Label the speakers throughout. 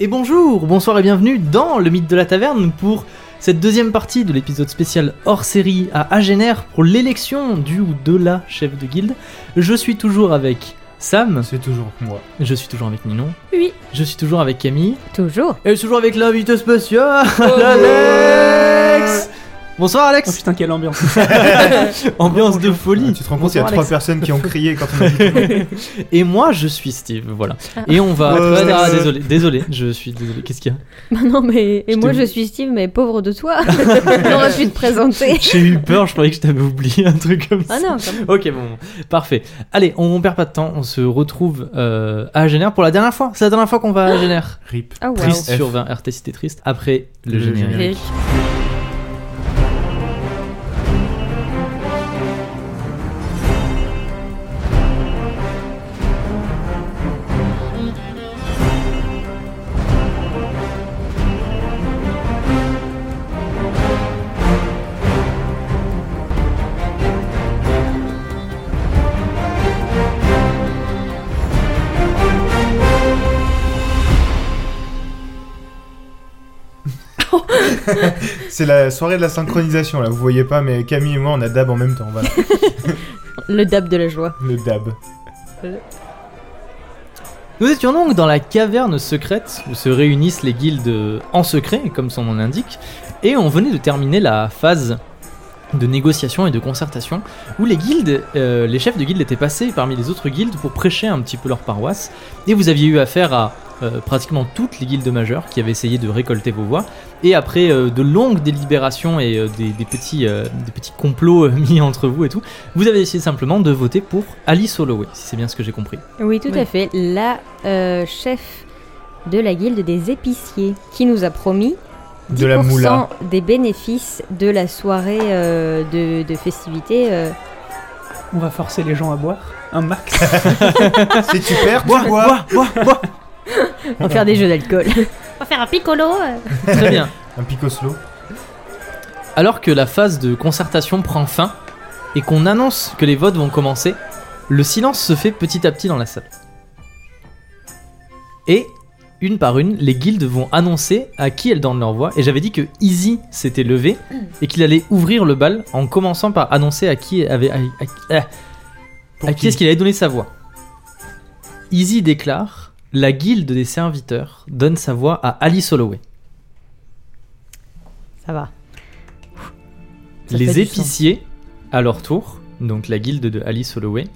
Speaker 1: Et bonjour, bonsoir et bienvenue dans le mythe de la taverne pour cette deuxième partie de l'épisode spécial hors série à Agener pour l'élection du ou de la chef de guilde. Je suis toujours avec Sam,
Speaker 2: C'est toujours moi.
Speaker 1: je suis toujours avec Ninon,
Speaker 3: Oui.
Speaker 1: je suis toujours avec Camille,
Speaker 3: Toujours.
Speaker 1: et toujours avec l'invité spécial,
Speaker 2: Oh,
Speaker 1: Alex Bonsoir
Speaker 4: Oh
Speaker 1: Alex
Speaker 4: putain, quelle ambiance.
Speaker 1: Ambiance de folie
Speaker 2: Euh, tu te rends compte, il y a
Speaker 1: Bonsoir,
Speaker 2: trois
Speaker 1: Alex.
Speaker 2: personnes qui ont crié quand on a dit.
Speaker 1: Et moi je suis Steve, voilà. Et on va...
Speaker 2: Ouais.
Speaker 1: Ah, désolé, désolé, je suis désolé, qu'est-ce qu'il y a
Speaker 3: Bah non, mais. Et
Speaker 1: Je
Speaker 3: moi,
Speaker 1: t'ai-
Speaker 3: je suis Steve, mais pauvre de toi. J'aurais pu te présenter.
Speaker 1: J'ai eu peur, je croyais que je t'avais oublié un truc comme ça.
Speaker 3: Ah non, quand même.
Speaker 1: Ok, bon, parfait. Allez, on, on perd pas de temps, on se retrouve euh, à Agener pour la dernière fois. C'est la dernière fois qu'on va à Agener.
Speaker 2: Rip.
Speaker 3: Ah, wow.
Speaker 1: Triste
Speaker 2: F.
Speaker 1: sur 20, RT c'était triste. Après le
Speaker 2: Le
Speaker 1: générique.
Speaker 2: générique.
Speaker 3: Eric.
Speaker 2: C'est la soirée de la synchronisation là, vous voyez pas, mais Camille et moi on a dab en même temps, voilà.
Speaker 3: Le dab de la joie.
Speaker 2: Le dab.
Speaker 1: Nous étions donc dans la caverne secrète où se réunissent les guildes euh, en secret, comme son nom l'indique, et on venait de terminer la phase de négociation et de concertation où les guildes, euh, les chefs de guildes étaient passés parmi les autres guildes pour prêcher un petit peu leur paroisse, et vous aviez eu affaire à euh, pratiquement toutes les guildes majeures qui avaient essayé de récolter vos voix, et après euh, de longues délibérations et euh, des, des petits, euh, des petits complots euh, mis entre vous et tout, vous avez décidé simplement de voter pour Alice Holloway, si c'est bien ce que j'ai compris.
Speaker 3: Oui, tout
Speaker 4: Oui.
Speaker 3: à fait. La euh, chef de la guilde des épiciers qui nous a promis
Speaker 2: De la
Speaker 3: 10%
Speaker 2: moula.
Speaker 3: des bénéfices de la soirée euh, de, de festivité. euh.
Speaker 4: On va forcer les gens à boire un max.
Speaker 2: si tu perds, tu bois.
Speaker 3: On va faire des jeux d'alcool.
Speaker 5: On va faire un piccolo. euh.
Speaker 1: Très bien.
Speaker 2: Un pico slow.
Speaker 1: Alors que la phase de concertation prend fin et qu'on annonce que les votes vont commencer, le silence se fait petit à petit dans la salle. Et une par une, les guildes vont annoncer à qui elles donnent leur voix. Et j'avais dit que Easy s'était levé et qu'il allait ouvrir le bal en commençant par annoncer à qui avait à, à- à-
Speaker 2: Pour
Speaker 1: à qui est-ce qu'il allait donner sa voix. Easy déclare la guilde des serviteurs donne sa voix à Alice Holloway.
Speaker 3: Ça va. Ça fait
Speaker 1: les
Speaker 3: du
Speaker 1: épiciers, à leur tour, donc la guilde de Alice Holloway,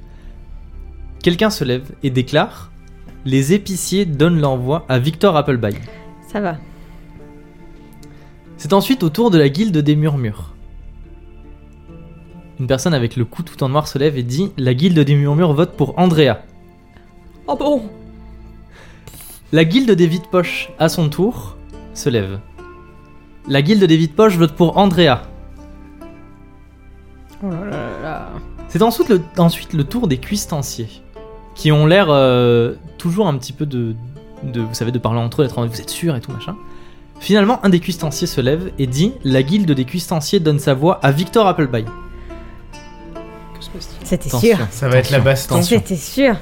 Speaker 1: quelqu'un se lève et déclare Les épiciers donnent leur voix à Victor Appleby.
Speaker 3: Ça va.
Speaker 1: C'est ensuite au tour de la guilde des murmures. Une personne avec le cou tout en noir se lève et dit La guilde des murmures vote pour Andrea.
Speaker 4: Oh bon
Speaker 1: La guilde des vides poches, à son tour, se lève. La guilde des vides poches vote pour Andrea.
Speaker 4: Oh là là là.
Speaker 1: C'est ensuite le, ensuite le tour des cuistanciers, qui ont l'air euh, toujours un petit peu de, de- vous savez, de parler entre eux, d'être en mode, vous êtes sûr et tout machin. Finalement, un des cuistanciers se lève et dit La guilde des cuistanciers donne sa voix à Victor Appleby.
Speaker 4: Que se passe-t-il
Speaker 3: C'était
Speaker 1: Attention.
Speaker 3: sûr.
Speaker 2: Ça va être la baston.
Speaker 1: Attention.
Speaker 3: C'était sûr.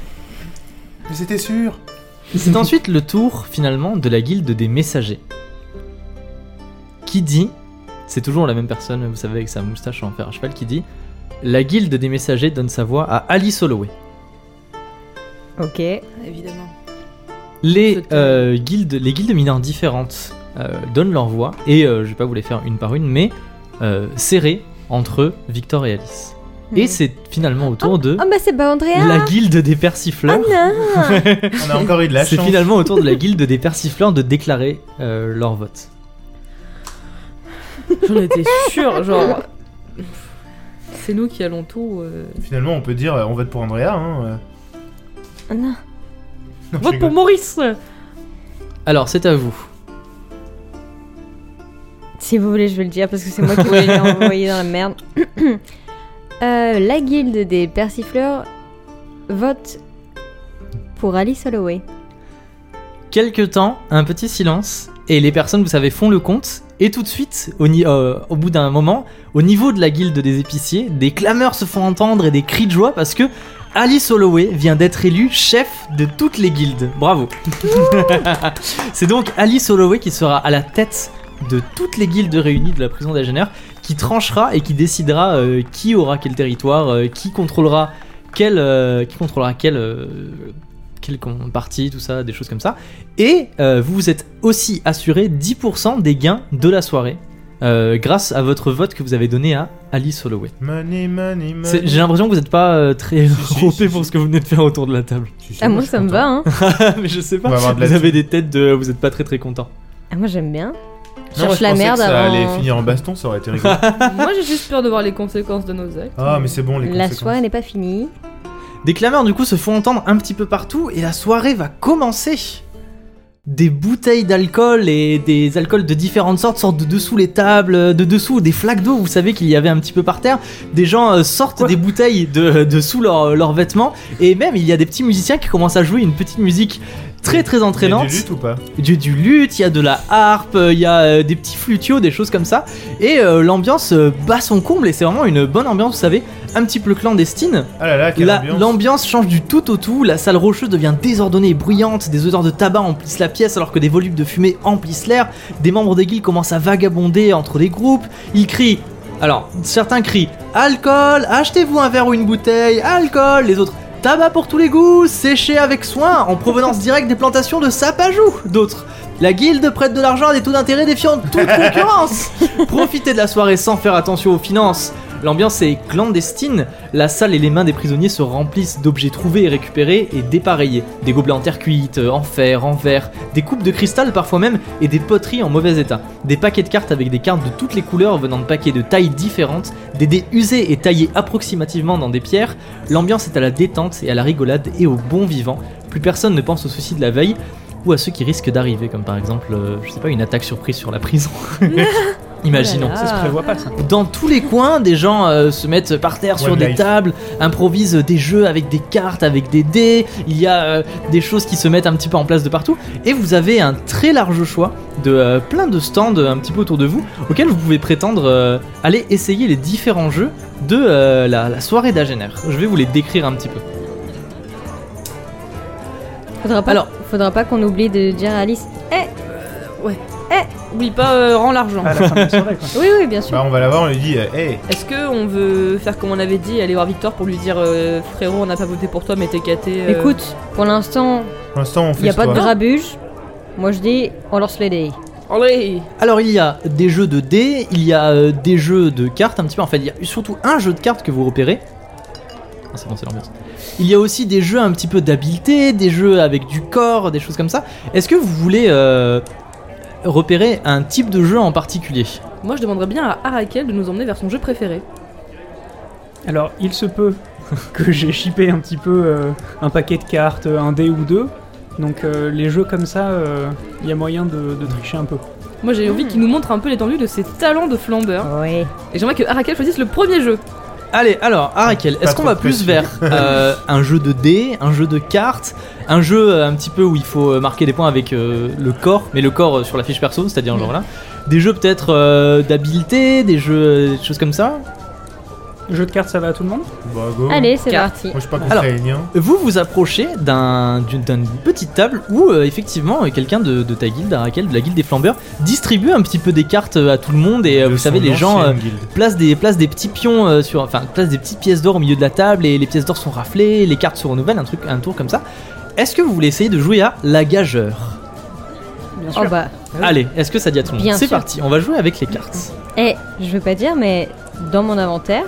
Speaker 2: Mais c'était sûr.
Speaker 1: C'est ensuite le tour finalement de la guilde des messagers. Qui dit, c'est toujours la même personne, vous savez, avec sa moustache en fer à cheval, qui dit La guilde des messagers donne sa voix à Alice Holloway.
Speaker 3: Ok.
Speaker 6: Évidemment.
Speaker 1: Les
Speaker 6: C'était-
Speaker 1: euh, guildes, les guildes mineures différentes euh, donnent leur voix et euh, je vais pas vous les faire une par une, mais euh, serrées entre Victor et Alice. Et c'est finalement au tour de
Speaker 3: Hmm. Ah bah c'est pas Andrea
Speaker 1: la guilde des persifleurs.
Speaker 3: Ah non
Speaker 2: On a encore eu de la
Speaker 1: c'est
Speaker 2: chance.
Speaker 1: finalement au tour de la guilde des persifleurs de déclarer euh, leur vote.
Speaker 6: J'en étais sûre, genre. C'est nous qui allons tout. euh,
Speaker 2: Finalement, on peut dire euh, on vote pour Andrea. Hein.
Speaker 3: Ah
Speaker 2: euh.
Speaker 3: non.
Speaker 2: Non, je
Speaker 6: Vote pour
Speaker 2: rigole.
Speaker 6: Maurice
Speaker 1: Alors c'est à vous.
Speaker 3: Si vous voulez, je vais le dire parce que c'est moi qui l'ai envoyé dans la merde. Euh, la guilde des persifleurs vote pour Alice Holloway.
Speaker 1: Quelque temps, un petit silence, et les personnes, vous savez, font le compte, et tout de suite, au, ni- euh, au bout d'un moment, au niveau de la guilde des épiciers, des clameurs se font entendre et des cris de joie parce que Alice Holloway vient d'être élue chef de toutes les guildes. Bravo. C'est donc Alice Holloway qui sera à la tête de toutes les guildes réunies de la prison d'Agener, qui tranchera et qui décidera euh, qui aura quel territoire, euh, qui contrôlera quel, euh, qui contrôlera quel, euh, quelle com- partie, tout ça, des choses comme ça. Et euh, vous vous êtes aussi assuré 10% des gains de la soirée. euh, grâce à votre vote que vous avez donné à Alice Holloway.
Speaker 2: Money, money, money.
Speaker 1: C'est- J'ai l'impression que vous n'êtes pas euh, très
Speaker 2: Si, si,
Speaker 1: ropé
Speaker 2: si,
Speaker 1: pour
Speaker 2: si.
Speaker 1: ce que vous venez de faire autour de la table.
Speaker 2: Si, si,
Speaker 3: Ah, moi
Speaker 2: je suis
Speaker 3: ça me
Speaker 2: content.
Speaker 3: va, hein.
Speaker 1: Mais je sais pas.
Speaker 2: On va avoir de la
Speaker 1: vous avez des têtes de. Vous n'êtes pas très très content.
Speaker 3: Ah, moi j'aime bien. Je
Speaker 2: Non, moi,
Speaker 3: cherche
Speaker 2: je
Speaker 3: la
Speaker 2: pensais que
Speaker 3: merde
Speaker 2: ça allait
Speaker 3: avant.
Speaker 2: finir en baston, ça aurait été rigolo.
Speaker 6: Moi, j'ai juste peur de voir les conséquences de nos actes.
Speaker 2: ah, mais c'est bon, les
Speaker 3: La
Speaker 2: conséquences.
Speaker 3: soirée n'est pas finie.
Speaker 1: Des clameurs du coup se font entendre un petit peu partout et la soirée va commencer. Des bouteilles d'alcool et des alcools de différentes sortes sortent de dessous les tables, de dessous des flaques d'eau, vous savez qu'il y avait un petit peu par terre. Des gens euh, sortent des bouteilles de, de sous leurs euh, leurs vêtements et même il y a des petits musiciens qui commencent à jouer une petite musique très très
Speaker 2: Il y a
Speaker 1: entraînante.
Speaker 2: du lutte ou pas
Speaker 1: Il y a du luth, il y a de la harpe, il y a euh, des petits flutios, des choses comme ça. Et euh, l'ambiance euh, bat son comble et c'est vraiment une bonne ambiance, vous savez, un petit peu clandestine.
Speaker 2: Ah là là, quelle
Speaker 1: La-
Speaker 2: ambiance.
Speaker 1: L'ambiance change du tout au tout, la salle rocheuse devient désordonnée et bruyante, des odeurs de tabac emplissent la pièce alors que des volumes de fumée emplissent l'air, des membres des guildes commencent à vagabonder entre les groupes, ils crient... Alors, certains crient « Alcool Achetez-vous un verre ou une bouteille Alcool !» Les autres « Tabac pour tous les goûts Séchez avec soin En provenance directe des plantations de sapajou !» D'autres « La guilde prête de l'argent à des taux d'intérêt défiant toute concurrence Profitez de la soirée sans faire attention aux finances L'ambiance est clandestine, la salle et les mains des prisonniers se remplissent d'objets trouvés et récupérés et dépareillés. Des gobelets en terre cuite, euh, en fer, en verre, des coupes de cristal parfois même et des poteries en mauvais état. Des paquets de cartes avec des cartes de toutes les couleurs venant de paquets de tailles différentes, des dés usés et taillés approximativement dans des pierres. L'ambiance est à la détente et à la rigolade et au bon vivant. Plus personne ne pense aux soucis de la veille ou à ceux qui risquent d'arriver, comme par exemple, euh, je sais pas, une attaque surprise sur la prison. Imaginons.
Speaker 3: Voilà.
Speaker 4: Ça se prévoit pas, ça.
Speaker 1: Dans tous les coins, des gens euh, se mettent par terre sur
Speaker 2: One
Speaker 1: des
Speaker 2: life.
Speaker 1: tables, improvisent des jeux avec des cartes, avec des dés. Il y a euh, des choses qui se mettent un petit peu en place de partout. Et vous avez un très large choix de euh, plein de stands euh, un petit peu autour de vous, auxquels vous pouvez prétendre euh, aller essayer les différents jeux de euh, la, la soirée d'Agener. Je vais vous les décrire un petit peu.
Speaker 3: Faudra pas,
Speaker 1: Alors-
Speaker 3: faudra pas qu'on oublie de dire à Alice.
Speaker 6: Oublie pas, euh, rends l'argent.
Speaker 4: À la fin de la soirée, quoi.
Speaker 3: Oui, oui, bien sûr.
Speaker 2: Bah, on va la voir, on lui dit euh, Hey,
Speaker 6: Est-ce que on veut faire comme on avait dit, aller voir Victor pour lui dire euh, frérot, on n'a pas voté pour toi, mais t'es caté. euh,
Speaker 3: Écoute, pour l'instant,
Speaker 2: pour l'instant, on fait
Speaker 3: y a
Speaker 2: ce
Speaker 3: pas de
Speaker 2: soir.
Speaker 3: grabuge. Moi je dis, on lance les dés.
Speaker 6: allez
Speaker 1: Alors il y a des jeux de dés, il y a euh, des jeux de cartes un petit peu. En fait, il y a surtout un jeu de cartes que vous repérez. Ah, c'est bon, c'est l'ambiance. Il y a aussi des jeux un petit peu d'habileté, des jeux avec du corps, des choses comme ça. Est-ce que vous voulez euh, repérer un type de jeu en particulier
Speaker 6: Moi, je demanderais bien à Arakel de nous emmener vers son jeu préféré.
Speaker 4: Alors, il se peut que j'ai chippé un petit peu euh, un paquet de cartes, euh, un dé ou deux. Donc, euh, les jeux comme ça, euh, il y a moyen de, de tricher un peu.
Speaker 6: Moi, j'ai envie qu'il nous montre un peu l'étendue de ses talents de flambeur.
Speaker 3: Oui.
Speaker 6: Et j'aimerais que Arakel choisisse le premier jeu.
Speaker 1: Allez, alors, Arakel,
Speaker 2: Pas
Speaker 1: est-ce qu'on
Speaker 2: trop
Speaker 1: va plus
Speaker 2: précis.
Speaker 1: vers euh, un jeu de dés, un jeu de cartes, un jeu euh, un petit peu où il faut euh, marquer des points avec euh, le corps, mais le corps euh, sur la fiche perso, c'est-à-dire genre là Des jeux peut-être euh, d'habileté, des jeux, euh, des choses comme ça
Speaker 4: Jeu de cartes, ça va à tout le monde
Speaker 2: Bah, go.
Speaker 3: Allez, c'est
Speaker 6: Carte.
Speaker 3: parti.
Speaker 2: Moi, je suis pas
Speaker 1: Alors-
Speaker 2: contre les liens.
Speaker 1: Vous vous approchez d'un- d'une d'une petite table où euh, effectivement euh, quelqu'un de, de ta guilde, Arakel, de la guilde des flambeurs, distribue un petit peu des cartes euh, à tout le monde et euh,
Speaker 2: De
Speaker 1: vous savez
Speaker 2: son
Speaker 1: les gens... euh,
Speaker 2: ancienne guilde.
Speaker 1: place des, place des petits pions euh, sur. Enfin, place des petites pièces d'or au milieu de la table et les pièces d'or sont raflées, les cartes se renouvellent, un truc, un tour comme ça. Est-ce que vous voulez essayer de jouer à la gageure
Speaker 4: Bien sûr.
Speaker 3: Oh bah,
Speaker 1: Allez, est-ce que ça dit à tout le monde
Speaker 3: Bien
Speaker 1: C'est
Speaker 3: sûr.
Speaker 1: parti, on va jouer avec les cartes.
Speaker 3: eh, je veux pas dire, mais dans mon inventaire,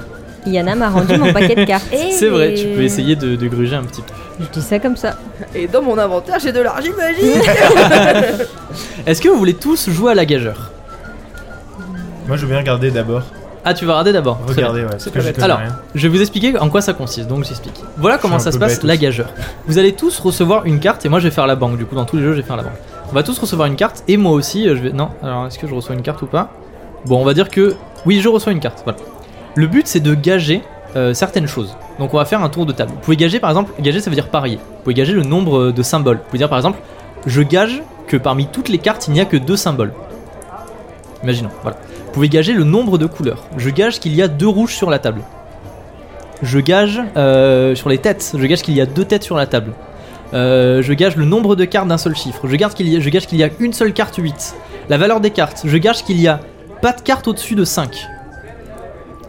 Speaker 3: Yana m'a rendu mon paquet de cartes.
Speaker 1: C'est vrai, tu peux essayer de, de gruger un petit peu.
Speaker 3: Je dis ça comme ça.
Speaker 6: Et dans mon inventaire, j'ai de l'argile magique
Speaker 1: Est-ce que vous voulez tous jouer à la gageure
Speaker 2: Moi, je veux bien regarder d'abord.
Speaker 1: Ah, tu vas regarder d'abord. Très bien.
Speaker 2: Regardez, ouais. Parce
Speaker 4: C'est
Speaker 2: que
Speaker 4: pas
Speaker 2: je
Speaker 4: bête.
Speaker 2: connais
Speaker 1: Alors,
Speaker 2: rien.
Speaker 1: je vais vous expliquer en quoi ça consiste, donc j'explique. Voilà comment
Speaker 2: Je suis
Speaker 1: ça
Speaker 2: un
Speaker 1: se
Speaker 2: peu
Speaker 1: passe,
Speaker 2: bête
Speaker 1: la
Speaker 2: aussi.
Speaker 1: gageure. Vous allez tous recevoir une carte, et moi je vais faire la banque, du coup, dans tous les jeux, je vais faire la banque. On va tous recevoir une carte, et moi aussi, euh, je vais. Non, alors est-ce que je reçois une carte ou pas Bon, on va dire que. Oui, je reçois une carte, voilà. Le but, c'est de gager euh, certaines choses. Donc on va faire un tour de table. Vous pouvez gager, par exemple, gager ça veut dire parier. Vous pouvez gager le nombre euh, de symboles. Vous pouvez dire, par exemple, je gage que parmi toutes les cartes, il n'y a que deux symboles. Imaginons, voilà. Vous pouvez gager le nombre de couleurs. Je gage qu'il y a deux rouges sur la table. je gage euh, sur les têtes, je gage qu'il y a deux têtes sur la table. Euh, je gage le nombre de cartes d'un seul chiffre. Je, garde qu'il y a, je gage qu'il y a une seule carte 8. La valeur des cartes. Je gage qu'il y a pas de carte au-dessus de 5.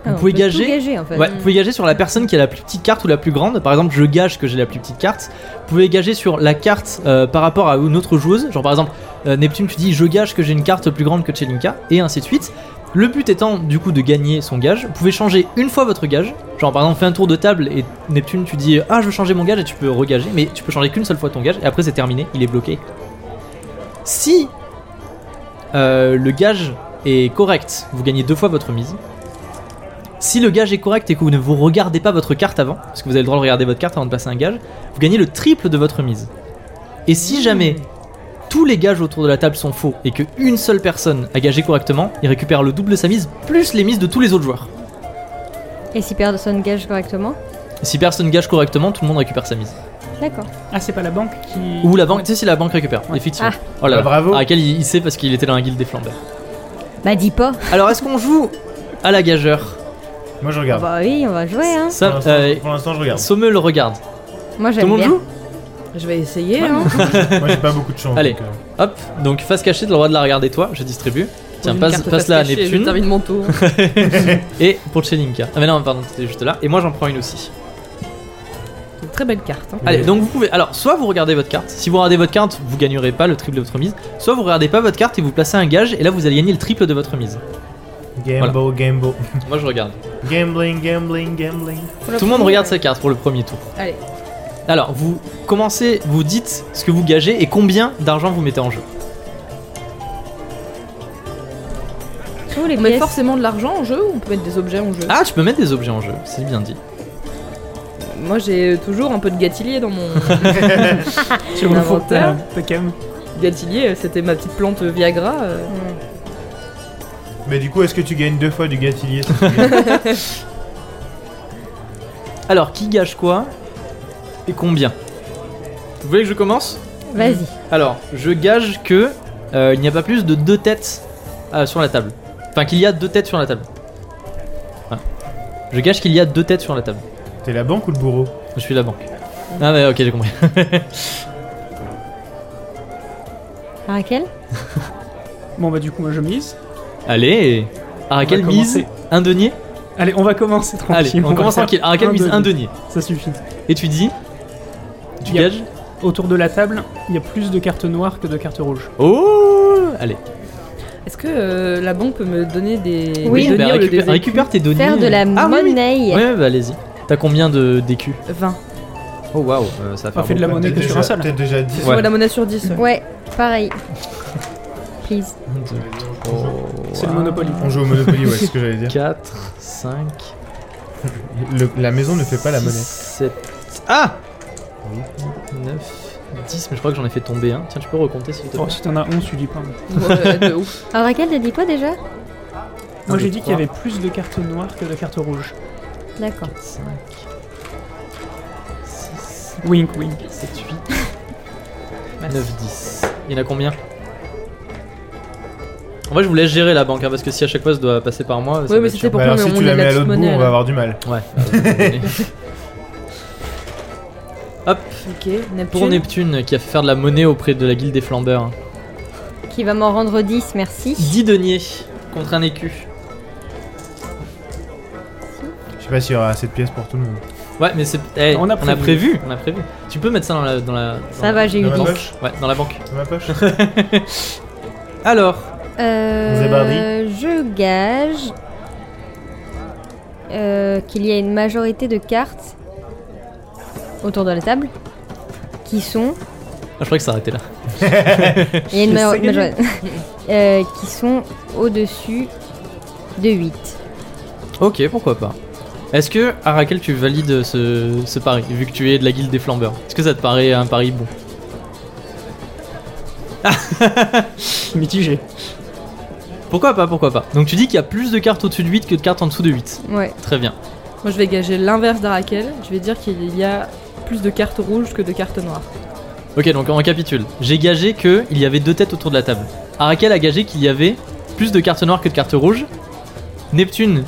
Speaker 3: Ah,
Speaker 1: Vous
Speaker 3: on
Speaker 1: pouvez
Speaker 3: peut
Speaker 1: gager
Speaker 3: tout gager en fait. Mm.
Speaker 1: Ouais, vous pouvez gager sur la personne qui a la plus petite carte ou la plus grande. Par exemple, je gage que j'ai la plus petite carte. Vous pouvez gager sur la carte euh, par rapport à une autre joueuse. Genre par exemple, euh, Neptune, tu dis je gage que j'ai une carte plus grande que Chelinka, et ainsi de suite. Le but étant du coup de gagner son gage. Vous pouvez changer une fois votre gage. Genre par exemple, fais un tour de table et Neptune, tu dis ah je veux changer mon gage et tu peux regager, mais tu peux changer qu'une seule fois ton gage et après c'est terminé, il est bloqué. Si euh, le gage est correct, vous gagnez deux fois votre mise. Si le gage est correct et que vous ne vous regardez pas votre carte avant, parce que vous avez le droit de regarder votre carte avant de passer un gage, vous gagnez le triple de votre mise. Et si jamais tous les gages autour de la table sont faux et que une seule personne a gagé correctement, il récupère le double de sa mise plus les mises de tous les autres joueurs.
Speaker 3: Et si personne gage correctement
Speaker 1: Et si personne gage correctement, tout le monde récupère sa mise.
Speaker 3: D'accord.
Speaker 4: Ah, c'est pas la banque qui.
Speaker 1: Ou la banque, tu sais si la banque récupère,
Speaker 4: Ouais.
Speaker 1: effectivement. Oh là
Speaker 2: Ah,
Speaker 1: là.
Speaker 2: bravo.
Speaker 1: À laquelle il il sait parce qu'il était dans la guilde des flambeurs.
Speaker 3: Bah dis pas.
Speaker 1: Alors est-ce qu'on joue à la gageur
Speaker 2: Moi je regarde.
Speaker 3: Bah oui, on va jouer hein.
Speaker 2: Pour
Speaker 1: Ça,
Speaker 2: l'instant-
Speaker 1: euh,
Speaker 2: pour l'instant, je regarde.
Speaker 1: Sommel regarde.
Speaker 3: Moi
Speaker 1: Tout le
Speaker 3: j'aime
Speaker 1: monde
Speaker 3: bien.
Speaker 1: joue
Speaker 6: Je vais essayer. hein.
Speaker 2: Moi j'ai pas beaucoup de chance.
Speaker 1: Allez.
Speaker 2: donc, euh,
Speaker 1: Hop, donc face cachée, t'as le droit de la regarder toi, je distribue. Tiens,
Speaker 6: Une
Speaker 1: passe,
Speaker 6: carte
Speaker 1: passe
Speaker 6: face
Speaker 1: la à
Speaker 6: cachée, Je
Speaker 1: Neptune.
Speaker 6: termine mon tour.
Speaker 1: Et pour Chelinka. Ah mais non, pardon, t'étais juste là. Et moi j'en prends une aussi.
Speaker 6: Une Très belle carte. hein.
Speaker 1: Allez, donc vous pouvez... Alors, soit vous regardez votre carte. Si vous regardez votre carte, vous gagnerez pas le triple de votre mise. Soit vous regardez pas votre carte et vous placez un gage et là vous allez gagner le triple de votre mise.
Speaker 2: Gamble, gamble.
Speaker 1: Moi je regarde.
Speaker 2: Gambling, gambling, gambling.
Speaker 1: Tout le monde regarde sa carte pour le premier tour.
Speaker 6: Allez.
Speaker 1: Alors, vous commencez, vous dites ce que vous gagez et combien d'argent vous mettez en jeu.
Speaker 3: Tous les
Speaker 6: On met
Speaker 3: pièces.
Speaker 6: forcément de l'argent en jeu ou on peut mettre des objets en jeu
Speaker 1: Ah, tu peux mettre des objets en jeu, c'est bien dit.
Speaker 6: Moi j'ai euh, toujours un peu de gâtillier dans mon.
Speaker 4: Sur le Ah, fond de ta,
Speaker 6: L'inventaire.
Speaker 4: ta cam.
Speaker 6: gâtillier, euh, c'était ma petite plante Viagra. euh.
Speaker 3: Mm.
Speaker 2: Mais du coup, est-ce que tu gagnes deux fois du gâtillier
Speaker 1: Alors, qui gage quoi et combien Vous voulez que je commence
Speaker 3: Vas-y.
Speaker 1: Alors, je gage que euh, il n'y a pas plus de deux têtes euh, sur la table. Enfin, qu'il y a deux têtes sur la table. Voilà. Je gage qu'il y a deux têtes sur la table.
Speaker 2: T'es la banque ou le bourreau
Speaker 1: Je suis la banque. Ah, mais ok, j'ai compris.
Speaker 3: Raquel
Speaker 4: Bon, bah, du coup, moi, je mise.
Speaker 1: Allez Arakel
Speaker 4: On va
Speaker 1: mise
Speaker 4: commencer.
Speaker 1: un denier
Speaker 4: Allez, on va commencer tranquille.
Speaker 1: Allez, on,
Speaker 4: va
Speaker 1: commence
Speaker 4: faire
Speaker 1: tranquille. Arakel mise
Speaker 4: deux,
Speaker 1: un
Speaker 4: deux.
Speaker 1: denier.
Speaker 4: Ça suffit.
Speaker 1: Et tu dis Tu
Speaker 4: Il y a-
Speaker 1: gages
Speaker 4: Autour de la table, il y a plus de cartes noires que de cartes rouges.
Speaker 1: Oh Allez.
Speaker 6: Est-ce que euh, la banque peut me donner des,
Speaker 3: Oui,
Speaker 6: des
Speaker 1: bah,
Speaker 6: deniers au lieu
Speaker 1: récupère,
Speaker 6: des écus
Speaker 1: récupère tes deniers.
Speaker 3: Faire de la
Speaker 1: Ah oui, oui.
Speaker 3: monnaie.
Speaker 1: Ouais, bah allez-y. T'as combien de d'écus
Speaker 6: 20.
Speaker 1: Oh waouh, euh, ça
Speaker 4: On fait de la
Speaker 2: T'as
Speaker 4: monnaie que
Speaker 2: déjà-
Speaker 4: sur un seul.
Speaker 2: T'as déjà 10.
Speaker 1: Ouais.
Speaker 6: Ouais. la monnaie sur 10. ouais.
Speaker 3: Ouais, pareil. Please.
Speaker 1: Oh,
Speaker 4: C'est le Monopoly.
Speaker 2: On joue au Monopoly, ouais, c'est ce que j'allais dire.
Speaker 1: 4, 5,
Speaker 2: Le- la maison ne fait pas la
Speaker 1: Six,
Speaker 2: monnaie.
Speaker 1: sept- Ah 9, 10, mais je crois que j'en ai fait tomber un. Tiens, tu peux recompter s'il te plaît.
Speaker 4: Oh, si t'en as 11, tu dis pas.
Speaker 6: Ouais, de ouf.
Speaker 3: Alors Raquel, t'as dit quoi déjà
Speaker 4: Moi,
Speaker 1: deux,
Speaker 4: j'ai dit qu'il
Speaker 1: trois.
Speaker 4: y avait plus de cartes noires que de cartes rouges.
Speaker 3: D'accord.
Speaker 1: 5, 6,
Speaker 4: Wink, wink.
Speaker 1: 7, 8, 9, 10. Il y en a combien En vrai, je vous laisse gérer la banque, hein, parce que si à chaque fois ça doit passer par moi. ça
Speaker 6: Ouais,
Speaker 1: va être
Speaker 6: mais c'était
Speaker 1: chiant.
Speaker 6: pour
Speaker 2: Bah
Speaker 6: qu'on
Speaker 2: alors si
Speaker 6: on
Speaker 2: tu
Speaker 6: ait
Speaker 2: la mets à
Speaker 6: petite
Speaker 2: l'autre bout,
Speaker 6: monnaie,
Speaker 2: on va
Speaker 6: là.
Speaker 2: avoir du mal.
Speaker 1: Ouais. euh, vous comprenez.
Speaker 6: Ok,
Speaker 1: Pour
Speaker 6: Neptune.
Speaker 1: Neptune, qui a fait faire de la monnaie auprès de la guilde des flambeurs. hein.
Speaker 3: Qui va m'en rendre 10, merci.
Speaker 1: 10 deniers contre un écu.
Speaker 2: Je sais pas s'il y aura assez de pièces pour tout le monde.
Speaker 1: Ouais, mais c'est. eh,
Speaker 4: On a
Speaker 1: On a
Speaker 4: prévu.
Speaker 1: prévu. On a prévu. Tu peux mettre ça dans la. Dans la
Speaker 3: Ça va, j'ai eu
Speaker 2: Dans ma
Speaker 3: 10.
Speaker 2: poche
Speaker 1: Ouais, dans la banque.
Speaker 2: Dans ma poche
Speaker 1: Alors,
Speaker 3: Euh,
Speaker 2: Zébardi.
Speaker 3: je gage euh, qu'il y a une majorité de cartes autour de la table qui sont.
Speaker 1: ah, je crois que ça arrêtait là.
Speaker 3: Il y a une
Speaker 4: Mais
Speaker 3: ma-
Speaker 4: c'est gagné.
Speaker 3: majorité euh, qui sont au-dessus de 8.
Speaker 1: Ok, pourquoi pas. Est-ce que, Arakel, tu valides ce, ce pari, vu que tu es de la guilde des flambeurs Est-ce que ça te paraît un pari bon
Speaker 4: Mitigé.
Speaker 1: Pourquoi pas, pourquoi pas. Donc tu dis qu'il y a plus de cartes au-dessus de 8 que de cartes en dessous de 8.
Speaker 3: Ouais.
Speaker 1: Très bien.
Speaker 6: Moi je vais gager l'inverse d'Arakel. Je vais dire qu'il y a plus de cartes rouges que de cartes noires.
Speaker 1: Ok, donc on récapitule. J'ai gagé que il y avait deux têtes autour de la table. Arakel a gagé qu'il y avait plus de cartes noires que de cartes rouges. Neptune,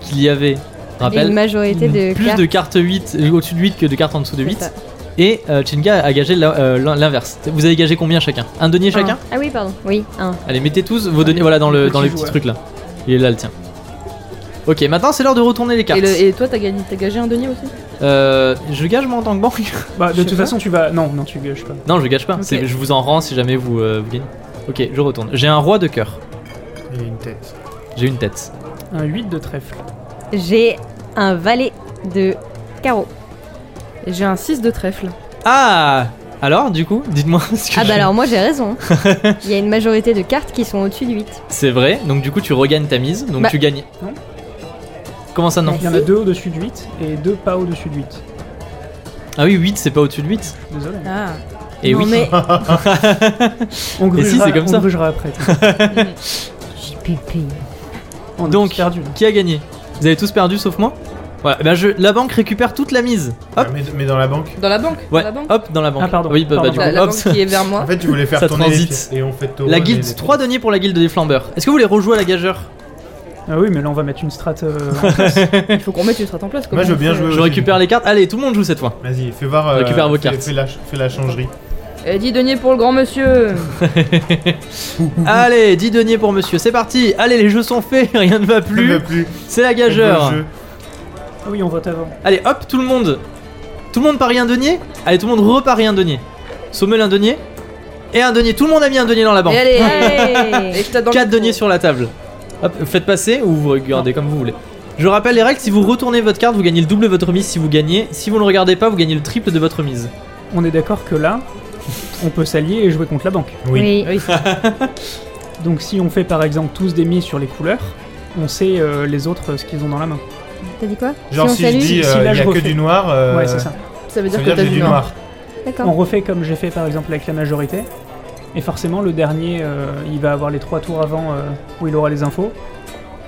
Speaker 1: qu'il y avait Rappel,
Speaker 3: une majorité de
Speaker 1: plus
Speaker 3: cartes.
Speaker 1: de cartes 8, euh, au-dessus de 8 que de cartes en dessous de
Speaker 3: c'est
Speaker 1: 8.
Speaker 3: ça.
Speaker 1: Et euh, Chinga a gagé la- euh, l'in- l'inverse. Vous avez gagé combien chacun Un denier chacun
Speaker 3: Un. Ah oui, pardon. Oui, un.
Speaker 1: Allez, mettez tous vos deniers voilà, dans, le,
Speaker 4: Petit
Speaker 1: dans les petits
Speaker 4: joueur.
Speaker 1: trucs là. Il est là le tien. Ok, maintenant c'est l'heure de retourner les cartes.
Speaker 6: Et, le- et toi, t'as gagné, t'as gagé un denier aussi
Speaker 1: Euh, je gage moi en tant que banque
Speaker 4: Bah,
Speaker 1: Je
Speaker 4: de
Speaker 1: sais
Speaker 4: toute
Speaker 1: pas.
Speaker 4: façon, tu vas. Non, non, tu gâches pas.
Speaker 1: Non, je gage pas. C'est- Je vous en rends si jamais vous, euh, vous gagnez. Ok, je retourne. J'ai un roi de cœur.
Speaker 2: Il y a une tête.
Speaker 1: J'ai une tête.
Speaker 4: Un 8 de trèfle.
Speaker 3: J'ai un valet de carreau.
Speaker 6: J'ai un 6 de trèfle.
Speaker 1: Ah Alors, du coup, dites-moi ce que
Speaker 3: Ah
Speaker 1: je-
Speaker 3: bah alors moi j'ai raison. Il y a une majorité de cartes qui sont au-dessus de 8.
Speaker 1: C'est vrai, donc du coup tu regagnes ta mise, donc
Speaker 3: Bah.
Speaker 1: tu gagnes.
Speaker 4: Non.
Speaker 1: Comment ça non
Speaker 4: Il y en a deux au-dessus de 8 et deux pas au-dessus de 8.
Speaker 1: Ah oui, 8 c'est pas au-dessus de 8.
Speaker 4: Désolé.
Speaker 6: Ah.
Speaker 1: Et
Speaker 3: non
Speaker 1: oui.
Speaker 3: mais
Speaker 4: On
Speaker 1: Et si,
Speaker 4: grugera-
Speaker 1: c'est comme ça.
Speaker 4: On grugera après.
Speaker 3: JPP.
Speaker 4: On est
Speaker 1: Donc-
Speaker 4: tous perdus.
Speaker 1: Qui a gagné Vous avez tous perdu sauf moi Voilà, eh ben je... la banque récupère toute la mise. Hop,
Speaker 2: Mais, mais dans la banque.
Speaker 6: Dans la banque
Speaker 1: ouais,
Speaker 6: Dans la banque
Speaker 1: hop, dans la banque.
Speaker 4: Ah, pardon,
Speaker 1: Oui, bah, bah,
Speaker 4: pardon.
Speaker 1: du
Speaker 6: La,
Speaker 1: coup,
Speaker 6: la
Speaker 1: hop.
Speaker 6: banque qui est vers moi.
Speaker 2: En fait, tu voulais faire
Speaker 1: Ça
Speaker 2: tourner
Speaker 1: transite.
Speaker 2: les pieds. Et on fait tourner
Speaker 1: La
Speaker 2: les
Speaker 1: guilde,
Speaker 2: pieds.
Speaker 1: 3 deniers pour la guilde des flambeurs. Est-ce que vous voulez rejouer à la gageur
Speaker 4: Ah oui, mais là on va mettre une strat. euh, en place.
Speaker 6: Il faut qu'on mette une strat en place. Euh,
Speaker 2: Moi, je veux bien jouer.
Speaker 1: Je récupère les cartes. Allez, tout le monde joue cette fois.
Speaker 2: Vas-y, fais voir. euh,
Speaker 1: Récupère vos
Speaker 2: fais-
Speaker 1: cartes.
Speaker 2: Fais la, fais la changerie.
Speaker 6: Et 10 Eh, deniers pour le grand monsieur.
Speaker 1: Allez, 10 deniers pour monsieur, c'est parti. Allez, les jeux sont faits, rien ne va
Speaker 2: Je
Speaker 1: plus.
Speaker 2: veux plus.
Speaker 1: C'est la gageur.
Speaker 2: Je veux le jeu.
Speaker 4: Ah oui, on vote avant.
Speaker 1: Allez, hop, tout le monde. Tout le monde parie un denier Allez, tout le monde reparie un denier. Sommel un denier. Et un denier. Tout le monde a mis un denier dans la banque.
Speaker 6: Et allez,
Speaker 3: Hey
Speaker 6: et je t'adore.
Speaker 1: 4 deniers sur la table. Hop, vous faites passer ou vous regardez comme vous voulez. Je rappelle les règles, si vous retournez votre carte, vous gagnez le double de votre mise si vous gagnez. Si vous ne le regardez pas, vous gagnez le triple de votre mise.
Speaker 4: On est d'accord que là, on peut s'allier et jouer contre la banque.
Speaker 2: Oui.
Speaker 6: Oui.
Speaker 4: Donc si on fait par exemple tous des mises sur les couleurs, on sait euh, les autres euh, ce qu'ils ont dans la main.
Speaker 3: T'as dit quoi
Speaker 2: Genre,
Speaker 3: on
Speaker 2: si je
Speaker 3: salue
Speaker 2: dis
Speaker 4: Si-
Speaker 2: euh,
Speaker 4: si,
Speaker 2: il
Speaker 4: là,
Speaker 2: n'y a
Speaker 4: je
Speaker 2: que
Speaker 4: refais.
Speaker 2: du noir. euh,
Speaker 4: ouais, c'est ça.
Speaker 6: Ça veut
Speaker 2: Ça veut
Speaker 6: dire que
Speaker 2: dire
Speaker 6: t'as hein.
Speaker 2: que j'ai
Speaker 6: du
Speaker 2: du
Speaker 6: noir.
Speaker 2: noir.
Speaker 4: On
Speaker 3: D'accord.
Speaker 4: refait comme j'ai fait par exemple avec la majorité. Et forcément, le dernier, euh, il va avoir les trois tours avant euh, où il aura les infos.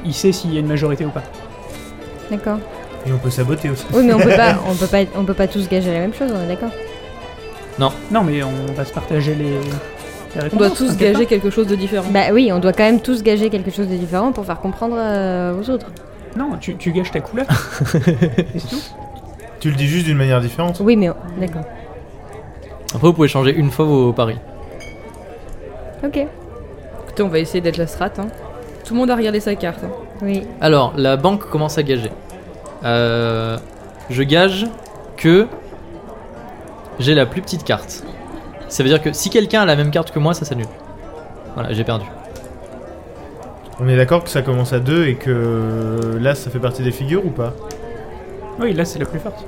Speaker 4: Il sait s'il y a une majorité ou pas.
Speaker 3: D'accord.
Speaker 2: Et on peut saboter aussi.
Speaker 3: Oui mais on peut pas on peut pas on peut pas tous gager la même chose, on est d'accord.
Speaker 4: Non, mais on va se partager les, les réponses.
Speaker 6: On doit tous
Speaker 4: t'inquiète
Speaker 6: gager quelque chose de différent.
Speaker 3: Bah oui, on doit quand même tous gager quelque chose de différent pour faire comprendre euh, aux autres.
Speaker 4: pas. Non, tu, tu gages ta couleur. Et c'est tout.
Speaker 2: Tu le dis juste d'une manière différente.
Speaker 3: Oui mais d'accord.
Speaker 1: Après, vous pouvez changer une fois vos paris.
Speaker 3: OK.
Speaker 6: Écoutez, on va essayer d'être la strat. hein. Tout le monde a regardé sa carte. hein.
Speaker 3: Oui.
Speaker 1: Alors, la banque commence à gager. Euh, je gage que j'ai la plus petite carte. Ça veut dire que si quelqu'un a la même carte que moi, ça s'annule. Voilà, j'ai perdu.
Speaker 2: On est d'accord que ça commence à 2 et que euh, là, ça fait partie des figures ou pas
Speaker 4: Oui, là, c'est la plus forte.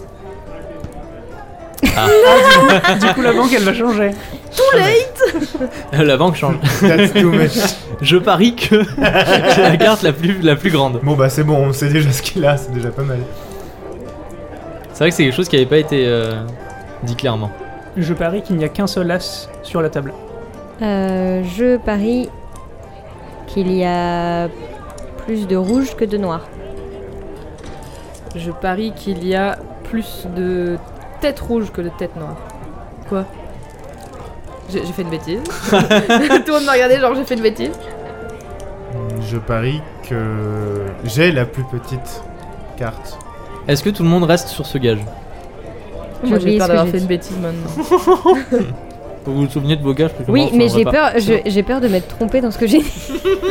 Speaker 1: Ah.
Speaker 4: du, coup, du coup, la banque, elle va changer.
Speaker 1: la banque change.
Speaker 2: That's too much.
Speaker 1: Je parie que j'ai la carte la plus, la plus grande.
Speaker 2: Bon, bah, c'est bon, on sait déjà ce qu'il a, c'est déjà pas mal.
Speaker 1: C'est vrai que c'est quelque chose qui n'avait pas été euh, dit clairement.
Speaker 4: Je parie qu'il n'y a qu'un seul as sur la table.
Speaker 3: Euh, je parie qu'il y a plus de rouge que de noir.
Speaker 6: Je parie qu'il y a plus de têtes rouges que de têtes noires. Quoi J'ai j'ai fait une bêtise. Tout le monde m'a regardé, genre j'ai fait une bêtise.
Speaker 2: Je parie que j'ai la plus petite carte.
Speaker 1: Est-ce que tout le monde reste sur ce gage
Speaker 6: Moi
Speaker 3: oublié
Speaker 6: j'ai peur
Speaker 3: ce que
Speaker 6: d'avoir
Speaker 3: j'ai
Speaker 6: fait
Speaker 3: dit.
Speaker 6: une bêtise maintenant.
Speaker 1: Vous vous souvenez de vos gages parce que
Speaker 3: Oui,
Speaker 1: moi, je me
Speaker 3: mais j'ai
Speaker 1: souviendrai pas.
Speaker 3: peur, je- j'ai peur de m'être trompée dans ce que j'ai dit.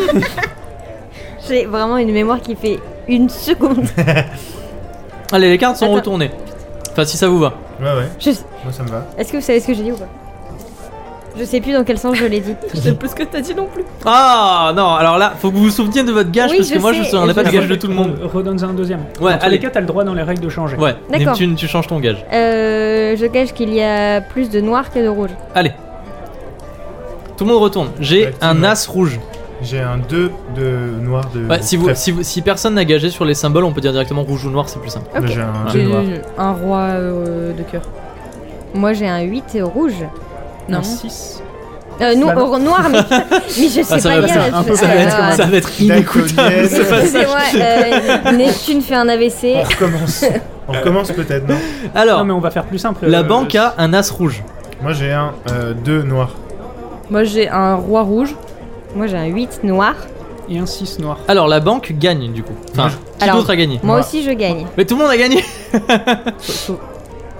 Speaker 3: j'ai vraiment une mémoire qui fait une seconde.
Speaker 1: Allez, les cartes sont
Speaker 3: Attends.
Speaker 1: retournées. Enfin, si ça vous va.
Speaker 2: Ouais, ouais,
Speaker 3: Je sais-
Speaker 2: moi ça me va.
Speaker 3: Est-ce que vous savez ce que j'ai dit ou pas Je sais plus dans quel sens je l'ai dit.
Speaker 6: je sais plus ce que t'as dit non plus.
Speaker 1: Ah non, alors là, faut que vous vous souveniez de votre gage
Speaker 3: Oui,
Speaker 1: parce que
Speaker 3: je
Speaker 1: moi
Speaker 3: sais,
Speaker 1: je me souviendrai
Speaker 3: et
Speaker 1: pas
Speaker 3: je
Speaker 1: du gage de tout le monde.
Speaker 4: Redonne-en euh, un deuxième.
Speaker 1: Ouais,
Speaker 4: Entre
Speaker 1: allez.
Speaker 4: les quatre, t'as le droit dans les règles de changer.
Speaker 1: Ouais,
Speaker 3: D'accord.
Speaker 1: Neptune, tu changes ton gage.
Speaker 3: Euh, je gage qu'il y a plus de noir que de rouge.
Speaker 1: Allez. Tout le monde retourne. J'ai
Speaker 2: Effectivement.
Speaker 1: un as rouge.
Speaker 2: J'ai un 2 de noir de.
Speaker 1: Ouais, si, vous,
Speaker 2: trèfle.
Speaker 1: si, vous- si personne n'a gagé sur les symboles, on peut dire directement rouge ou noir, c'est plus simple.
Speaker 2: Là, J'ai un
Speaker 1: Ah.
Speaker 2: deux
Speaker 6: J'ai
Speaker 2: noir.
Speaker 6: eu un roi euh, de cœur.
Speaker 3: Moi j'ai un 8 rouge.
Speaker 6: Non.
Speaker 4: 6.
Speaker 3: Euh, no-
Speaker 4: Bah non.
Speaker 3: euh, noir, mais, mais je sais
Speaker 1: Ah, ça
Speaker 3: pas
Speaker 1: va-
Speaker 3: lire.
Speaker 1: ça-
Speaker 3: je-
Speaker 4: un peu-
Speaker 1: Ça va
Speaker 3: euh,
Speaker 1: être, ça va être inécoutable
Speaker 6: hein,
Speaker 2: Daltonienne.
Speaker 1: ce passage.
Speaker 3: Excusez-moi, euh, Neptune fait un
Speaker 2: On
Speaker 3: AVC.
Speaker 2: recommence. On recommence peut-être, non
Speaker 1: Alors,
Speaker 4: Non, mais on va faire plus simple.
Speaker 1: la
Speaker 4: euh,
Speaker 1: banque a un as rouge.
Speaker 2: Moi j'ai un euh, 2 noir.
Speaker 6: Moi j'ai un roi rouge.
Speaker 3: Moi j'ai un 8 noir.
Speaker 4: et un 6 noir.
Speaker 1: Alors la banque gagne du coup. Enfin, qui
Speaker 3: Alors-
Speaker 1: d'autre a gagné
Speaker 3: Moi
Speaker 2: Voilà.
Speaker 3: aussi, je gagne.
Speaker 1: Mais tout le monde a gagné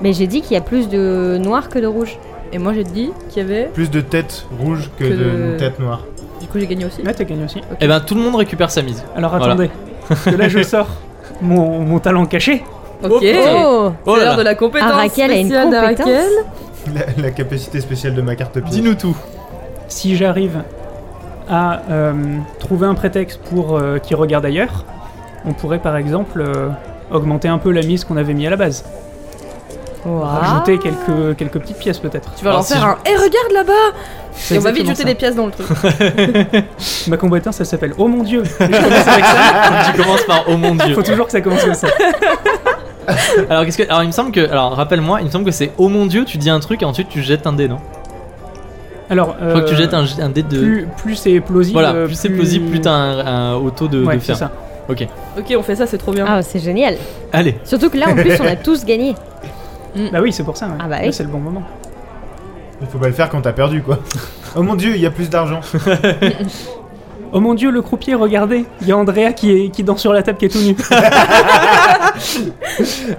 Speaker 3: Mais j'ai dit qu'il y a plus de noir que de rouge.
Speaker 6: Et moi j'ai dit qu'il y avait.
Speaker 2: Plus de têtes rouges que,
Speaker 6: Que
Speaker 2: de
Speaker 6: de-
Speaker 2: têtes noires.
Speaker 6: Du coup j'ai gagné aussi.
Speaker 4: Là, Ah, t'as gagné aussi.
Speaker 1: Et ben tout le monde récupère sa mise.
Speaker 4: Alors
Speaker 1: Voilà.
Speaker 4: attendez, parce que là, je sors mon, mon talent caché.
Speaker 6: Ok.
Speaker 3: Oh
Speaker 1: Oh
Speaker 6: C'est
Speaker 1: là
Speaker 6: l'heure de
Speaker 1: là
Speaker 6: la compétence.
Speaker 3: Arakel a une
Speaker 6: spéciale
Speaker 3: compétence.
Speaker 6: d'Arakel.
Speaker 2: La, la capacité spéciale de ma carte pile.
Speaker 1: Dis-nous tout.
Speaker 4: Si j'arrive à euh, trouver un prétexte pour euh, qu'ils regardent ailleurs, on pourrait par exemple euh, augmenter un peu la mise qu'on avait mis à la base. Rajouter quelques, quelques petites pièces peut-être.
Speaker 6: Tu vas
Speaker 1: Alors,
Speaker 6: leur
Speaker 1: si
Speaker 6: faire
Speaker 1: je-
Speaker 6: un. Eh regarde là-bas
Speaker 4: C'est
Speaker 6: Et on va vite
Speaker 4: exactement
Speaker 6: jeter
Speaker 4: ça.
Speaker 6: des pièces dans le truc.
Speaker 4: Ma combattante, ça s'appelle Oh mon dieu Et je commence avec ça.
Speaker 1: tu commences par oh mon dieu.
Speaker 4: Faut toujours que ça commence comme ça.
Speaker 1: Alors qu'est-ce que alors il me semble que alors rappelle-moi, il me semble que c'est oh mon dieu, tu dis un truc et ensuite tu jettes un dé, non
Speaker 4: Alors,
Speaker 1: Je crois que tu
Speaker 4: euh,
Speaker 1: jettes un, un dé de
Speaker 4: plus, plus c'est plausible.
Speaker 1: voilà,
Speaker 4: euh,
Speaker 1: plus c'est plausible, plus t'as un, un auto de,
Speaker 4: Ouais,
Speaker 1: de
Speaker 4: c'est
Speaker 1: faire.
Speaker 4: ça.
Speaker 6: Ok, on fait ça, c'est trop bien.
Speaker 3: Ah, c'est génial.
Speaker 1: Allez,
Speaker 3: Surtout que là, en plus, on a tous gagné.
Speaker 4: Bah oui, c'est pour ça. ouais.
Speaker 3: Ah bah
Speaker 4: Là,
Speaker 3: oui.
Speaker 4: c'est le bon moment.
Speaker 2: Il faut pas le faire quand t'as perdu quoi. oh mon dieu, il y a plus d'argent.
Speaker 4: Oh mon dieu, le croupier, regardez, il y a Andrea qui, est, qui danse sur la table qui est tout nu.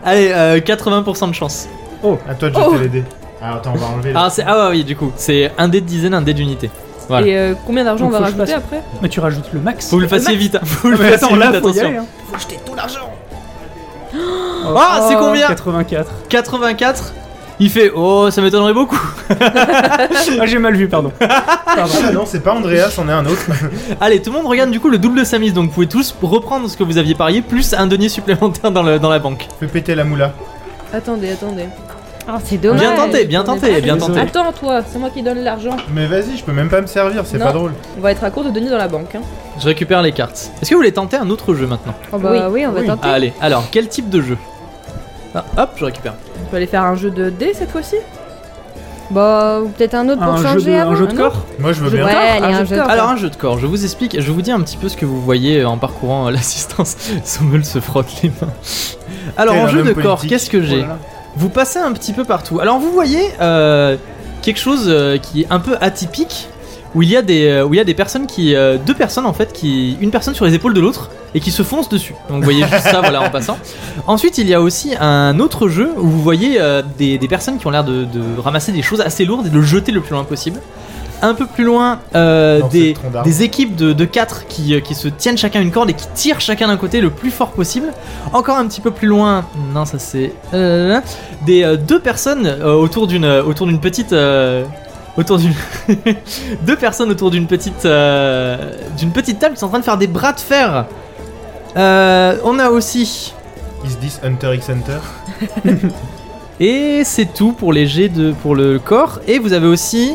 Speaker 1: allez, euh, 80% de chance.
Speaker 2: À toi de
Speaker 6: Oh.
Speaker 2: jeter les dés. Alors attends, on va enlever.
Speaker 1: Ah c'est ah ouais, oui du coup, c'est un dé de dizaine, un dé d'unité. Voilà.
Speaker 6: Et euh, combien d'argent on
Speaker 4: Donc,
Speaker 6: va
Speaker 4: faut que je
Speaker 6: rajouter
Speaker 4: passe.
Speaker 6: après
Speaker 4: Mais tu rajoutes le max.
Speaker 1: Faut que vous le fassiez vite, hein. faut que
Speaker 4: Ah,
Speaker 1: vous
Speaker 4: mais
Speaker 1: le
Speaker 4: attends,
Speaker 1: fassiez
Speaker 4: là,
Speaker 1: vite,
Speaker 4: faut y
Speaker 1: attention.
Speaker 4: aller, hein. Oh,
Speaker 1: Ah, c'est combien
Speaker 4: 84.
Speaker 1: 84 Il fait oh, ça m'étonnerait beaucoup.
Speaker 4: Ah, j'ai mal vu, pardon. Pardon.
Speaker 2: Ah non, c'est pas Andrea, c'en est un autre.
Speaker 1: Allez, tout le monde regarde du coup le double de sa mise, donc vous pouvez tous reprendre ce que vous aviez parié plus un denier supplémentaire dans, le, dans la banque.
Speaker 2: Fais péter la moula.
Speaker 6: Attendez, attendez.
Speaker 3: Oh, c'est dommage.
Speaker 1: Bien tenté, bien tenté, bien tenté.
Speaker 4: Désolé.
Speaker 6: Attends, toi, c'est moi qui donne l'argent.
Speaker 2: Mais vas-y, je peux même pas me servir, c'est
Speaker 6: Non.
Speaker 2: pas drôle.
Speaker 6: On va être à court de deniers dans la banque. Hein.
Speaker 1: Je récupère les cartes. Est-ce que vous voulez tenter un autre jeu maintenant
Speaker 6: Oh
Speaker 3: Oui, bah oui, on va
Speaker 2: oui.
Speaker 3: tenter.
Speaker 1: Ah, Allez, alors quel type de jeu Ah, Hop, je récupère.
Speaker 6: On peut aller faire un jeu de dés cette fois-ci
Speaker 3: Bah, ou peut-être un autre pour
Speaker 4: Un jeu,
Speaker 3: changer
Speaker 4: de, un
Speaker 3: avant.
Speaker 4: jeu de
Speaker 6: Un
Speaker 4: corps
Speaker 2: Moi je veux
Speaker 6: Je
Speaker 2: bien.
Speaker 3: ouais,
Speaker 6: corps,
Speaker 3: allez, un, jeu de corps.
Speaker 1: Alors un jeu de corps, je vous explique, je vous dis un petit peu ce que vous voyez euh, en parcourant euh, l'assistance. Sommel se frotte les mains. Alors
Speaker 2: Quel
Speaker 1: en jeu
Speaker 2: homme
Speaker 1: de corps,
Speaker 2: politique.
Speaker 1: qu'est-ce que j'ai
Speaker 4: Oh là là.
Speaker 1: Vous passez un petit peu partout. Alors vous voyez euh, quelque chose euh, qui est un peu atypique, où il y a des, euh, où il y a des personnes qui, euh, deux personnes en fait, qui, une personne sur les épaules de l'autre et qui se foncent dessus. Donc vous voyez juste ça, voilà, en passant. Ensuite, il y a aussi un autre jeu où vous voyez euh, des, des personnes qui ont l'air de, de ramasser des choses assez lourdes et de le jeter le plus loin possible. Un peu plus loin, euh,
Speaker 2: Dans ce
Speaker 1: des,
Speaker 2: tronc d'arbre.
Speaker 1: des équipes de, de 4 qui, euh, qui se tiennent chacun une corde et qui tirent chacun d'un côté le plus fort possible. Encore un petit peu plus loin, non, ça c'est. euh, des euh, deux personnes euh, autour d'une autour d'une petite. euh, autour d'une. deux personnes autour d'une petite. euh, d'une petite table qui sont en train de faire des bras de fer. Euh, on a aussi.
Speaker 2: Is this Hunter x Hunter
Speaker 1: Et c'est tout pour les jets de, pour le corps. Et vous avez aussi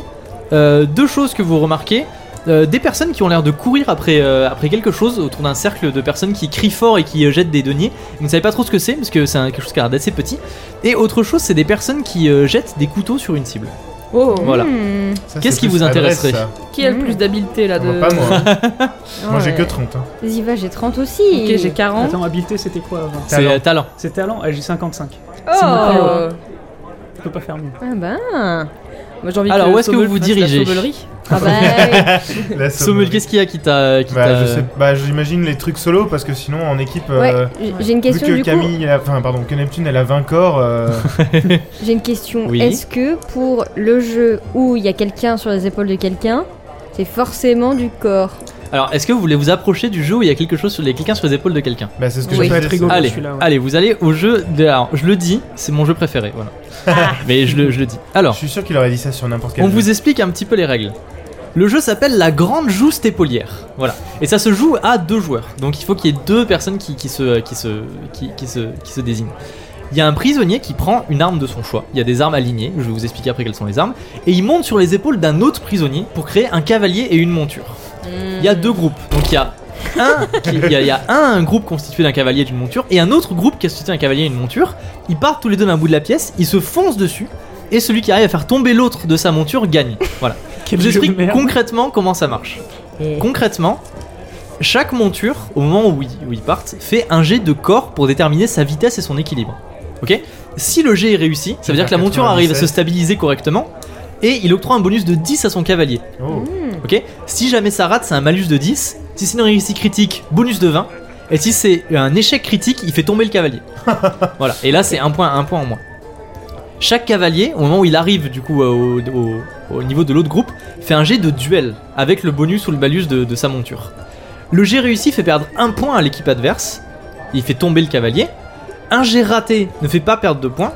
Speaker 1: euh, deux choses que vous remarquez. Euh, des personnes qui ont l'air de courir après, euh, après quelque chose autour d'un cercle de personnes qui crient fort et qui euh, jettent des deniers. Vous ne savez pas trop ce que c'est parce que c'est un- quelque chose qui a l'air d'assez petit. Et autre chose, c'est des personnes qui euh, jettent des couteaux sur une cible.
Speaker 6: Oh
Speaker 1: Voilà.
Speaker 3: Hmm.
Speaker 2: Ça,
Speaker 1: Qu'est-ce
Speaker 2: c'est
Speaker 1: qui
Speaker 2: plus
Speaker 1: vous
Speaker 2: adresse,
Speaker 1: intéresserait
Speaker 2: ça.
Speaker 6: Qui a le
Speaker 3: Mmh.
Speaker 6: plus d'habileté là
Speaker 2: Ah,
Speaker 6: de.
Speaker 2: bah, Pas moi. moi j'ai
Speaker 3: Ouais.
Speaker 2: que 30. Hein.
Speaker 3: Ziva, j'ai 30 aussi.
Speaker 6: Ok, j'ai
Speaker 3: Hein
Speaker 6: 40.
Speaker 4: Attends, habileté, c'était quoi avant
Speaker 1: C'est
Speaker 2: Talent.
Speaker 1: euh, talent.
Speaker 4: C'est talent Ah, j'ai 55.
Speaker 6: Oh
Speaker 4: Je peux pas faire mieux.
Speaker 3: Ah ben.
Speaker 6: Moi, j'ai envie
Speaker 1: Alors,
Speaker 6: que
Speaker 1: où est-ce que
Speaker 6: Sommel
Speaker 1: vous vous
Speaker 6: fasse la
Speaker 1: dirigez
Speaker 6: sauveullerie.
Speaker 3: Ah bah.
Speaker 2: La
Speaker 1: Sommel, qu'est-ce qu'il y a qui t'a. qui
Speaker 2: bah,
Speaker 1: t'a-
Speaker 2: je sais, bah j'imagine les trucs solo parce que sinon en équipe
Speaker 3: ouais.
Speaker 2: euh,
Speaker 3: Ouais, j'ai une question
Speaker 2: vu que
Speaker 3: du coup.
Speaker 2: Camille elle a- enfin pardon que Neptune elle a 20 corps euh,
Speaker 3: J'ai une question.
Speaker 1: Oui.
Speaker 3: Est-ce que pour le jeu où il y a quelqu'un sur les épaules de quelqu'un, c'est forcément du corps
Speaker 1: Alors, est-ce que vous voulez vous approcher du jeu où il y a quelque chose sur les quelqu'un sur les épaules de quelqu'un
Speaker 2: bah c'est ce que
Speaker 4: Oui.
Speaker 2: je
Speaker 4: Ça va
Speaker 2: fais
Speaker 4: être rigolo.
Speaker 1: Allez,
Speaker 4: celui-là, ouais.
Speaker 1: allez, vous allez au jeu. De... alors, je le dis, c'est mon jeu préféré. Voilà. Mais je le, je le dis. Alors.
Speaker 2: je suis sûr qu'il aurait dit ça sur n'importe quel
Speaker 1: On
Speaker 2: jeu.
Speaker 1: vous explique un petit peu les règles. Le jeu s'appelle la grande jouste épaulière. Voilà. Et ça se joue à deux joueurs. Donc il faut qu'il y ait deux personnes qui, qui se, qui, se, qui, qui se, qui se désignent. Il y a un prisonnier qui prend une arme de son choix. Il y a des armes alignées, je vais vous expliquer après quelles sont les armes. Et il monte sur les épaules d'un autre prisonnier pour créer un cavalier et une monture. Il
Speaker 6: Hmm.
Speaker 1: y a deux groupes. Donc il y a un, qui- il y a, il y a un groupe constitué d'un cavalier et d'une monture et un autre groupe constitué d'un cavalier et une monture. Ils partent tous les deux d'un bout de la pièce, ils se foncent dessus et celui qui arrive à faire tomber l'autre de sa monture gagne. Voilà.
Speaker 4: Quel
Speaker 1: Je vous
Speaker 4: jeu de
Speaker 1: explique
Speaker 4: merde.
Speaker 1: concrètement comment ça marche.
Speaker 3: Et-
Speaker 1: Concrètement, chaque monture, au moment où ils, où ils partent, fait un jet de corps pour déterminer sa vitesse et son équilibre. Ok Si le jet est réussi, ça veut dire que la monture arrive à se stabiliser correctement et il octroie un bonus de 10 à son cavalier.
Speaker 2: Oh.
Speaker 3: Hmm.
Speaker 1: Ok Si jamais ça rate, c'est un malus de 10. Si c'est une réussite critique, bonus de 20. Et si c'est un échec critique, il fait tomber le cavalier. voilà. Et là, c'est un point, un point en moins. Chaque cavalier, au moment où il arrive du coup euh, au, au- au niveau de l'autre groupe, fait un jet de duel avec le bonus ou le malus de, de sa monture. Le jet réussi fait perdre un point à l'équipe adverse. Il fait tomber le cavalier. Un jet raté ne fait pas perdre de points.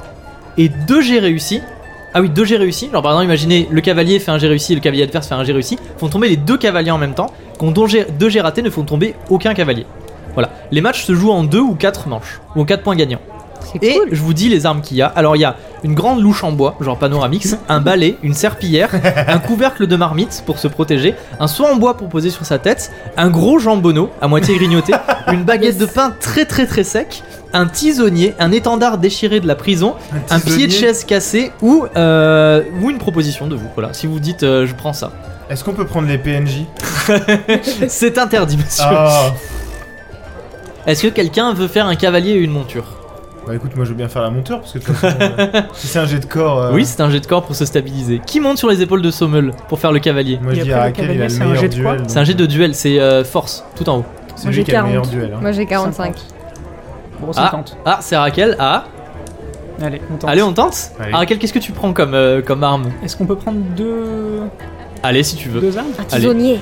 Speaker 1: Et deux jets réussis. Ah oui, deux jets réussis. Genre par exemple, imaginez le cavalier fait un jet réussi et le cavalier adverse fait un jet réussi. Font tomber les deux cavaliers en même temps. Quand deux jets- deux jets ratés ne font tomber aucun cavalier. Voilà. Les matchs se jouent en deux ou quatre manches. Ou en quatre points gagnants.
Speaker 3: C'est
Speaker 1: Et
Speaker 3: cool.
Speaker 1: je vous dis les armes qu'il y a. Alors il y a une grande louche en bois, genre panoramix, un balai, une serpillière, un couvercle de marmite pour se protéger, un soin en bois pour poser sur sa tête, un gros jambonneau à moitié grignoté, une baguette de pain très très très sec, un tisonnier, un étendard déchiré de la prison, un pied de
Speaker 2: tisonnier.
Speaker 1: chaise cassé ou, euh, ou une proposition de vous. Voilà, si vous dites euh, je prends ça.
Speaker 2: Est-ce qu'on peut prendre les PNJ
Speaker 1: C'est interdit monsieur.
Speaker 2: Ah
Speaker 1: Est-ce que quelqu'un veut faire un cavalier et une monture
Speaker 2: Bah écoute, moi je veux bien faire la monture parce que de toute façon, euh, si c'est un jet de corps. euh,
Speaker 1: Oui, c'est un jet de corps pour se stabiliser. Qui monte sur les épaules de Sommel pour faire le cavalier
Speaker 2: Moi
Speaker 4: Et
Speaker 2: je dis
Speaker 4: après,
Speaker 2: à
Speaker 4: le
Speaker 2: Raquel, il
Speaker 4: cavalier,
Speaker 2: a le
Speaker 4: c'est un
Speaker 2: meilleur
Speaker 4: jet de quoi
Speaker 2: duel.
Speaker 1: C'est un jet de duel, c'est euh, force, tout en haut.
Speaker 2: donc C'est
Speaker 6: Moi,
Speaker 2: lui
Speaker 6: j'ai
Speaker 2: qui a le meilleur
Speaker 6: 40.
Speaker 2: duel. hein.
Speaker 3: Moi j'ai 45.
Speaker 4: Bon,
Speaker 1: Ah.
Speaker 4: 50.
Speaker 1: Ah, c'est Raquel. Ah,
Speaker 4: Allez, on tente.
Speaker 1: allez, on tente
Speaker 2: Allez.
Speaker 1: Ah, Raquel, qu'est-ce que tu prends comme, euh, comme arme
Speaker 4: Est-ce qu'on peut prendre deux,
Speaker 1: Allez, si tu veux.
Speaker 4: deux armes
Speaker 3: Un tisonnier.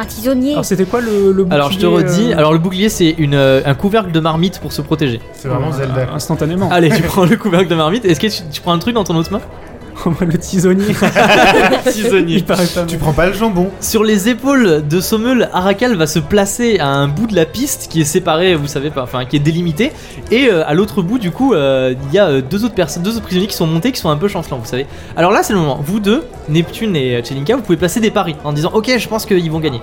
Speaker 3: Un tisonnier.
Speaker 1: Ah,
Speaker 4: Alors, c'était quoi le, le
Speaker 1: Alors, je te
Speaker 4: bouclier,
Speaker 1: redis,
Speaker 4: euh,
Speaker 1: alors le bouclier, c'est une, euh, un couvercle de marmite pour se protéger.
Speaker 2: C'est vraiment
Speaker 4: euh,
Speaker 1: Ah.
Speaker 2: Zelda.
Speaker 4: Instantanément.
Speaker 1: Allez, tu prends le couvercle de marmite. Est-ce que tu, tu prends un truc dans ton autre main
Speaker 4: le tisonnier.
Speaker 1: Tisonnier.
Speaker 4: Il paraît pas
Speaker 2: Tu
Speaker 4: mal.
Speaker 2: prends pas le jambon.
Speaker 1: Sur les épaules de Sommel, Aracal va se placer à un bout de la piste qui est séparée, vous savez pas, enfin qui est délimitée, et euh, à l'autre bout, du coup, euh, il y a euh, deux autres personnes, deux autres prisonniers qui sont montés, qui sont un peu chancelants, vous savez. Alors là, c'est le moment. Vous deux, Neptune et euh, Chelinka, vous pouvez placer des paris en disant, ok, je pense qu'ils vont gagner.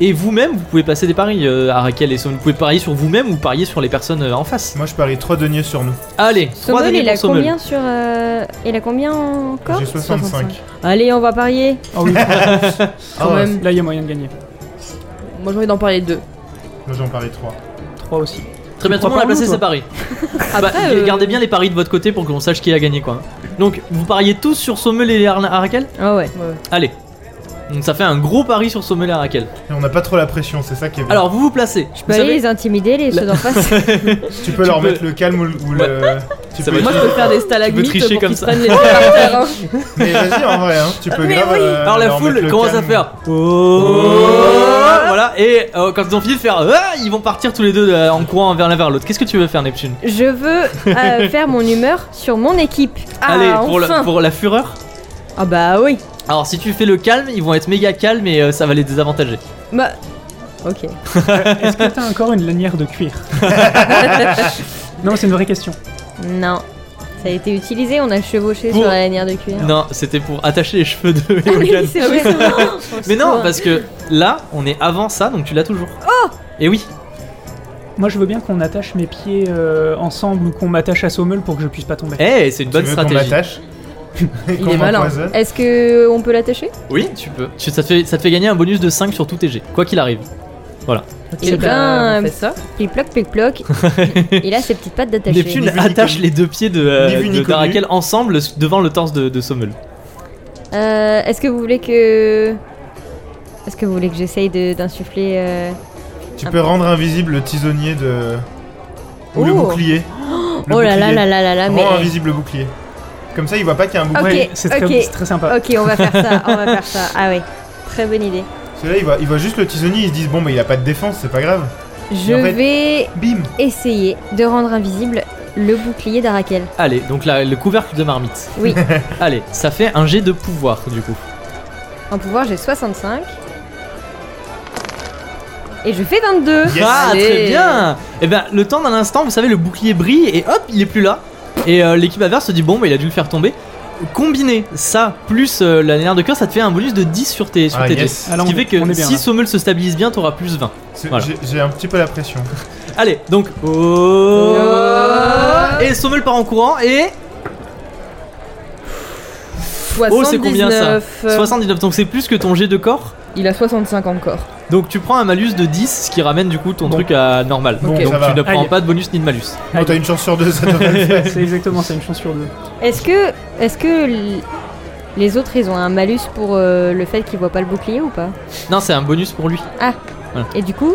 Speaker 1: Et vous-même, vous pouvez placer des paris, euh, Arakel et Sommel. Vous pouvez parier sur vous-même ou parier sur les personnes euh, en face.
Speaker 2: Moi je parie 3 deniers sur nous.
Speaker 1: Allez, 3
Speaker 3: Sommel,
Speaker 1: deniers
Speaker 3: il a
Speaker 1: pour Sommel.
Speaker 3: combien sur. euh, Il a combien encore
Speaker 2: J'ai 65.
Speaker 3: Allez, on va parier.
Speaker 4: Ah oui,
Speaker 6: Quand
Speaker 2: ouais.
Speaker 6: même.
Speaker 4: là, il y a moyen de gagner.
Speaker 6: Moi, j'ai envie d'en parler deux.
Speaker 2: Moi j'en parie 3.
Speaker 4: Trois aussi.
Speaker 1: Très bien,
Speaker 4: Tu
Speaker 1: tout le monde a
Speaker 4: crois pas en
Speaker 1: placé
Speaker 4: nous,
Speaker 1: ses
Speaker 4: toi
Speaker 1: paris.
Speaker 6: Après,
Speaker 1: Bah,
Speaker 6: euh,
Speaker 1: Gardez bien les paris de votre côté pour qu'on sache qui a gagné quoi. Donc, vous pariez tous sur Sommel et Arna- Arakel
Speaker 3: Ah ouais.
Speaker 6: ouais.
Speaker 1: Allez. Donc ça fait un gros pari sur Sommel et Raquel.
Speaker 2: Et on n'a pas trop la pression, c'est ça qui est bien.
Speaker 1: Alors vous vous placez.
Speaker 3: Je
Speaker 1: Vous
Speaker 3: peux aller
Speaker 1: savez-
Speaker 3: les intimider, les ceux d'en face.
Speaker 2: tu peux leur
Speaker 1: peux-
Speaker 2: mettre le calme ou, le- ou le. Tu
Speaker 1: Ça
Speaker 2: peux...
Speaker 1: va
Speaker 6: Moi, je peux faire des
Speaker 1: Tu peux
Speaker 6: stalagmites
Speaker 1: tricher
Speaker 6: pour
Speaker 1: comme
Speaker 6: qu'ils se
Speaker 1: ça.
Speaker 6: prennent les deux par terre, hein.
Speaker 2: Mais vas-y en vrai, hein. tu peux
Speaker 6: Mais
Speaker 2: grave.
Speaker 6: oui.
Speaker 2: euh,
Speaker 1: Alors la
Speaker 2: leur mettre
Speaker 1: foule
Speaker 2: le
Speaker 1: commence à
Speaker 2: calme.
Speaker 1: faire.
Speaker 2: Oh
Speaker 1: Voilà, et euh, quand ils ont fini de faire. Ah ils vont partir tous les deux euh, en courant vers l'un vers l'autre. Qu'est-ce que tu veux faire, Neptune
Speaker 3: Je veux euh, faire mon humeur sur mon équipe.
Speaker 6: Ah,
Speaker 1: Allez, pour,
Speaker 6: enfin.
Speaker 1: la, pour la fureur.
Speaker 3: Ah bah oui.
Speaker 1: Alors si tu fais le calme, ils vont être méga calmes et euh, ça va les désavantager.
Speaker 3: Bah. Ok.
Speaker 4: Est-ce que t'as encore une lanière de cuir Non, c'est une vraie question.
Speaker 3: Non. Ça a été utilisé, on a chevauché
Speaker 1: Pour-
Speaker 3: sur la lanière de cuir.
Speaker 1: Non, c'était pour attacher les cheveux de
Speaker 3: Ah oui,
Speaker 1: Eoghan.
Speaker 3: c'est vrai.
Speaker 1: Mais non, parce que là, on est avant ça, donc tu l'as toujours. Oh Et oui.
Speaker 4: Moi, je veux bien qu'on attache mes pieds euh, ensemble ou qu'on m'attache à Sommel pour que je puisse pas tomber.
Speaker 1: Eh, c'est une bonne
Speaker 2: tu veux Qu'on
Speaker 1: stratégie.
Speaker 2: m'attache Et qu'on
Speaker 6: est malin.
Speaker 2: m'empoisonne
Speaker 3: Est-ce que on peut l'attacher
Speaker 1: Oui, tu peux. Tu- ça, te fait, ça te fait gagner un bonus de 5 sur tout TG, quoi qu'il arrive.
Speaker 3: Eh
Speaker 1: bah,
Speaker 6: Eh ben,
Speaker 3: ben,
Speaker 6: on fait ça.
Speaker 3: Il ploque, ploque, ploque. Il a ses petites pattes d'attaché.
Speaker 1: Neptune
Speaker 2: Ni vu ni
Speaker 1: attache
Speaker 2: connu.
Speaker 1: les deux pieds de, euh,
Speaker 2: Ni vu ni
Speaker 1: de
Speaker 2: connu.
Speaker 1: Tarakel ensemble s- devant le torse de, de Sommel.
Speaker 3: Euh, Est-ce que vous voulez que. Est-ce que vous voulez que j'essaye de- d'insuffler. euh,
Speaker 2: Tu peux rendre invisible le tisonnier de. Ou le
Speaker 3: Oh.
Speaker 2: bouclier. Le
Speaker 3: Oh là là
Speaker 2: bouclier.
Speaker 3: là là là là, mais.
Speaker 2: Rends invisible le bouclier. Comme ça, il voit pas qu'il y a un
Speaker 1: Eh.
Speaker 2: bouclier.
Speaker 3: Ok,
Speaker 4: Ouais, c'est très,
Speaker 3: ok.
Speaker 4: c'est très sympa.
Speaker 3: Ok, on va faire ça, on va faire ça. Ah ouais, très bonne idée.
Speaker 2: Parce que là, il voit, il voit juste le tisonnier, ils se disent bon, mais il a pas de défense, c'est pas grave.
Speaker 3: Je
Speaker 2: en fait-
Speaker 3: vais
Speaker 2: Bim
Speaker 3: essayer de rendre invisible le bouclier d'Arakel.
Speaker 1: Allez, donc là, le couvercle de marmite.
Speaker 3: Oui.
Speaker 1: Allez, ça fait un jet de pouvoir du coup.
Speaker 3: En pouvoir, j'ai 65. Et je fais 22.
Speaker 2: Yes.
Speaker 1: ah, très
Speaker 6: Allez.
Speaker 1: bien Et bien, le temps d'un instant, vous savez, le bouclier brille et hop, il est plus là. Et euh, l'équipe adverse se dit bon, bah il a dû le faire tomber. Combiné ça plus euh, la lanière de cœur, ça te fait un bonus de 10 sur tes, sur
Speaker 2: Ah,
Speaker 1: tes dés.
Speaker 2: yes.
Speaker 4: Ah, là,
Speaker 1: Ce qui
Speaker 4: on-
Speaker 1: fait
Speaker 4: on
Speaker 1: que
Speaker 4: est bien,
Speaker 1: si
Speaker 4: là.
Speaker 1: Sommel se stabilise bien, t'auras plus 20.
Speaker 2: C'est-
Speaker 1: Voilà.
Speaker 2: j'ai- J'ai un petit peu la pression.
Speaker 1: Allez, donc. Oh
Speaker 3: Euh.
Speaker 1: Et Sommel part en courant et. Oh, c'est combien ça
Speaker 6: 79, euh,
Speaker 1: 79, donc c'est plus que ton jet de corps.
Speaker 6: Il a 65 encore.
Speaker 1: Donc tu prends un malus de 10, ce qui ramène du coup ton
Speaker 4: Bon.
Speaker 1: truc à normal.
Speaker 2: Bon,
Speaker 6: Ok.
Speaker 1: Donc
Speaker 2: ça
Speaker 1: tu
Speaker 2: va.
Speaker 1: ne prends
Speaker 4: Aïe.
Speaker 1: pas de bonus ni de malus.
Speaker 2: Bon, t'as une chance sur deux, ça devrait le faire.
Speaker 4: c'est exactement ça, une chance sur deux.
Speaker 3: Est-ce que, est-ce que l- Les autres, ils ont un malus pour euh, le fait qu'ils voient pas le bouclier ou pas Ah.
Speaker 1: Non, c'est un bonus pour lui.
Speaker 3: Et du coup,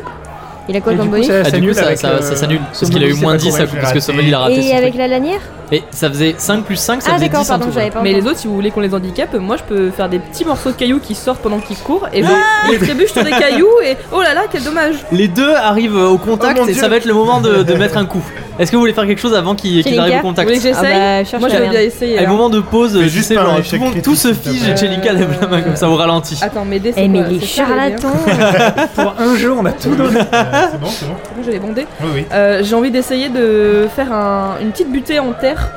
Speaker 3: il a quoi
Speaker 4: Et
Speaker 3: comme
Speaker 4: du coup,
Speaker 3: bonus
Speaker 4: ça-
Speaker 1: Ah, du coup,
Speaker 4: s'annule
Speaker 1: ça,
Speaker 4: avec,
Speaker 1: ça,
Speaker 4: euh,
Speaker 1: ça s'annule.
Speaker 4: son
Speaker 1: Parce qu'il a eu
Speaker 4: bonus, c'est
Speaker 1: moins
Speaker 4: pas
Speaker 1: 10 à
Speaker 4: correct.
Speaker 1: coup, parce que
Speaker 2: J'ai
Speaker 1: Sommel il a raté
Speaker 3: Et
Speaker 1: son
Speaker 3: avec
Speaker 1: truc.
Speaker 3: la lanière
Speaker 1: Et ça faisait 5 plus 5, ça
Speaker 3: Ah
Speaker 1: faisait 10
Speaker 3: d'accord,
Speaker 1: en
Speaker 3: pardon,
Speaker 1: tout.
Speaker 3: j'avais pas
Speaker 6: Mais
Speaker 3: entendu.
Speaker 6: les autres, si vous voulez qu'on les handicape, moi je peux faire des petits morceaux de cailloux qui sortent pendant qu'ils courent et
Speaker 1: Ah
Speaker 6: je les trébuche sur des cailloux et oh là là, quel dommage!
Speaker 1: Les deux arrivent euh, au contact
Speaker 2: Oh mon
Speaker 1: et
Speaker 2: Dieu.
Speaker 1: ça va être le moment de, de mettre un coup. Est-ce que vous voulez faire quelque chose avant qu'il qu'il
Speaker 3: Chelinka,
Speaker 1: arrive au
Speaker 6: Vous
Speaker 1: contact
Speaker 6: voulez que
Speaker 3: Ah
Speaker 6: j'essaye?
Speaker 3: bah, cherche la
Speaker 6: moi j'avais bien
Speaker 3: lanière.
Speaker 6: essayé. hein.
Speaker 1: À le
Speaker 6: alors.
Speaker 1: moment de pause,
Speaker 2: Fais
Speaker 1: tu
Speaker 2: juste
Speaker 1: sais,
Speaker 2: pas
Speaker 1: genre,
Speaker 2: un
Speaker 1: tout, le
Speaker 2: échec
Speaker 1: monde-
Speaker 2: critique,
Speaker 1: tout se
Speaker 2: s'il te
Speaker 1: fige
Speaker 2: plaît.
Speaker 1: et Chelika lève la main comme ça au ralenti.
Speaker 6: Attends, mais dessins.
Speaker 3: Eh mais les charlatans
Speaker 4: Pour un jeu, on a tout donné.
Speaker 2: Euh, c'est bon, c'est bon.
Speaker 6: Je l'ai bondé.
Speaker 2: Oui, oui.
Speaker 6: Euh, j'ai envie d'essayer de faire un- une petite butée en terre,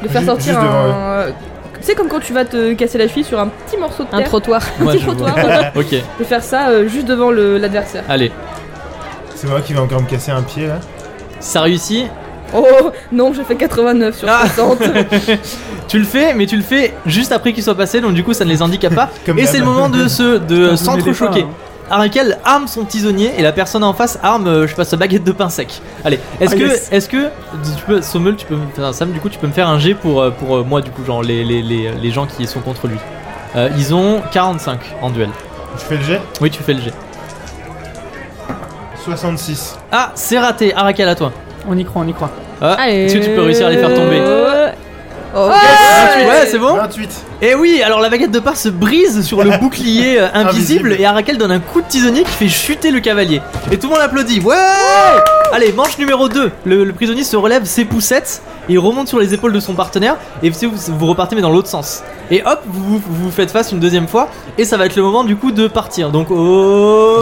Speaker 6: de faire
Speaker 2: Ju-
Speaker 6: sortir
Speaker 2: juste
Speaker 6: un.
Speaker 2: devant,
Speaker 6: euh, Tu sais, comme quand tu vas te casser la cheville sur un petit morceau de
Speaker 3: Un
Speaker 6: terre,
Speaker 3: trottoir.
Speaker 1: Moi,
Speaker 6: petit
Speaker 1: je vois.
Speaker 6: trottoir,
Speaker 1: Ok,
Speaker 6: de faire ça euh, juste devant le- l'adversaire.
Speaker 1: allez.
Speaker 2: C'est moi qui vais encore me casser un pied là.
Speaker 1: Ça réussit,
Speaker 6: Oh non, j'ai fait 89 sur
Speaker 1: Ah.
Speaker 6: 60.
Speaker 1: tu le fais, mais tu le fais juste après qu'il soit passé, donc du coup ça ne les indique pas.
Speaker 2: Comme
Speaker 1: et
Speaker 2: d'hab.
Speaker 1: c'est le moment de se
Speaker 4: Vous
Speaker 1: de
Speaker 4: m'aidez
Speaker 1: s'entrechoquer.
Speaker 4: pas, hein.
Speaker 1: Arakel arme son tisonnier et la personne en face arme, euh, je sais pas, sa baguette de pain sec. Allez, est-ce
Speaker 4: Ah,
Speaker 1: que,
Speaker 4: yes.
Speaker 1: est-ce que, tu peux, Sommel, tu peux, me- enfin, Sam, du coup, tu peux me faire un jet pour, euh, pour euh, moi, du coup, genre les, les, les, les gens qui sont contre lui. Euh, ils ont 45 en duel.
Speaker 2: Je fais le jet.
Speaker 1: Oui, tu fais le jet.
Speaker 2: 66.
Speaker 1: Ah, c'est raté, Arakel à toi.
Speaker 4: On y croit, on y croit.
Speaker 1: Ah, est-ce que tu peux réussir à les faire tomber
Speaker 3: Euh,
Speaker 6: Oh,
Speaker 1: Ouais, c'est bon
Speaker 2: 28.
Speaker 1: Et oui, alors la baguette de part se brise sur le bouclier euh, invisible
Speaker 2: Invisible.
Speaker 1: et Arakel donne un coup de tisonnier qui fait chuter le cavalier. Et tout le monde applaudit. Ouais Allez, manche numéro 2. Le, le prisonnier se relève ses poussettes et il remonte sur les épaules de son partenaire et vous, vous- vous repartez mais dans l'autre sens. Et hop, vous, vous vous faites face une deuxième fois et ça va être le moment du coup de partir. Donc oh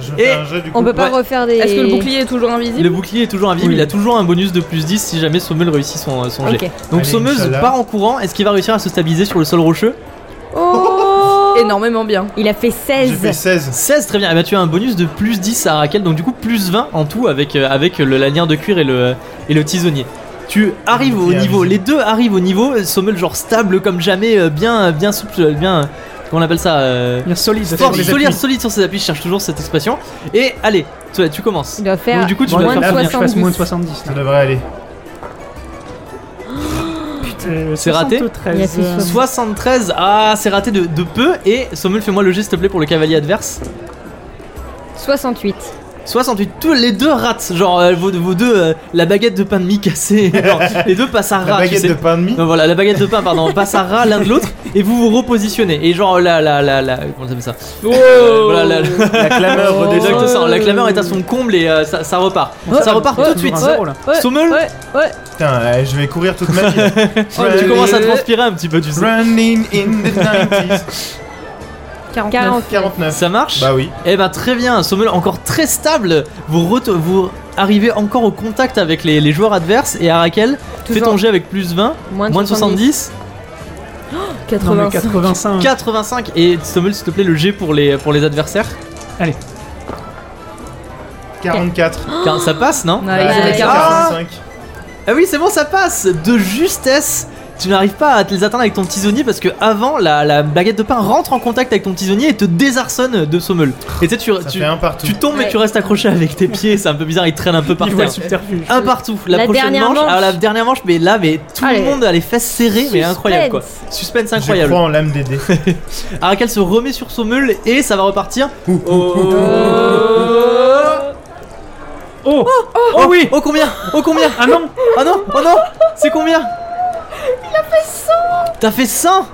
Speaker 2: Je
Speaker 1: Et
Speaker 2: fais un jet du coup.
Speaker 3: On peut pas
Speaker 1: Ouais.
Speaker 3: refaire des.
Speaker 6: Est-ce que le bouclier est toujours
Speaker 1: Le
Speaker 6: invisible
Speaker 1: bouclier est toujours invisible,
Speaker 4: Oui.
Speaker 1: il a toujours un bonus de plus 10 si jamais Sommel réussit son, euh, son jet.
Speaker 3: Ok.
Speaker 1: Donc
Speaker 2: Allez,
Speaker 1: Sommeuse
Speaker 2: Inch'Allah.
Speaker 1: part en courant, est-ce qu'il va réussir à se stabiliser sur le sol rocheux
Speaker 3: Oh
Speaker 6: Énormément bien.
Speaker 3: Il a fait
Speaker 2: J'ai fait
Speaker 3: 16.
Speaker 2: 16.
Speaker 1: 16 très bien, et bah tu as un bonus de plus 10 à Raquel, donc du coup plus 20 en tout avec, euh, avec le lanière de cuir et le, et le tisonnier. Tu arrives au
Speaker 2: Et
Speaker 1: niveau,
Speaker 2: invisible.
Speaker 1: les deux arrivent au niveau, euh, Sommel genre stable comme jamais, euh, bien, bien souple, euh, bien, euh, comment on appelle ça euh,
Speaker 4: Il y a solide.
Speaker 1: fort,
Speaker 4: sur les
Speaker 1: solide,
Speaker 4: appuis.
Speaker 1: solide sur ses appuis, je cherche toujours cette expression. Et allez, toi, tu commences.
Speaker 3: Il doit faire
Speaker 1: Donc du coup tu
Speaker 4: Bon,
Speaker 1: vas
Speaker 3: moins
Speaker 1: faire
Speaker 4: là, faut que
Speaker 1: combien
Speaker 4: je fasse
Speaker 3: 70.
Speaker 4: moins de 70. là.
Speaker 2: Ça devrait aller.
Speaker 4: Euh,
Speaker 1: C'est raté
Speaker 4: 73,
Speaker 3: Il a fait
Speaker 4: euh,
Speaker 1: 73, ah c'est raté de, de peu, et Sommel fais-moi le geste s'il te plaît pour le cavalier adverse.
Speaker 3: 68.
Speaker 1: 68, tous les deux ratent, genre euh, vos, vos deux, euh, la baguette de pain de mie cassée, genre, les deux passent à ras,
Speaker 2: La
Speaker 1: tu
Speaker 2: baguette
Speaker 1: sais.
Speaker 2: de pain de mie.
Speaker 1: Non, voilà, la baguette de pain, pardon, passe à ras l'un de l'autre et vous vous repositionnez. Et genre, là, là, là, là, comment on appelle ça
Speaker 6: Oh.
Speaker 1: Euh, voilà, là, là.
Speaker 2: La clameur des
Speaker 1: Exact, ça, la clameur est à son comble et euh, ça, ça repart.
Speaker 4: on
Speaker 1: ça
Speaker 4: fait
Speaker 1: repart
Speaker 4: toujours
Speaker 1: tout de suite.
Speaker 4: un zéro, là.
Speaker 1: Sommel,
Speaker 6: ouais.
Speaker 2: Putain, euh, je vais courir toute ma vie. là.
Speaker 1: Oh, tu
Speaker 2: Running-
Speaker 1: commences à transpirer un petit peu, tu sais.
Speaker 2: Running in the 90s.
Speaker 3: 40.
Speaker 2: 49.
Speaker 1: Ça marche
Speaker 2: Bah oui.
Speaker 1: Eh ben très bien, Sommel encore très stable. Vous, reto- vous arrivez encore au contact avec les, les joueurs adverses et Arakel fait
Speaker 3: Toujours.
Speaker 1: ton jet avec plus 20,
Speaker 3: Moins de
Speaker 1: moins de 70,
Speaker 4: Non, mais
Speaker 6: 85.
Speaker 4: 85.
Speaker 1: 85. Et Sommel s'il te plaît le jet pour les, pour les adversaires.
Speaker 2: 44.
Speaker 1: Car ça passe, non
Speaker 6: Ouais, ils
Speaker 2: Bah,
Speaker 6: avaient
Speaker 1: Ah.
Speaker 6: 45.
Speaker 2: 45.
Speaker 1: Ah oui, c'est bon, ça passe De justesse Tu n'arrives pas à te les atteindre avec ton tisonnier parce que avant, la, la baguette de pain rentre en contact avec ton tisonnier et te désarçonne de Sommel. Et tu sais, tu,
Speaker 2: Ça
Speaker 1: tu,
Speaker 2: fait un partout.
Speaker 1: tu tombes mais tu restes accroché avec tes pieds, c'est un peu bizarre, il traîne un peu par
Speaker 4: Il voit le
Speaker 1: terre.
Speaker 4: subterfuge.
Speaker 1: Un partout, la,
Speaker 3: La
Speaker 1: prochaine
Speaker 3: dernière
Speaker 1: manche,
Speaker 3: manche.
Speaker 1: alors la dernière manche, mais là, mais tout
Speaker 3: Allez.
Speaker 1: le monde a les fesses serrées, mais
Speaker 3: Suspense.
Speaker 1: incroyable quoi. Suspense
Speaker 2: Je
Speaker 1: incroyable.
Speaker 2: crois en l'âme des dés.
Speaker 1: Arakel se remet sur Sommel et ça va repartir.
Speaker 2: Ouh,
Speaker 1: Oh,
Speaker 4: Oh
Speaker 1: oh, oui Oh combien Oh combien
Speaker 4: Ah non
Speaker 1: Oh non Oh non C'est combien Il a fait 100 T'as fait 100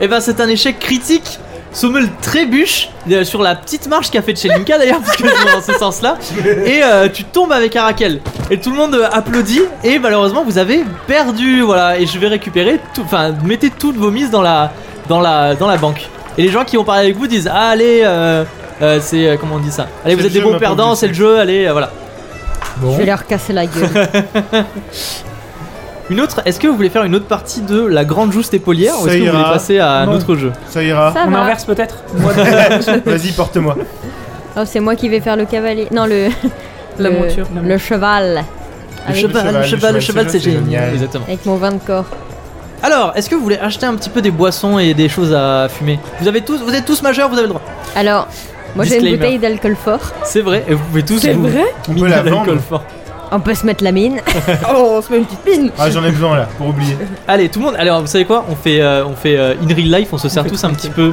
Speaker 1: Eh ben c'est un échec critique Sommel trébuche euh, sur la petite marche qu'a fait Chelinka d'ailleurs, parce que c'est dans ce sens-là, et euh, tu tombes avec Arakel. Et tout le monde euh, applaudit, et malheureusement vous avez perdu, voilà. Et je vais récupérer, tout- enfin mettez toutes vos mises dans la, dans la, dans la banque. Et les gens qui ont parlé avec vous disent, Ah, allez, euh, euh, c'est euh, comment on dit ça Allez,
Speaker 2: C'est
Speaker 1: vous
Speaker 2: le
Speaker 1: êtes des
Speaker 2: jeu,
Speaker 1: bons
Speaker 2: ma pauvre
Speaker 1: perdants,
Speaker 2: Lucie.
Speaker 1: c'est le jeu, allez, euh, voilà.
Speaker 3: Je
Speaker 2: Bon.
Speaker 3: vais leur casser la gueule.
Speaker 1: Une autre, est-ce que vous voulez faire une autre partie de la grande jouste épaulière ou
Speaker 2: Ça
Speaker 1: est-ce que vous
Speaker 2: ira.
Speaker 1: voulez passer à un
Speaker 4: Non.
Speaker 1: autre jeu
Speaker 2: Ça ira.
Speaker 3: Ça
Speaker 4: On
Speaker 3: va.
Speaker 4: inverse peut-être Moi, de-
Speaker 2: Vas-y, porte-moi.
Speaker 3: Oh, c'est moi qui vais faire le cavalier. Non, le.
Speaker 6: La
Speaker 3: le-
Speaker 6: monture.
Speaker 3: Le cheval. Avec,
Speaker 2: cheval.
Speaker 1: le cheval, le
Speaker 2: ce
Speaker 1: cheval,
Speaker 2: jeu,
Speaker 1: c'est
Speaker 2: c'est
Speaker 1: génial.
Speaker 2: génial.
Speaker 1: Exactement.
Speaker 3: avec mon vin de corps.
Speaker 1: Alors, est-ce que vous voulez acheter un petit peu des boissons et des choses à fumer Vous avez tous, vous êtes tous majeurs, vous avez le droit.
Speaker 3: Alors, moi j'ai une
Speaker 1: Disclaimer.
Speaker 3: bouteille d'alcool fort.
Speaker 1: C'est vrai, et vous pouvez tous.
Speaker 6: C'est
Speaker 1: vous
Speaker 6: vrai
Speaker 2: On
Speaker 1: miner
Speaker 2: peut la
Speaker 1: d'alcool
Speaker 2: vendre.
Speaker 1: fort.
Speaker 3: On peut se mettre la mine.
Speaker 6: Oh, on se met une petite mine
Speaker 2: Ah, j'en ai besoin là, pour oublier.
Speaker 1: Allez, tout le monde. Alors, vous savez quoi On fait, euh, on fait euh, in real life, on se sert tous un petit peu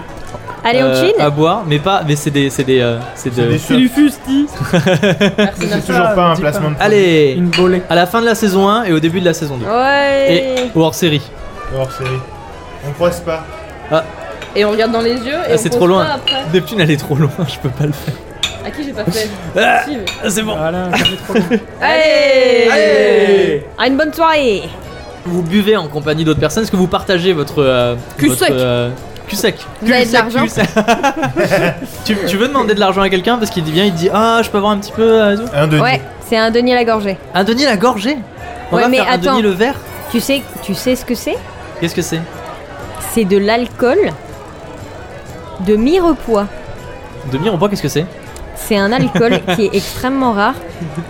Speaker 3: Allez, on
Speaker 1: euh,
Speaker 3: chill.
Speaker 1: à boire, mais pas. Mais c'est des, c'est des, euh, c'est de-
Speaker 2: C'est des
Speaker 4: C'est
Speaker 2: shots.
Speaker 4: du fusti
Speaker 6: Merci,
Speaker 2: C'est
Speaker 6: merci.
Speaker 2: toujours
Speaker 4: Ah,
Speaker 2: pas un
Speaker 4: dis
Speaker 2: placement de produit.
Speaker 1: Allez,
Speaker 4: Une bolée.
Speaker 1: à la fin de la saison 1 et au début de la saison 2
Speaker 3: Ouais.
Speaker 1: et hors série.
Speaker 2: Hors série. On croise pas.
Speaker 6: Et on regarde dans les yeux et
Speaker 1: Ah,
Speaker 6: on
Speaker 1: c'est
Speaker 6: pose
Speaker 1: trop
Speaker 6: pas
Speaker 1: loin.
Speaker 6: après.
Speaker 1: Neptune, elle est trop loin, je peux pas le faire.
Speaker 6: À qui j'ai pas fait
Speaker 1: Ah,
Speaker 6: Si, mais-
Speaker 1: c'est bon.
Speaker 4: Voilà, j'avais trop loin.
Speaker 3: Allez.
Speaker 1: Allez
Speaker 3: À Ah, une bonne soirée.
Speaker 1: Vous buvez en compagnie d'autres personnes. Est-ce que vous partagez votre euh,
Speaker 6: Cul
Speaker 1: votre,
Speaker 6: sec.
Speaker 1: euh, cul sec.
Speaker 6: Vous avez de
Speaker 1: Cul sec,
Speaker 6: l'argent
Speaker 1: cul sec. tu, tu veux demander de l'argent à quelqu'un parce qu'il vient, il te dit ah je peux avoir un petit peu. euh, tout.
Speaker 2: Un de
Speaker 3: Ouais, c'est un denier à la gorgée.
Speaker 1: Un denier la gorgée. On
Speaker 3: Ouais,
Speaker 1: va
Speaker 3: mais
Speaker 1: faire un
Speaker 3: attends.
Speaker 1: denier le verre.
Speaker 3: Tu sais, tu sais ce que c'est
Speaker 1: Qu'est-ce que c'est
Speaker 3: C'est de l'alcool de mirepoix.
Speaker 1: Demi on boit qu'est-ce que c'est
Speaker 3: C'est un alcool qui est extrêmement rare,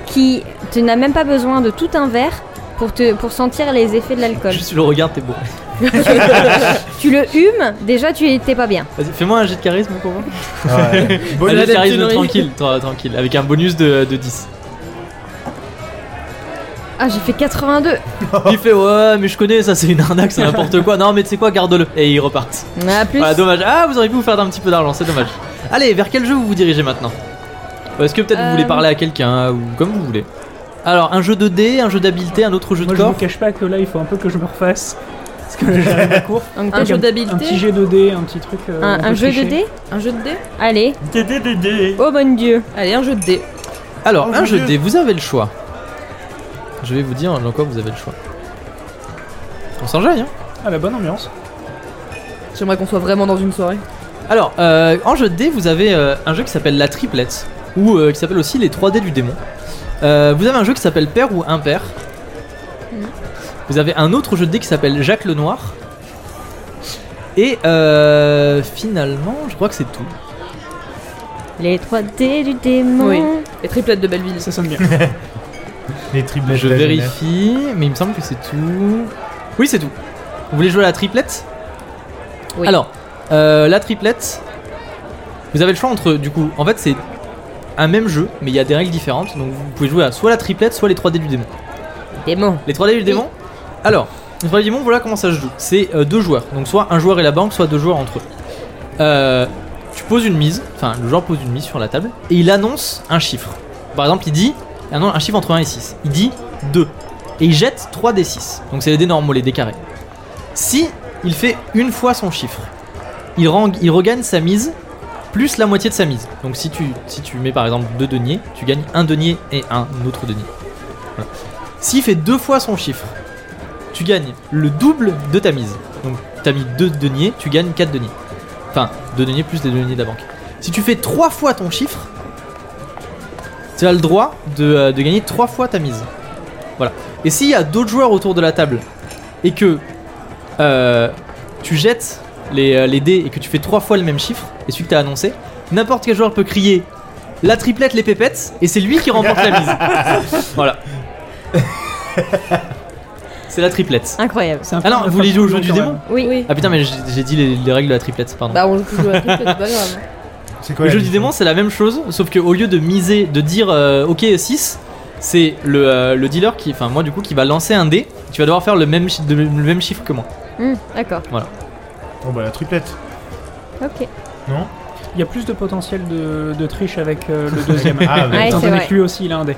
Speaker 3: qui tu n'as même pas besoin de tout un verre pour te pour sentir les effets de l'alcool.
Speaker 1: Juste le regard t'es bourré.
Speaker 3: Tu le humes, déjà tu étais pas bien.
Speaker 1: Vas-y, fais-moi un jet de charisme pour moi.
Speaker 2: Ouais. Bon,
Speaker 1: Un jet de
Speaker 6: Neptune,
Speaker 1: charisme
Speaker 6: oui.
Speaker 1: tranquille, tra- tranquille, avec un bonus de, de 10.
Speaker 3: Ah, j'ai fait 82.
Speaker 1: Il fait ouais mais je connais ça c'est une arnaque c'est n'importe quoi. Non mais tu sais quoi garde-le et ils repartent.
Speaker 3: Ah, plus.
Speaker 1: Ah dommage. Ah vous auriez pu vous faire un petit peu d'argent, c'est dommage. Allez, vers quel jeu vous vous dirigez maintenant Est-ce que peut-être vous
Speaker 3: Euh.
Speaker 1: voulez parler à quelqu'un ou comme vous voulez Alors un jeu de dés, un jeu d'habileté, un autre jeu de
Speaker 4: Moi, je vous
Speaker 1: corps.
Speaker 4: cache pas que là, il faut un peu que je me refasse. Parce que j'arrive à court.
Speaker 3: Donc,
Speaker 1: Ah,
Speaker 6: Un
Speaker 3: un,
Speaker 6: jeu
Speaker 4: Un petit
Speaker 6: d'habileté
Speaker 4: jet de dés, un petit truc. euh, on
Speaker 3: un
Speaker 4: peut
Speaker 3: jeu de
Speaker 4: tricher.
Speaker 3: dés
Speaker 6: Un jeu de dés
Speaker 3: Allez. Oh mon dieu.
Speaker 6: Allez, un jeu de dés.
Speaker 1: Alors
Speaker 2: Oh,
Speaker 1: un
Speaker 2: mon
Speaker 1: jeu de dés,
Speaker 2: Dieu.
Speaker 1: vous avez le choix. Je vais vous dire là encore vous avez le choix. On s'enjaille hein
Speaker 4: Ah, la bonne ambiance.
Speaker 6: J'aimerais qu'on soit vraiment dans une soirée.
Speaker 1: Alors, euh, en jeu de dés, vous avez euh, un jeu qui s'appelle La Triplette, ou euh, qui s'appelle aussi Les 3D du démon. Euh, vous avez un jeu qui s'appelle Père ou Impair. Vous avez un autre jeu de dés qui s'appelle Jacques le Noir. Et euh, finalement, je crois que c'est tout.
Speaker 3: Les 3D du démon.
Speaker 6: Oui. Et triplette de Belleville.
Speaker 4: Ça sonne bien.
Speaker 2: Les triples
Speaker 1: Je vérifie, mais il me semble que c'est tout. Oui, c'est tout. Vous voulez jouer à la triplette
Speaker 6: Oui.
Speaker 1: Alors, euh, la triplette, vous avez le choix entre, du coup, en fait, c'est un même jeu, mais il y a des règles différentes. Donc, vous pouvez jouer à soit la triplette, soit les 3D du démon.
Speaker 3: Démon.
Speaker 1: Les 3D du démon Alors, les 3D du démon, voilà comment ça se joue. C'est euh, deux joueurs. Donc, soit un joueur et la banque, soit deux joueurs entre eux. Euh, tu poses une mise, enfin, le joueur pose une mise sur la table, et il annonce un chiffre. Par exemple, il dit un, nom- un chiffre entre 1 et 6. Il dit 2. Et il jette 3 des 6. Donc, c'est les dés normaux, les dés carrés. Si il fait une fois son chiffre, il, rang- il regagne sa mise plus la moitié de sa mise. Donc, si tu, si tu mets par exemple deux deniers, tu gagnes un denier et un autre denier. S'il fait deux fois son chiffre, tu gagnes le double de ta mise. Donc t'as mis deux deniers, tu gagnes 4 deniers. Enfin, deux deniers plus les deux deniers de la banque. Si tu fais trois fois ton chiffre, tu as le droit de, euh, de gagner trois fois ta mise. Voilà. Et s'il y a d'autres joueurs autour de la table et que euh, tu jettes les, euh, les dés et que tu fais trois fois le même chiffre, et celui que t'as annoncé, n'importe quel joueur peut crier la triplette, les pépettes, et c'est lui qui remporte la mise. Voilà. C'est la triplette.
Speaker 3: Incroyable.
Speaker 4: C'est un peu
Speaker 1: Ah non,
Speaker 4: la
Speaker 1: vous voulez
Speaker 4: façon
Speaker 1: jouer au jeu
Speaker 4: de
Speaker 1: du
Speaker 4: quand
Speaker 1: démon
Speaker 4: même.
Speaker 3: Oui.
Speaker 1: Ah putain, mais j'ai j'ai dit les, les règles de la triplette, pardon.
Speaker 6: Bah, on joue à triplette, c'est pas grave.
Speaker 2: C'est quoi
Speaker 1: le
Speaker 2: la
Speaker 1: jeu du démon, c'est la même chose, sauf que au lieu de miser, de dire euh, ok 6, c'est le, euh, le dealer qui, enfin moi du coup, qui va lancer un dé. Tu vas devoir faire le même, chi- de- le même chiffre que moi.
Speaker 3: Hmm, D'accord.
Speaker 2: Oh bah la triplette.
Speaker 3: Ok.
Speaker 4: Il y a plus de potentiel de, de triche avec euh, le deuxième.
Speaker 2: Ah, bah,
Speaker 3: Ouais,
Speaker 4: Étant
Speaker 3: c'est
Speaker 4: donné
Speaker 3: vrai.
Speaker 4: que lui aussi, il a un dé.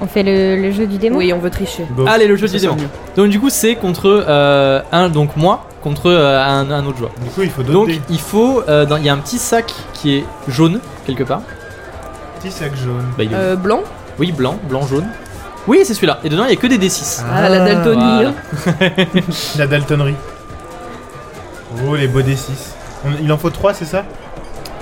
Speaker 3: On fait le, le jeu du démon.
Speaker 6: Oui, on veut tricher.
Speaker 2: bon.
Speaker 1: Allez, le jeu
Speaker 4: Ça
Speaker 1: du
Speaker 4: sonne
Speaker 1: démon.
Speaker 4: mieux.
Speaker 1: Donc du coup, c'est contre euh, un, donc moi, contre euh, un, un autre joueur.
Speaker 2: Du coup, il faut
Speaker 1: Donc
Speaker 2: d'autres
Speaker 1: il faut, euh, dans- il y a un petit sac qui est jaune quelque part.
Speaker 2: petits sacs jaunes.
Speaker 1: Bah, il est-
Speaker 6: Euh, blanc
Speaker 1: Oui, blanc, blanc, jaune. Oui, c'est celui-là. Et dedans, il y a que des D6.
Speaker 6: Ah, la daltonie.
Speaker 1: Voilà.
Speaker 2: La daltonnerie. Oh, les beaux D6. On- Il en faut 3, c'est ça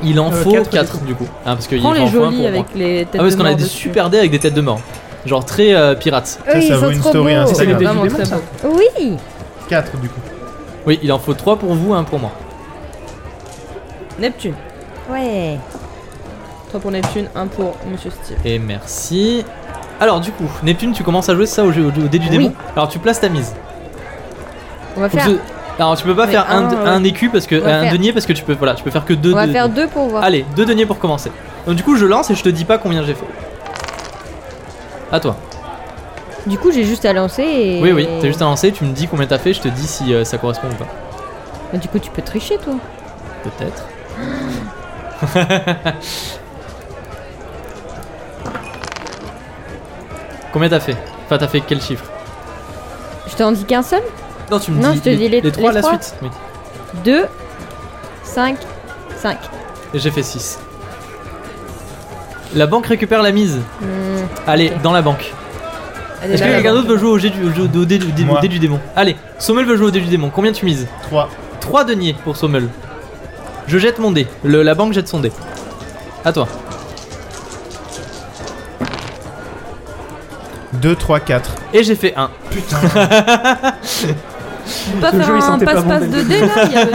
Speaker 1: Il en
Speaker 4: Euh,
Speaker 1: faut
Speaker 4: quatre,
Speaker 1: 4 du coup. Ah, parce qu'il
Speaker 6: Prends
Speaker 1: en
Speaker 6: les
Speaker 1: faut un pour
Speaker 6: jolis
Speaker 1: moi.
Speaker 6: avec les têtes
Speaker 1: Ah, parce
Speaker 6: de
Speaker 1: qu'on a
Speaker 6: mort
Speaker 1: des
Speaker 6: dessus.
Speaker 1: super dés avec des têtes de mort. Genre très euh, pirate.
Speaker 2: Ça, ça vaut une story hein,
Speaker 4: Et c'est les dés
Speaker 6: Vraiment
Speaker 4: du démon,
Speaker 6: très
Speaker 4: ça.
Speaker 6: beau.
Speaker 3: Oui.
Speaker 2: 4 du coup.
Speaker 1: Oui, il en faut 3 pour vous, 1 pour moi.
Speaker 6: Neptune.
Speaker 3: Ouais.
Speaker 6: 3 pour Neptune, 1 pour Monsieur Steve.
Speaker 1: Et merci. Alors, du coup, Neptune, tu commences à jouer ça au, jeu- au dé du
Speaker 6: Oui.
Speaker 1: démon. Alors, tu places ta mise.
Speaker 3: On va
Speaker 1: Faut que
Speaker 3: faire.
Speaker 1: ce- Alors, tu peux pas
Speaker 6: Mais
Speaker 1: faire un,
Speaker 6: un,
Speaker 1: un écu parce que.
Speaker 3: On va
Speaker 1: Un
Speaker 3: faire-
Speaker 1: denier parce que tu peux, voilà, tu peux faire que deux.
Speaker 3: On va
Speaker 1: deux-
Speaker 3: faire deux pour voir.
Speaker 1: Allez, deux deniers pour commencer. Donc, du coup, je lance et je te dis pas combien j'ai fait. À toi.
Speaker 3: Du coup, j'ai juste à lancer et.
Speaker 1: Oui, oui, t'as juste à lancer, tu me dis combien t'as fait, je te dis si euh, ça correspond ou pas.
Speaker 3: Mais du coup, tu peux tricher, toi.
Speaker 1: Peut-être. combien t'as fait Enfin, t'as fait quel chiffre
Speaker 3: Je t'en dis qu'un seul
Speaker 1: Non, tu me
Speaker 3: Non,
Speaker 1: dis,
Speaker 3: je te dis les- les
Speaker 1: trois à la
Speaker 3: trois.
Speaker 1: suite. Oui.
Speaker 3: 2, 5, 5.
Speaker 1: Et j'ai fait 6. La banque récupère la mise. Allez,
Speaker 3: Hmm, Ok.
Speaker 1: dans la banque.
Speaker 6: Elle est
Speaker 1: Est-ce que
Speaker 6: là, la
Speaker 1: quelqu'un
Speaker 6: banque.
Speaker 1: d'autre veut jouer au, jet du, au jeu- au dé, du- dé-
Speaker 2: Moi.
Speaker 1: dé du démon Allez, Sommel veut jouer au dé du démon. Combien tu mises
Speaker 2: 3.
Speaker 1: 3 deniers pour Sommel. Je jette mon dé. Le- la banque jette son dé. À toi.
Speaker 2: 2, 3, 4.
Speaker 1: Et j'ai fait 1.
Speaker 6: Faut pas
Speaker 4: Ce jeu, il
Speaker 6: faire un
Speaker 4: sentait pas bon
Speaker 6: passe-passe
Speaker 4: dès
Speaker 6: de
Speaker 4: le
Speaker 6: dés là il y a-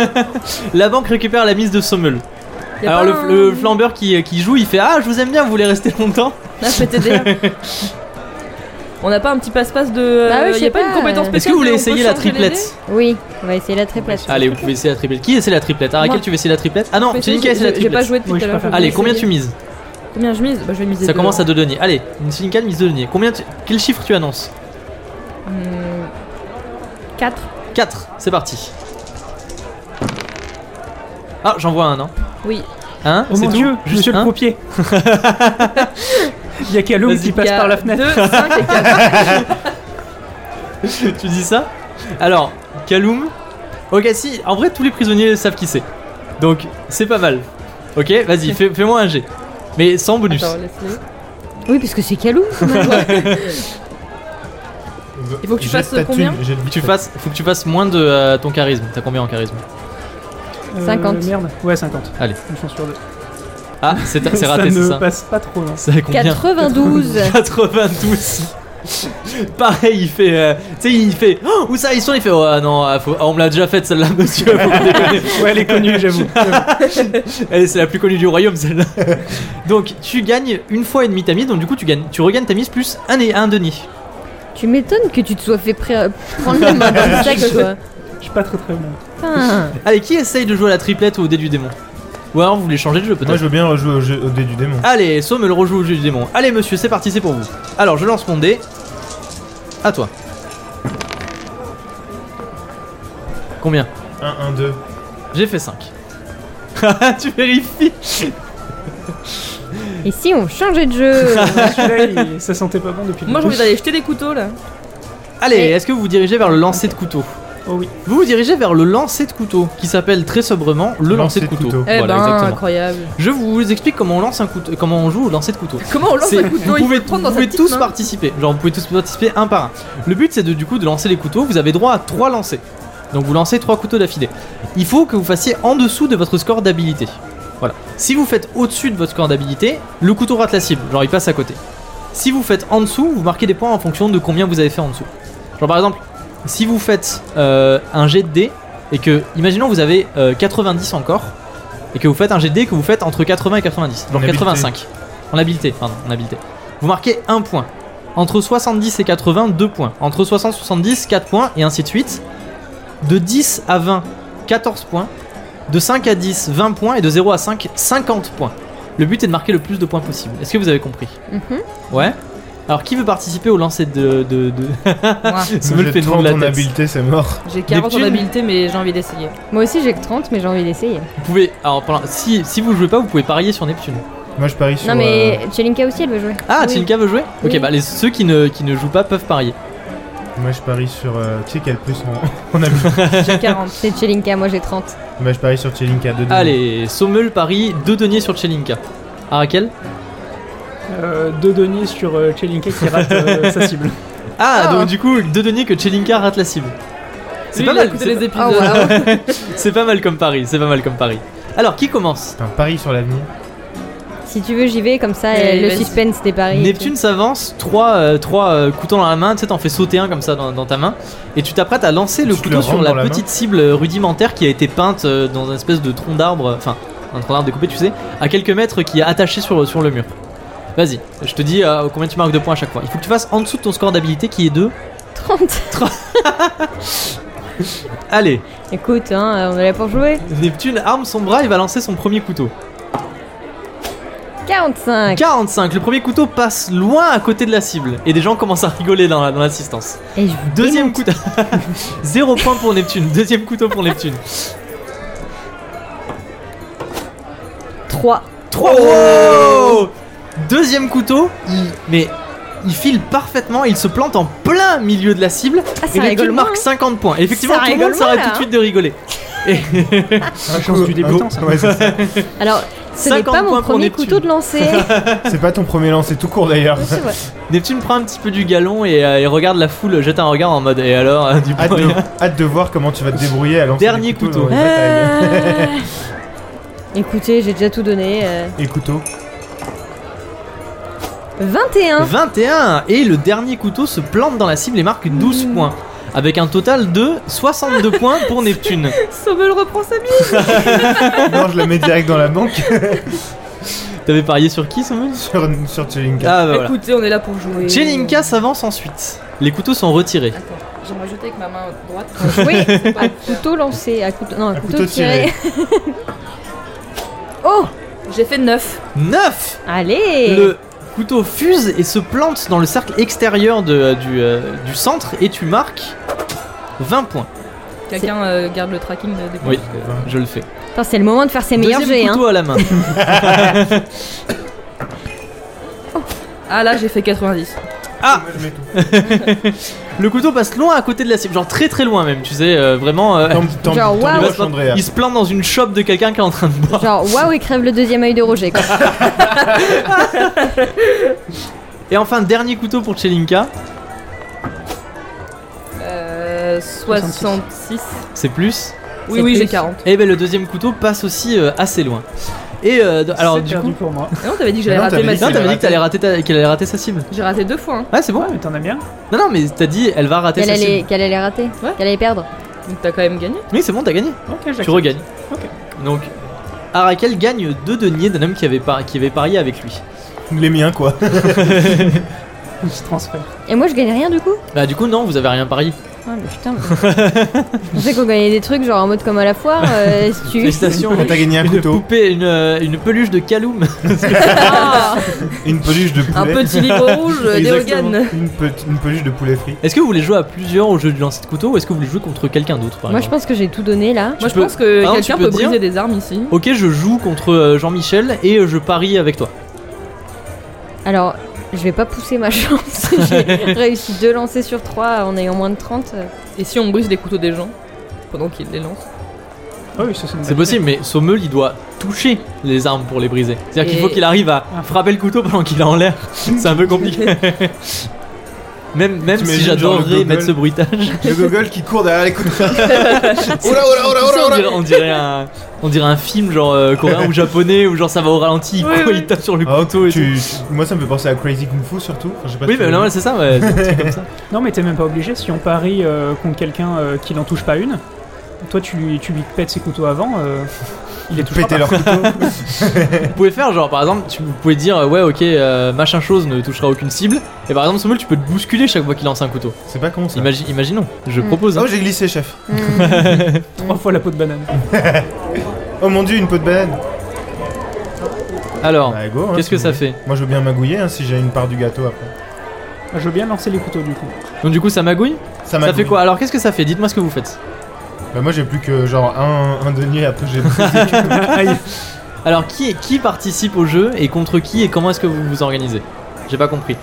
Speaker 1: La banque récupère la mise de Sommel.
Speaker 6: il y a
Speaker 1: Alors
Speaker 6: pas
Speaker 1: le,
Speaker 6: un-
Speaker 1: le flambeur qui, qui joue, il fait Ah, je vous aime bien, vous voulez rester longtemps
Speaker 6: Ah, PTDA. On n'a pas un petit passe-passe de.
Speaker 3: Bah oui, je
Speaker 6: il y a
Speaker 3: sais
Speaker 6: pas, une
Speaker 3: pas,
Speaker 6: compétence
Speaker 3: euh.
Speaker 6: spéciale.
Speaker 1: Est-ce que vous voulez
Speaker 6: mais on
Speaker 1: essayer
Speaker 6: peut
Speaker 1: la
Speaker 6: changer les
Speaker 1: triplette
Speaker 3: Oui, on va essayer la triplette.
Speaker 1: Allez, vous pouvez essayer la triplette. Qui essaie la triplette Ah,
Speaker 6: Moi.
Speaker 1: Raquel, tu veux essayer la triplette Ah non,
Speaker 6: dés.
Speaker 1: tu dis qui essaie la
Speaker 6: J'ai- J'ai pas
Speaker 1: triplette.
Speaker 6: joué depuis
Speaker 4: Oui, je
Speaker 6: tout à l'heure.
Speaker 4: préfère.
Speaker 6: faut
Speaker 1: Allez, combien
Speaker 6: essayer.
Speaker 1: tu mises
Speaker 6: Combien je mise Bah, je vais miser.
Speaker 1: Ça
Speaker 6: deux.
Speaker 1: commence à 2 deniers. Allez, une Sinica mise 2 deniers. Combien tu- Quel chiffre tu annonces
Speaker 6: 4.
Speaker 1: 4. C'est parti. Ah, j'en vois un, non
Speaker 6: Oui.
Speaker 1: Hein
Speaker 4: Oh
Speaker 1: C'est
Speaker 4: mon
Speaker 1: tout
Speaker 4: dieu,
Speaker 1: Juste
Speaker 4: monsieur le
Speaker 1: un
Speaker 4: croupier Il y a Kaloum
Speaker 1: Vas-y,
Speaker 4: qui passe par la fenêtre.
Speaker 6: 2, 5 et 4.
Speaker 1: Tu dis ça Alors, Kaloum. Ok, si, en vrai, tous les prisonniers savent qui c'est. Donc, c'est pas mal. Ok, vas-y, fais- fais-moi un G. Mais sans bonus.
Speaker 6: Attends, laisse-le.
Speaker 3: Oui, parce que c'est Calou.
Speaker 6: Il faut que tu fasses combien
Speaker 1: tu fasses, faut que tu fasses moins de euh, ton charisme. T'as combien en charisme
Speaker 4: Euh,
Speaker 3: 50.
Speaker 4: merde. Ouais, 50.
Speaker 1: Allez.
Speaker 4: Une chance sur deux.
Speaker 1: Ah, c'est c'est
Speaker 4: ça
Speaker 1: raté, c'est
Speaker 4: ne
Speaker 1: ça.
Speaker 4: passe pas trop loin.
Speaker 1: C'est combien
Speaker 3: 92.
Speaker 1: 92. Pareil, il fait. euh, tu sais, il fait. Oh, où ça ils sont Il fait. Oh ah non, ah, faut- ah, on me l'a déjà faite celle-là, monsieur. faut pas déconner.
Speaker 4: Ouais, elle est connue, j'avoue.
Speaker 1: Elle, c'est la plus connue du royaume, celle-là. Donc, tu gagnes une fois et demi ta mise. Donc, du coup, tu gagnes, tu regagnes ta mise plus un, et un denier.
Speaker 3: tu m'étonnes que tu te sois fait pré- prendre la main dans le sac, toi.
Speaker 4: Je suis pas très très bon.
Speaker 3: Putain.
Speaker 1: Allez, qui essaye de jouer à la triplette ou au dé du démon Ou alors, vous voulez changer de jeu
Speaker 2: Moi
Speaker 1: peut-être
Speaker 2: je veux bien rejouer au, jeu, au dé du démon.
Speaker 1: Allez, Somme le rejoue au jeu du démon. Allez, monsieur, c'est parti, c'est pour vous. Alors, je lance mon dé. À toi. Combien
Speaker 2: 1, 1, 2.
Speaker 1: J'ai fait 5. tu vérifies
Speaker 3: Et si on changeait de jeu
Speaker 4: Celui-là, il- ça sentait pas bon depuis le
Speaker 6: Moi j'ai envie
Speaker 4: début.
Speaker 6: d'aller jeter des couteaux là.
Speaker 1: Allez,
Speaker 3: Et-
Speaker 1: est-ce que vous vous dirigez vers le lancer de couteau
Speaker 4: Oh oui.
Speaker 1: Vous vous dirigez vers le lancer de couteau, qui s'appelle très sobrement le lancer, de couteau.
Speaker 6: Eh
Speaker 1: Voilà,
Speaker 6: ben,
Speaker 1: exactement.
Speaker 6: incroyable.
Speaker 1: Je vous explique comment on lance un couteau, comment on joue au lancer de couteau.
Speaker 6: Comment on lance
Speaker 1: C'est-
Speaker 6: un couteau
Speaker 1: vous
Speaker 6: Il faut
Speaker 1: pouvez,
Speaker 6: le prendre dans
Speaker 1: vous
Speaker 6: sa
Speaker 1: pouvez
Speaker 6: petite
Speaker 1: tous
Speaker 6: main.
Speaker 1: participer, genre vous pouvez tous participer un par un. Le but c'est de, du coup de lancer les couteaux, vous avez droit à trois lancers. Donc vous lancez trois couteaux d'affilée. Il faut que vous fassiez en dessous de votre score d'habilité. Voilà. Si vous faites au-dessus de votre score d'habilité, le couteau rate la cible, genre il passe à côté. Si vous faites en dessous, vous marquez des points en fonction de combien vous avez fait en dessous. Genre par exemple, si vous faites euh, un jet de dés et que, imaginons vous avez euh, 90 encore, et que vous faites un jet de dés que vous faites entre 80 et 90,
Speaker 2: En
Speaker 1: genre
Speaker 2: habileté.
Speaker 1: 85. En habileté, pardon, en habileté. Vous marquez un point. Entre 70 et 80, 2 points. Entre 60 et 70, 4 points, et ainsi de suite. De 10 à 20, 14 points. De 5 à 10, 20 points. Et de 0 à 5, 50 points. Le but est de marquer le plus de points possible. Est-ce que vous avez compris
Speaker 3: Mhm.
Speaker 1: Ouais Alors, qui veut participer au lancer de. de, de...
Speaker 6: Moi.
Speaker 1: Ça me le fait non de la
Speaker 2: ton
Speaker 1: tête.
Speaker 2: habileté, c'est mort.
Speaker 6: J'ai 40 en
Speaker 1: Neptune.
Speaker 6: habilité, mais j'ai envie d'essayer.
Speaker 3: Moi aussi, j'ai que 30, mais j'ai envie d'essayer.
Speaker 1: Vous pouvez. Alors, pendant- si, si vous jouez pas, vous pouvez parier sur Neptune.
Speaker 2: Moi je parie sur.
Speaker 3: Non, mais Chelinka aussi, elle veut jouer.
Speaker 1: Ah,
Speaker 3: Oui.
Speaker 1: Tchinka veut jouer Ok,
Speaker 3: Oui.
Speaker 1: bah, les, ceux qui ne, qui ne jouent pas peuvent parier.
Speaker 2: euh, moi je parie sur. euh, tu sais quel plus en, en habileté
Speaker 6: J'ai 40.
Speaker 3: C'est Chelinka, moi j'ai 30.
Speaker 2: Bah je parie sur Chelinka 2
Speaker 1: Allez, Sommel parie 2 deniers sur Tchelinka. Ah, Raquel
Speaker 4: Euh, deux deniers sur euh, Chelinka qui rate euh, sa cible.
Speaker 1: Ah,
Speaker 6: Ah.
Speaker 1: donc du coup, deux deniers que Chelinka rate la cible. C'est
Speaker 6: Lui,
Speaker 1: pas
Speaker 6: il a
Speaker 1: mal.
Speaker 6: écouté
Speaker 1: C'est
Speaker 6: les
Speaker 1: pas,
Speaker 6: épisodes.
Speaker 1: c'est pas mal comme pari. C'est pas mal comme pari. Alors, qui commence
Speaker 2: Un pari sur l'avenir.
Speaker 3: Si tu veux, j'y vais, comme ça,
Speaker 6: Allez,
Speaker 3: euh, le
Speaker 6: vas-y.
Speaker 3: suspense des paris. et
Speaker 1: Neptune s'avance, 3 euh, couteaux dans la main, tu sais, t'en fais sauter un comme ça dans, dans ta main, et tu t'apprêtes à lancer le
Speaker 2: Tu te
Speaker 1: couteau
Speaker 2: le
Speaker 1: sur
Speaker 2: rentres
Speaker 1: la
Speaker 2: dans la main.
Speaker 1: petite cible rudimentaire qui a été peinte euh, dans une espèce de tronc d'arbre, enfin, un tronc d'arbre découpé, tu sais, à quelques mètres qui est attaché sur, sur le mur. Vas-y, je te dis euh, combien tu marques de points à chaque fois. Il faut que tu fasses en dessous de ton score d'habilité qui est 2.
Speaker 3: tout. 30
Speaker 1: Allez,
Speaker 3: Écoute, hein, euh, on est là pour jouer.
Speaker 1: Neptune arme son bras et va lancer son premier couteau.
Speaker 3: 45
Speaker 1: 45, le premier couteau passe loin à côté de la cible et des gens commencent à rigoler dans la- dans l'assistance.
Speaker 3: Et je vous
Speaker 1: Deuxième couteau. Zéro point pour Neptune. Deuxième couteau pour Neptune.
Speaker 3: 3.
Speaker 1: 3 Deuxième couteau, il- mais il file parfaitement, il se plante en plein milieu de la cible
Speaker 3: Ah,
Speaker 1: et
Speaker 3: ça
Speaker 1: Neptune
Speaker 3: rigole moins,
Speaker 1: marque
Speaker 3: hein.
Speaker 1: 50 points. Et effectivement,
Speaker 3: Ça
Speaker 1: tout le
Speaker 3: rigole
Speaker 1: monde s'arrête
Speaker 3: moins,
Speaker 1: tout de
Speaker 3: là, hein.
Speaker 1: suite de rigoler.
Speaker 2: Ah,
Speaker 4: La chance du débutant, ça.
Speaker 2: Ouais, c'est ça.
Speaker 3: Alors, ce n'est
Speaker 1: 50
Speaker 3: pas
Speaker 1: points
Speaker 3: mon
Speaker 1: pour
Speaker 3: premier
Speaker 1: Neptune.
Speaker 3: couteau de lancer.
Speaker 2: C'est pas ton premier lancer tout court d'ailleurs.
Speaker 3: Oui, c'est vrai.
Speaker 1: Neptune prend un petit peu du galon et, euh, et regarde la foule, jette un regard en mode et alors euh,
Speaker 3: Ah,
Speaker 1: du
Speaker 2: Hâte
Speaker 1: point,
Speaker 2: de, hâte de voir comment tu vas te débrouiller à lancer
Speaker 1: Dernier
Speaker 2: des couteaux
Speaker 1: couteau.
Speaker 2: dans les batailles.
Speaker 3: Écoutez, j'ai déjà tout donné. euh,
Speaker 2: Et couteau.
Speaker 3: 21.
Speaker 1: 21 et le dernier couteau se plante dans la cible et marque 12
Speaker 3: Mmh.
Speaker 1: points avec un total de 62 points pour Neptune.
Speaker 6: Sommel reprend sa mise
Speaker 2: Non, je la mets direct dans la banque
Speaker 1: T'avais parié sur qui Samuel
Speaker 2: sur, sur Tchelinka.
Speaker 1: Ah bah voilà.
Speaker 6: Écoutez, on est là pour jouer.
Speaker 1: Jelinka s'avance ensuite. Les couteaux sont retirés.
Speaker 6: Attends, j'aimerais jeter avec ma main droite.
Speaker 3: Oui,
Speaker 6: C'est pas
Speaker 3: à
Speaker 6: le faire.
Speaker 3: Ah, couteau lancé. À couteau, non, à
Speaker 2: Un
Speaker 3: couteau, tiré. oh
Speaker 6: J'ai fait 9.
Speaker 1: 9
Speaker 3: Allez
Speaker 1: Le couteau fuse et se plante dans le cercle extérieur de- du, euh, du centre et tu marques 20 points.
Speaker 6: Quelqu'un euh, garde le tracking de- des points.
Speaker 1: Oui, euh, je le fais.
Speaker 3: Attends, c'est le moment de faire ses meilleurs jets.
Speaker 1: Deuxième
Speaker 3: Hein.
Speaker 1: couteau à la main.
Speaker 6: Ah là, j'ai fait 90.
Speaker 1: Ah
Speaker 2: Moi, je mets tout.
Speaker 1: Le couteau passe loin à côté de la cible, genre très très loin même, tu sais, euh, vraiment... euh,
Speaker 2: Tant- tant-
Speaker 3: Genre,
Speaker 2: tant
Speaker 3: waouh.
Speaker 1: il,
Speaker 2: mieux, hein.
Speaker 1: va se plante-
Speaker 2: Andrea.
Speaker 1: il se plante dans une chope de quelqu'un qui est en train de boire.
Speaker 3: Genre, waouh, il crève le deuxième œil de Roger. Quoi.
Speaker 1: Et enfin, dernier couteau pour Chelinka.
Speaker 6: Euh, 66.
Speaker 1: C'est plus.
Speaker 6: Oui,
Speaker 3: C'est
Speaker 6: oui,
Speaker 3: plus.
Speaker 6: j'ai 40.
Speaker 1: Et ben le deuxième couteau passe aussi euh, assez loin. Et euh, d- alors
Speaker 4: C'est
Speaker 1: du
Speaker 4: perdu
Speaker 1: coup,
Speaker 4: pour moi.
Speaker 6: Ah Non, t'avais dit que j'allais
Speaker 2: Non,
Speaker 6: rater
Speaker 3: Bah,
Speaker 2: t'avais
Speaker 6: ma
Speaker 2: dit-
Speaker 1: non,
Speaker 6: cible.
Speaker 1: t'avais dit
Speaker 2: raté.
Speaker 1: que t'allais rater ta- qu'elle allait rater sa cible.
Speaker 6: J'ai raté deux fois. hein.
Speaker 1: Ouais, c'est bon.
Speaker 4: Ouais, mais t'en as bien.
Speaker 1: Non, non, mais t'as dit elle va rater
Speaker 3: Qu'elle
Speaker 1: sa
Speaker 3: allait,
Speaker 1: cible.
Speaker 3: qu'elle allait rater.
Speaker 6: Ouais.
Speaker 3: Qu'elle allait perdre.
Speaker 6: Donc t'as quand même gagné.
Speaker 1: Oui, c'est bon, t'as gagné.
Speaker 4: Ok, j'accepte.
Speaker 1: Tu regagnes.
Speaker 4: Ok.
Speaker 1: Donc, Arakel gagne deux deniers d'un homme qui avait, par- qui avait parié avec lui.
Speaker 2: Les miens quoi.
Speaker 4: On se transfère.
Speaker 3: Et moi, je gagne rien du coup
Speaker 1: Bah, du coup, non, vous avez rien parié.
Speaker 3: Ah, mais putain. mais- je pensais qu'on gagnait des trucs, genre en mode comme à la foire. euh, si tu...
Speaker 1: Félicitations.
Speaker 2: T'as gagné un
Speaker 1: Une
Speaker 2: couteau,
Speaker 1: poupée, une, euh, une peluche de Kaloum.
Speaker 6: Ah,
Speaker 2: une peluche de poulet.
Speaker 6: un petit livre rouge euh, des
Speaker 1: Exactement.
Speaker 6: Hogan.
Speaker 2: Une, pe- une peluche de poulet frit.
Speaker 1: Est-ce que vous voulez jouer à plusieurs au jeu du lancer de couteau ou est-ce que vous voulez jouer contre quelqu'un d'autre par
Speaker 3: Moi, je
Speaker 1: exemple
Speaker 3: pense que j'ai tout donné là.
Speaker 6: Moi, je
Speaker 1: peux-
Speaker 6: pense que
Speaker 1: Par exemple,
Speaker 6: quelqu'un
Speaker 1: tu
Speaker 6: peut
Speaker 1: peux dire-
Speaker 6: briser des armes ici.
Speaker 1: Ok, je joue contre euh, Jean-Michel et euh, je parie avec toi.
Speaker 3: Alors, je vais pas pousser ma chance. j'ai réussi deux lancers sur trois en ayant moins de 30. euh,
Speaker 6: Et si on brise les couteaux des gens pendant qu'ils les lancent
Speaker 4: Oh oui, ça c'est une
Speaker 1: C'est
Speaker 4: bonne idée.
Speaker 1: possible, mais Sommel il doit toucher les armes pour les briser. C'est-à-dire qu'il
Speaker 6: Et-
Speaker 1: faut qu'il arrive à
Speaker 4: Ah.
Speaker 1: frapper le couteau pendant qu'il est en l'air. C'est un peu compliqué. même même si
Speaker 2: T'imagines, genre, le
Speaker 1: j'adorerais
Speaker 2: gogol.
Speaker 1: mettre ce bruitage,
Speaker 2: Le gogol qui court derrière les couteaux. oh là, oh là, oh là,
Speaker 1: Tu sais, on, dirait, on dirait un, on dirait un film genre euh, coréen ou japonais où genre ça va au ralenti, il,
Speaker 6: Oui,
Speaker 1: court,
Speaker 6: oui.
Speaker 1: il tape sur le
Speaker 2: Ah,
Speaker 1: couteau et
Speaker 2: tu- tu- Moi ça me fait penser à Crazy Kung Fu surtout. Enfin, je sais pas
Speaker 1: tout. Oui,
Speaker 2: si
Speaker 1: mais
Speaker 2: tu-
Speaker 1: non, mais c'est ça, ouais, c'est un truc comme ça.
Speaker 4: Non, mais t'es même pas obligé. Si on parie euh, contre quelqu'un euh, qui n'en touche pas une, toi tu lui, tu lui pètes ses couteaux avant, euh, il est touché.
Speaker 2: Péter leur couteau.
Speaker 1: Vous pouvez faire genre par exemple, tu vous pouvez dire euh, ouais, ok, euh, machin chose ne touchera aucune cible. Et par exemple, Sommel, tu peux te bousculer chaque fois qu'il lance un couteau.
Speaker 2: C'est pas con ça.
Speaker 1: Imagi- imaginons, je
Speaker 3: Mm.
Speaker 1: propose. hein.
Speaker 2: Oh, j'ai glissé, chef.
Speaker 3: hmm.
Speaker 4: Trois fois la peau de banane.
Speaker 2: Oh mon dieu, une peau de banane.
Speaker 1: Alors,
Speaker 2: Bah, go, hein,
Speaker 1: Ah. qu'est-ce
Speaker 2: si
Speaker 1: que
Speaker 2: vous
Speaker 1: ça
Speaker 2: voulez.
Speaker 1: fait
Speaker 2: Moi je veux bien magouiller hein, si j'ai une part du gâteau après.
Speaker 4: Ah, Je veux bien lancer les couteaux du coup.
Speaker 1: Donc du coup ça magouille Ça
Speaker 2: magouille.
Speaker 1: fait quoi Alors qu'est-ce que ça fait Dites-moi ce que vous faites.
Speaker 2: Bah moi j'ai plus que genre un, un denier après j'ai.
Speaker 4: Aïe.
Speaker 1: Alors qui est, qui participe au jeu et contre qui et comment est-ce que vous vous organisez J'ai pas compris.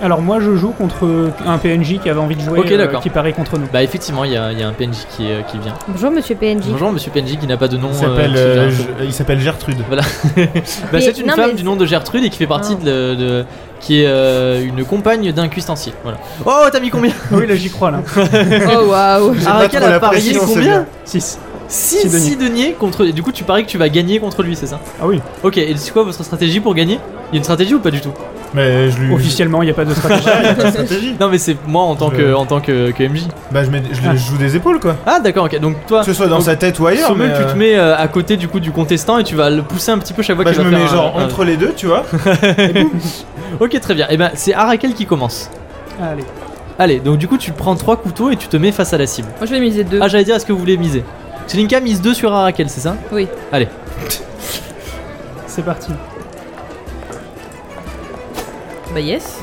Speaker 4: Alors moi je joue contre un PNJ qui avait envie de jouer, euh,
Speaker 1: Ok, d'accord.
Speaker 4: qui parie contre nous.
Speaker 1: Bah effectivement il y, a il y a un PNJ qui, est- euh, qui vient.
Speaker 3: Bonjour, monsieur PNJ.
Speaker 1: Bonjour monsieur PNJ qui n'a pas de nom.
Speaker 2: Il
Speaker 1: euh,
Speaker 2: s'appelle
Speaker 1: qui
Speaker 2: euh,
Speaker 1: vient.
Speaker 2: je- il s'appelle Gertrude.
Speaker 1: Bah, c'est
Speaker 3: Mais-
Speaker 1: une
Speaker 3: non,
Speaker 1: femme
Speaker 3: mais Oh.
Speaker 1: du nom de Gertrude et qui fait partie de, de- qui est euh, une compagne d'un cuistancier. Voilà. Oh t'as mis combien
Speaker 4: Ah Oui là j'y crois là.
Speaker 6: Oh waouh
Speaker 2: J'ai pas
Speaker 1: Arakel
Speaker 2: trop
Speaker 1: a
Speaker 2: la
Speaker 1: parié
Speaker 2: pression, c'est
Speaker 1: combien
Speaker 2: bien.
Speaker 4: 6.
Speaker 1: 6
Speaker 4: Six deniers.
Speaker 1: deniers contre. Et du coup tu paries que tu vas gagner contre lui c'est ça
Speaker 4: Ah oui.
Speaker 1: Ok et c'est quoi votre stratégie pour gagner Il y a une stratégie ou pas du tout
Speaker 2: Mais je lui.
Speaker 4: Officiellement il n'y a pas de stratégie.
Speaker 2: Ah, il y a pas de stratégie.
Speaker 1: Non mais c'est moi en tant
Speaker 2: Je-
Speaker 1: que en tant que, que MJ.
Speaker 2: Bah je, mets, je le joue des épaules quoi.
Speaker 1: Ah d'accord ok donc toi.
Speaker 2: Que ce soit dans
Speaker 1: donc,
Speaker 2: sa tête ou ailleurs.
Speaker 1: Sommel,
Speaker 2: mais,
Speaker 1: Ah. tu
Speaker 2: euh,
Speaker 1: te mets euh, à côté du coup du contestant et tu vas le pousser un petit peu chaque fois
Speaker 2: Bah,
Speaker 1: qu'il
Speaker 2: je
Speaker 1: va
Speaker 2: me
Speaker 1: faire
Speaker 2: mets
Speaker 1: un-
Speaker 2: genre
Speaker 1: un-
Speaker 2: entre les deux, tu vois.
Speaker 1: Ok très bien. Et ben c'est Arakel qui commence.
Speaker 4: Allez.
Speaker 1: Allez donc du coup tu prends trois couteaux et tu te mets face à la cible.
Speaker 6: Moi je vais miser deux.
Speaker 1: Ah j'allais dire est-ce que vous voulez miser. Chelinka mise 2 sur Arakel c'est ça
Speaker 6: Oui.
Speaker 1: Allez.
Speaker 4: C'est parti.
Speaker 6: Bah yes.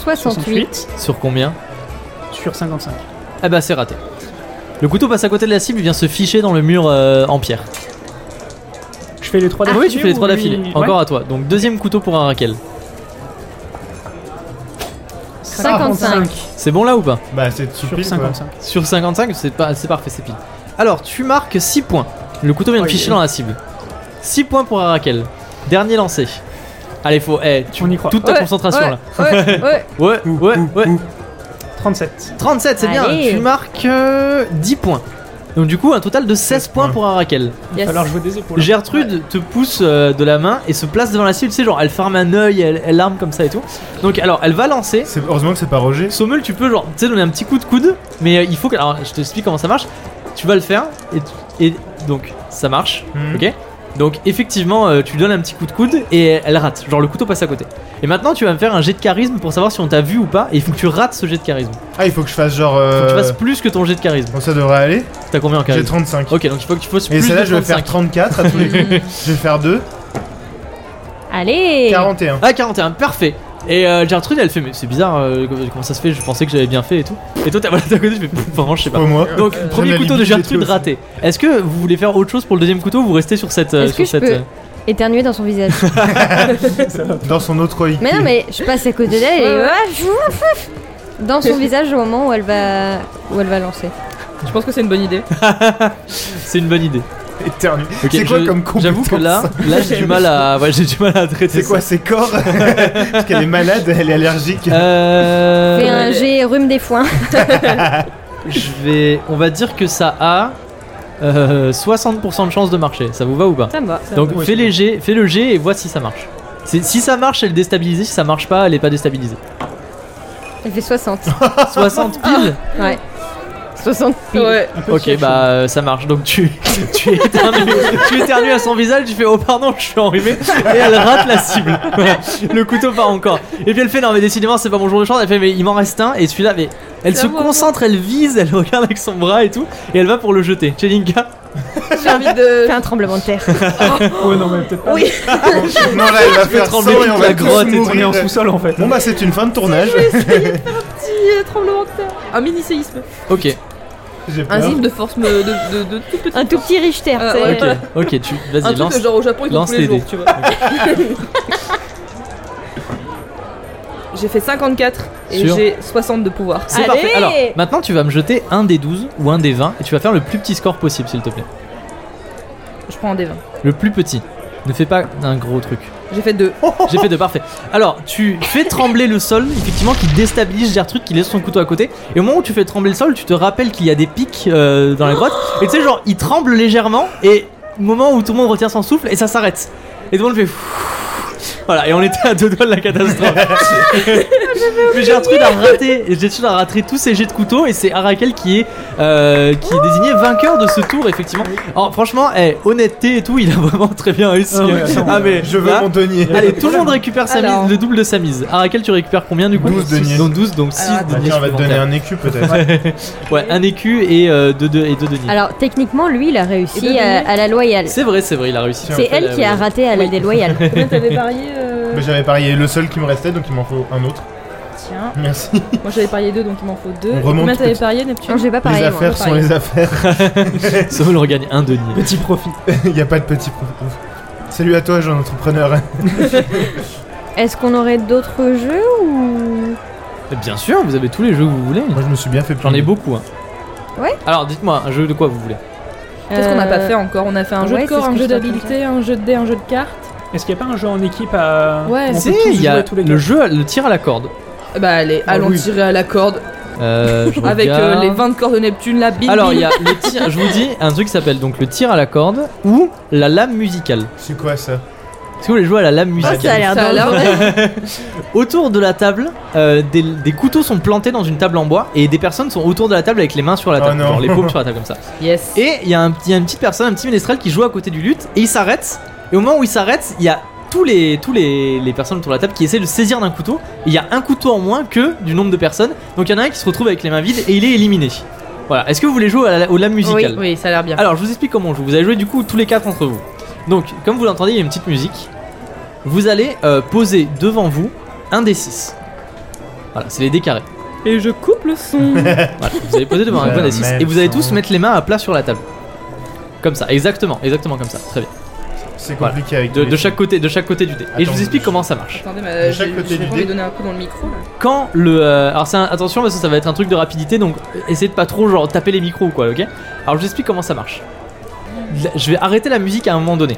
Speaker 3: 68.
Speaker 1: Sur combien
Speaker 4: sur 55.
Speaker 1: Ah bah c'est raté. Le couteau passe à côté de la cible, il vient se ficher dans le mur euh, en pierre.
Speaker 4: Je fais les trois
Speaker 1: Ah
Speaker 4: d'affilée.
Speaker 1: oui, tu fais les trois
Speaker 4: ou lui-
Speaker 1: d'affilée.
Speaker 4: Ouais.
Speaker 1: Encore à toi. Donc deuxième couteau pour un Raquel.
Speaker 3: 55.
Speaker 1: C'est bon là ou pas
Speaker 2: Bah, c'est
Speaker 4: Sur
Speaker 2: super.
Speaker 4: 55.
Speaker 1: Sur 55, c'est pas, c'est parfait, c'est pile. Alors, tu marques 6 points. Le couteau vient de
Speaker 4: Oh,
Speaker 1: ficher
Speaker 4: yeah.
Speaker 1: dans la cible. 6 points pour Raquel. Dernier lancé. Allez, faut. Eh, tu,
Speaker 4: On y croit.
Speaker 1: toute ta
Speaker 6: Ouais,
Speaker 1: concentration là.
Speaker 6: ouais, ouais.
Speaker 1: Ouais, ouais, ouais.
Speaker 4: 37.
Speaker 1: 37, c'est bien.
Speaker 3: Allez.
Speaker 1: Tu marques euh, 10 points. Donc, du coup, un total de 16 points pour Raquel.
Speaker 4: Il va
Speaker 6: Yes.
Speaker 4: falloir jouer des épaules.
Speaker 1: Gertrude te pousse euh, de la main et se place devant la cible. Tu sais, genre, elle ferme un œil, elle, elle arme comme ça et tout. Donc, alors, elle va lancer.
Speaker 2: C'est- Heureusement que c'est pas Roger.
Speaker 1: Sommel, tu peux genre, tu sais, donner un petit coup de coude, mais euh, il faut que. Alors, je te explique comment ça marche. Tu vas le faire et, tu- et donc ça marche,
Speaker 2: Mhm.
Speaker 1: ok. Donc effectivement, euh, tu donnes un petit coup de coude et elle rate. Genre le couteau passe à côté. Et maintenant, tu vas me faire un jet de charisme pour savoir si on t'a vu ou pas. Et il faut que tu rates ce jet de charisme.
Speaker 2: Ah, il faut que je fasse genre.
Speaker 1: Faut que tu
Speaker 2: euh,
Speaker 1: fasses plus que ton jet de charisme.
Speaker 2: Bon, ça devrait aller.
Speaker 1: T'as combien en
Speaker 2: J'ai
Speaker 1: charisme
Speaker 2: 35.
Speaker 1: Ok, donc il faut que tu fasses plus.
Speaker 2: Et celle-là,
Speaker 1: de
Speaker 2: je vais faire
Speaker 1: 35.
Speaker 2: 34 à tous les coups. Je vais faire 2.
Speaker 3: Allez
Speaker 2: 41.
Speaker 1: Ah 41, parfait. Et euh, Gertrude, elle fait mais c'est bizarre. euh, comment ça se fait Je pensais que j'avais bien fait et tout. Et toi, t'as voilà, t'as côté, je fais Pff, vraiment, je sais pas.
Speaker 2: Pas moi.
Speaker 1: Donc,
Speaker 6: Euh,
Speaker 1: premier
Speaker 2: j'aime la
Speaker 1: couteau de
Speaker 2: libido et
Speaker 1: Gertrude
Speaker 2: tout aussi.
Speaker 1: raté. Est-ce que vous voulez faire autre chose pour le deuxième couteau ou vous restez sur cette. euh,
Speaker 3: Est-ce
Speaker 1: sur
Speaker 3: que je
Speaker 1: cette
Speaker 3: peux-
Speaker 1: euh,
Speaker 3: Éternuer dans son visage.
Speaker 2: Dans son autre oeil.
Speaker 3: mais non, mais je passe à côté d'elle et.
Speaker 6: Ouais, ouais.
Speaker 3: Ah, je- Dans son visage au moment où elle va, où elle va lancer.
Speaker 6: Je pense que c'est une bonne idée.
Speaker 1: C'est une bonne idée.
Speaker 2: Éternue.
Speaker 1: Ok,
Speaker 2: c'est quoi
Speaker 1: je-
Speaker 2: comme compétence
Speaker 1: J'avoue que là, là j'ai du mal à, ouais, j'ai du mal à traiter.
Speaker 2: C'est quoi
Speaker 1: ça.
Speaker 2: ses corps Parce qu'elle est malade, elle est allergique.
Speaker 1: Ah,
Speaker 3: Fais
Speaker 1: euh,
Speaker 3: un jet rhume des foins.
Speaker 1: Je vais, on va dire que ça a euh, 60% de chance de marcher. Ça vous va ou pas
Speaker 3: Ça me va.
Speaker 1: Donc
Speaker 2: Ouais,
Speaker 1: fais
Speaker 2: c'est
Speaker 1: les jets- fais le jet et vois si ça marche. C'est- Si ça marche, elle est déstabilisée. Si ça marche pas, elle est pas déstabilisée.
Speaker 3: Elle fait 60.
Speaker 1: 60 pile.
Speaker 6: Ah,
Speaker 3: Ouais. 60.
Speaker 6: Ouais.
Speaker 4: Un peu
Speaker 1: Ok,
Speaker 4: de
Speaker 1: bah euh, ça marche. Donc tu, tu, éternues, tu éternues à son visage, tu fais oh pardon, je suis enrhumé, et elle rate la cible. Le couteau part encore. Et puis elle fait non, mais décidément, c'est pas mon jour de chance. Elle fait mais il m'en reste un, et celui-là, mais elle
Speaker 6: C'est
Speaker 1: se
Speaker 6: à moi,
Speaker 1: concentre, elle vise, elle regarde avec son bras et tout, et elle va pour le jeter. Chelinka,
Speaker 6: J'ai envie de.
Speaker 3: Fais un tremblement de terre.
Speaker 4: cheveux. Ouais, non, mais peut-être pas.
Speaker 6: Oui.
Speaker 2: non, là, elle va faire
Speaker 1: trembler
Speaker 2: 100
Speaker 1: toute
Speaker 2: et on
Speaker 1: la
Speaker 2: va
Speaker 1: grotte
Speaker 2: tous
Speaker 1: et tout,
Speaker 4: On est en
Speaker 2: mourir.
Speaker 4: sous-sol en fait.
Speaker 2: Bon, bah, c'est une fin de tournage.
Speaker 6: Petit euh, tremblement de terre. Un mini séisme.
Speaker 1: ok,
Speaker 2: J'ai
Speaker 6: Un
Speaker 2: peur.
Speaker 6: zip de force me- de, de, de tout petit.
Speaker 3: Un tout petit Richter.
Speaker 6: Ah,
Speaker 3: c'est-
Speaker 6: ouais.
Speaker 1: ok, ok, tu
Speaker 6: Un
Speaker 1: vas-y
Speaker 6: truc
Speaker 1: lance.
Speaker 6: que genre au Japon ils font
Speaker 1: lance
Speaker 6: tous les
Speaker 1: les
Speaker 6: jours,
Speaker 1: dés.
Speaker 6: tu vois. j'ai fait 54 et
Speaker 1: Sûr.
Speaker 6: j'ai 60 de pouvoir.
Speaker 1: C'est
Speaker 3: Allez
Speaker 1: parfait. Alors maintenant, tu vas me jeter un des 12 ou un des 20 et tu vas faire le plus petit score possible, s'il te plaît.
Speaker 6: Je prends un des 20.
Speaker 1: Le plus petit. Ne fais pas un gros truc.
Speaker 6: J'ai fait 2.
Speaker 1: J'ai fait de parfait. Alors, tu fais trembler le sol, effectivement, qui déstabilise Gertrude, qui laisse son couteau à côté. Et au moment où tu fais trembler le sol, tu te rappelles qu'il y a des pics euh, dans la grotte. Et tu sais, genre, il tremble légèrement. Et au moment où tout le monde retient son souffle, et ça s'arrête. Et tout le monde fait. Pfff Voilà, et on était à deux doigts de la catastrophe. Mais Gertrude a raté, et Gertrude a raté tous ses jets de couteau, et c'est Arakel qui est, euh, qui est désigné vainqueur de ce tour, effectivement. Alors, franchement, eh, honnêteté et tout, il a vraiment très bien réussi.
Speaker 4: Ah ouais, attends,
Speaker 1: mais
Speaker 2: Je veux
Speaker 1: là,
Speaker 2: mon denier.
Speaker 1: Allez, tout le monde récupère sa
Speaker 6: Alors.
Speaker 1: mise, le double de sa mise. Ah, Raquel, tu récupères combien du coup
Speaker 2: 12 deniers.
Speaker 1: Donc 12, donc 6
Speaker 6: Alors,
Speaker 2: Bah,
Speaker 1: deniers.
Speaker 2: tiens, on va te donner
Speaker 1: supplémentaires.
Speaker 2: un écu peut-être.
Speaker 1: Ouais, un écu et 2 deux, deux- et deux deniers.
Speaker 3: Alors, techniquement, lui, il a réussi
Speaker 6: Et deux
Speaker 3: à, à la loyale.
Speaker 1: C'est vrai, c'est vrai, il a réussi.
Speaker 2: C'est
Speaker 3: C'est
Speaker 1: Après,
Speaker 3: elle
Speaker 1: là,
Speaker 3: qui a
Speaker 1: ouais.
Speaker 3: raté à la déloyale.
Speaker 6: Combien t'avais parié euh,
Speaker 2: Mais J'avais parié le seul qui me restait, donc il m'en faut un autre.
Speaker 6: Tiens.
Speaker 2: Merci.
Speaker 6: Moi j'avais parié 2 donc il m'en faut 2.
Speaker 2: On remonte
Speaker 6: Combien t'avais
Speaker 2: petit.
Speaker 6: parié
Speaker 3: Non,
Speaker 6: Neptune
Speaker 3: j'ai pas
Speaker 2: les
Speaker 3: pareil. moi.
Speaker 2: affaires sont les affaires.
Speaker 1: Sommel euh, regagne un denier.
Speaker 4: Petit profit.
Speaker 2: Il n'y a pas de petit pro- Salut à toi, jeune entrepreneur.
Speaker 3: Est-ce qu'on aurait d'autres jeux ou.
Speaker 1: Mais Bien sûr, vous avez tous les jeux que vous voulez.
Speaker 2: Moi, je me suis bien fait
Speaker 1: J'en ai
Speaker 2: plaisir.
Speaker 1: beaucoup. Hein.
Speaker 3: Ouais.
Speaker 1: Alors, dites-moi, un jeu de quoi vous voulez
Speaker 6: Qu'est-ce qu'on n'a pas
Speaker 3: Euh,
Speaker 6: fait encore On a fait un jeu
Speaker 3: ouais,
Speaker 6: de corps,
Speaker 3: c'est ce
Speaker 6: un
Speaker 3: que
Speaker 6: jeu
Speaker 3: j'étais en train de
Speaker 6: d'habilité, un jeu de dés, un jeu de cartes.
Speaker 4: Est-ce qu'il n'y a pas un jeu en équipe à.
Speaker 6: Ouais,
Speaker 4: on peut
Speaker 1: Si,
Speaker 4: tous
Speaker 1: il y a
Speaker 4: jouer tous les
Speaker 1: le
Speaker 4: deux
Speaker 1: jeu, à- le tir à la corde.
Speaker 6: Bah allez,
Speaker 4: Ah
Speaker 6: allons
Speaker 4: oui.
Speaker 6: tirer à la corde
Speaker 1: Euh, je
Speaker 6: avec euh,
Speaker 1: regarde.
Speaker 6: les 20 de corps de Neptune, la bim
Speaker 1: Alors,
Speaker 6: bim.
Speaker 1: il y a le tir, je vous dis, un truc qui s'appelle donc le tir à la corde ou la lame musicale.
Speaker 2: C'est quoi ça
Speaker 1: Est-ce que vous voulez jouer à la lame musicale
Speaker 3: Ah, ça a l'air
Speaker 6: Ça a l'air
Speaker 3: dangereux.
Speaker 1: Autour de la table, euh, des, des couteaux sont plantés dans une table en bois et des personnes sont autour de la table avec les mains sur la
Speaker 2: Oh
Speaker 1: table,
Speaker 2: non.
Speaker 1: genre les paumes sur la table comme ça.
Speaker 6: Yes.
Speaker 1: Et il y, a un petit- il y a une petite personne, un petit ménestrel qui joue à côté du luth et il s'arrête. Et au moment où il s'arrête, il y a tous les tous les, les personnes autour de la table qui essaient de saisir d'un couteau. Et Il y a un couteau en moins que du nombre de personnes. Donc il y en a un qui se retrouve avec les mains vides et il est éliminé. Voilà. Est-ce que vous voulez jouer à la, aux lames
Speaker 6: oui,
Speaker 1: musicales
Speaker 6: oui, ça a l'air bien.
Speaker 1: alors, je vous explique comment on joue. Vous allez jouer du coup tous les quatre entre vous. Donc, comme vous l'entendez, il y a une petite musique. Vous allez euh, poser devant vous un des 6. Voilà, c'est les dés carrés.
Speaker 6: Et je coupe le son.
Speaker 1: Voilà, vous allez poser devant un
Speaker 2: Ouais,
Speaker 1: bon des 6.
Speaker 2: même
Speaker 1: Et vous allez
Speaker 2: sans-
Speaker 1: tous mettre les mains à plat sur la table. Comme ça, exactement, exactement comme ça. Très bien.
Speaker 2: C'est
Speaker 1: Voilà.
Speaker 2: compliqué avec
Speaker 1: De,
Speaker 2: tous
Speaker 1: de
Speaker 2: les
Speaker 1: chaque côté, de chaque côté du dé. Et je
Speaker 2: Attends.
Speaker 1: vous explique comment ça marche.
Speaker 6: Attendez, mais euh,
Speaker 2: De chaque
Speaker 6: j'ai-
Speaker 2: côté
Speaker 6: j'ai
Speaker 2: du
Speaker 6: pas envie
Speaker 2: dé.
Speaker 6: de donner un coup dans le micro là.
Speaker 1: Quand le, euh, alors c'est un- attention parce que ça va être un truc de rapidité, donc euh, essayez de pas trop genre taper les micros ou quoi, ok Alors je vous explique comment ça marche. La- Je vais arrêter la musique à un moment donné.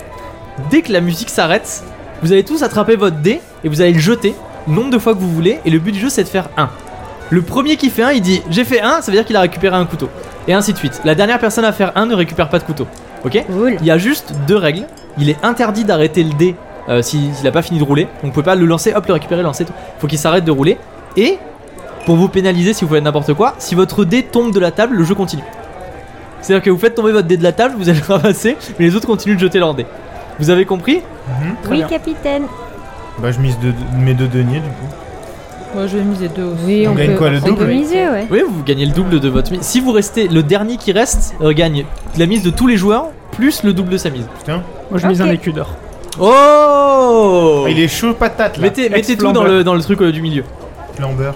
Speaker 1: Dès que la musique s'arrête, vous allez tous attraper votre dé et vous allez le jeter nombre de fois que vous voulez. Et le but du jeu c'est de faire 1. Le premier qui fait 1, il dit j'ai fait 1, ça veut dire qu'il a récupéré un couteau. Et ainsi de suite. La dernière personne à faire 1 ne récupère pas de couteau, ok
Speaker 3: Cool.
Speaker 1: il y a juste deux règles. Il est interdit d'arrêter le dé euh, s'il s'il a pas fini de rouler. Donc vous pouvez pas le lancer, hop, le récupérer, le lancer. tout. Faut qu'il s'arrête de rouler. Et pour vous pénaliser si vous faites n'importe quoi, si votre dé tombe de la table, le jeu continue. C'est-à-dire que vous faites tomber votre dé de la table, vous allez le ramasser, mais les autres continuent de jeter leur dé. Vous avez compris
Speaker 4: Très
Speaker 3: Oui,
Speaker 4: bien.
Speaker 3: capitaine.
Speaker 2: dés. Bah, je mise deux- mes deux deniers du coup.
Speaker 6: Moi je vais miser deux aussi.
Speaker 3: Oui,
Speaker 2: On
Speaker 3: on,
Speaker 2: gagne
Speaker 3: peut,
Speaker 2: quoi, le
Speaker 3: on
Speaker 2: double
Speaker 3: peut miser, ouais.
Speaker 1: Oui, vous gagnez le double de votre mise. Si vous restez, le dernier qui reste euh, gagne la mise de tous les joueurs plus le double de sa mise.
Speaker 4: Moi, je mise
Speaker 3: Ok.
Speaker 4: un écu d'or.
Speaker 1: Oh
Speaker 2: Ah, Il est chaud patate là.
Speaker 1: Mettez, mettez tout dans le, dans le truc euh, du milieu.
Speaker 2: Lambert.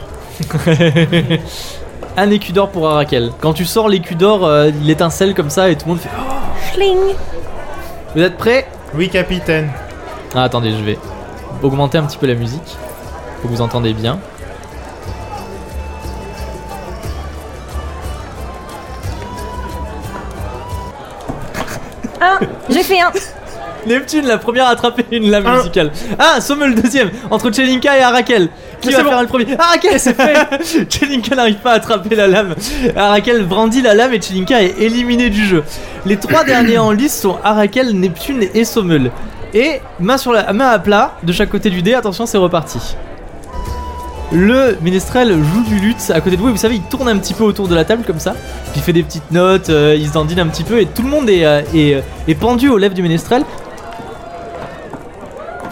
Speaker 1: un écu d'or pour Arakel. Quand tu sors l'écu d'or, euh, l'étincelle comme ça et tout le monde fait. Oh,
Speaker 3: Schling.
Speaker 1: Vous êtes prêts
Speaker 2: Oui, capitaine.
Speaker 1: Ah, attendez, je vais augmenter un petit peu la musique pour que vous entendez bien.
Speaker 3: Un, j'ai fait un.
Speaker 1: Neptune, la première à attraper une lame
Speaker 2: Un.
Speaker 1: musicale. Ah, Somme le deuxième entre Chelinka et Arakel. Qui
Speaker 4: Mais
Speaker 1: va
Speaker 4: c'est
Speaker 1: faire
Speaker 4: bon.
Speaker 1: le premier Arakel, c'est fait Chelinka n'arrive pas à attraper la lame. Arakel brandit la lame et Chelinka est éliminée du jeu. Les trois derniers en lice sont Arakel, Neptune et Sommel. Et main, sur la, main à plat de chaque côté du dé, attention, c'est reparti. Le ménestrel joue du luth à côté de vous et vous savez, il tourne un petit peu autour de la table comme ça. Puis il fait des petites notes, euh, il se dandine un petit peu et tout le monde est, euh, est, euh, est pendu aux lèvres du ménestrel.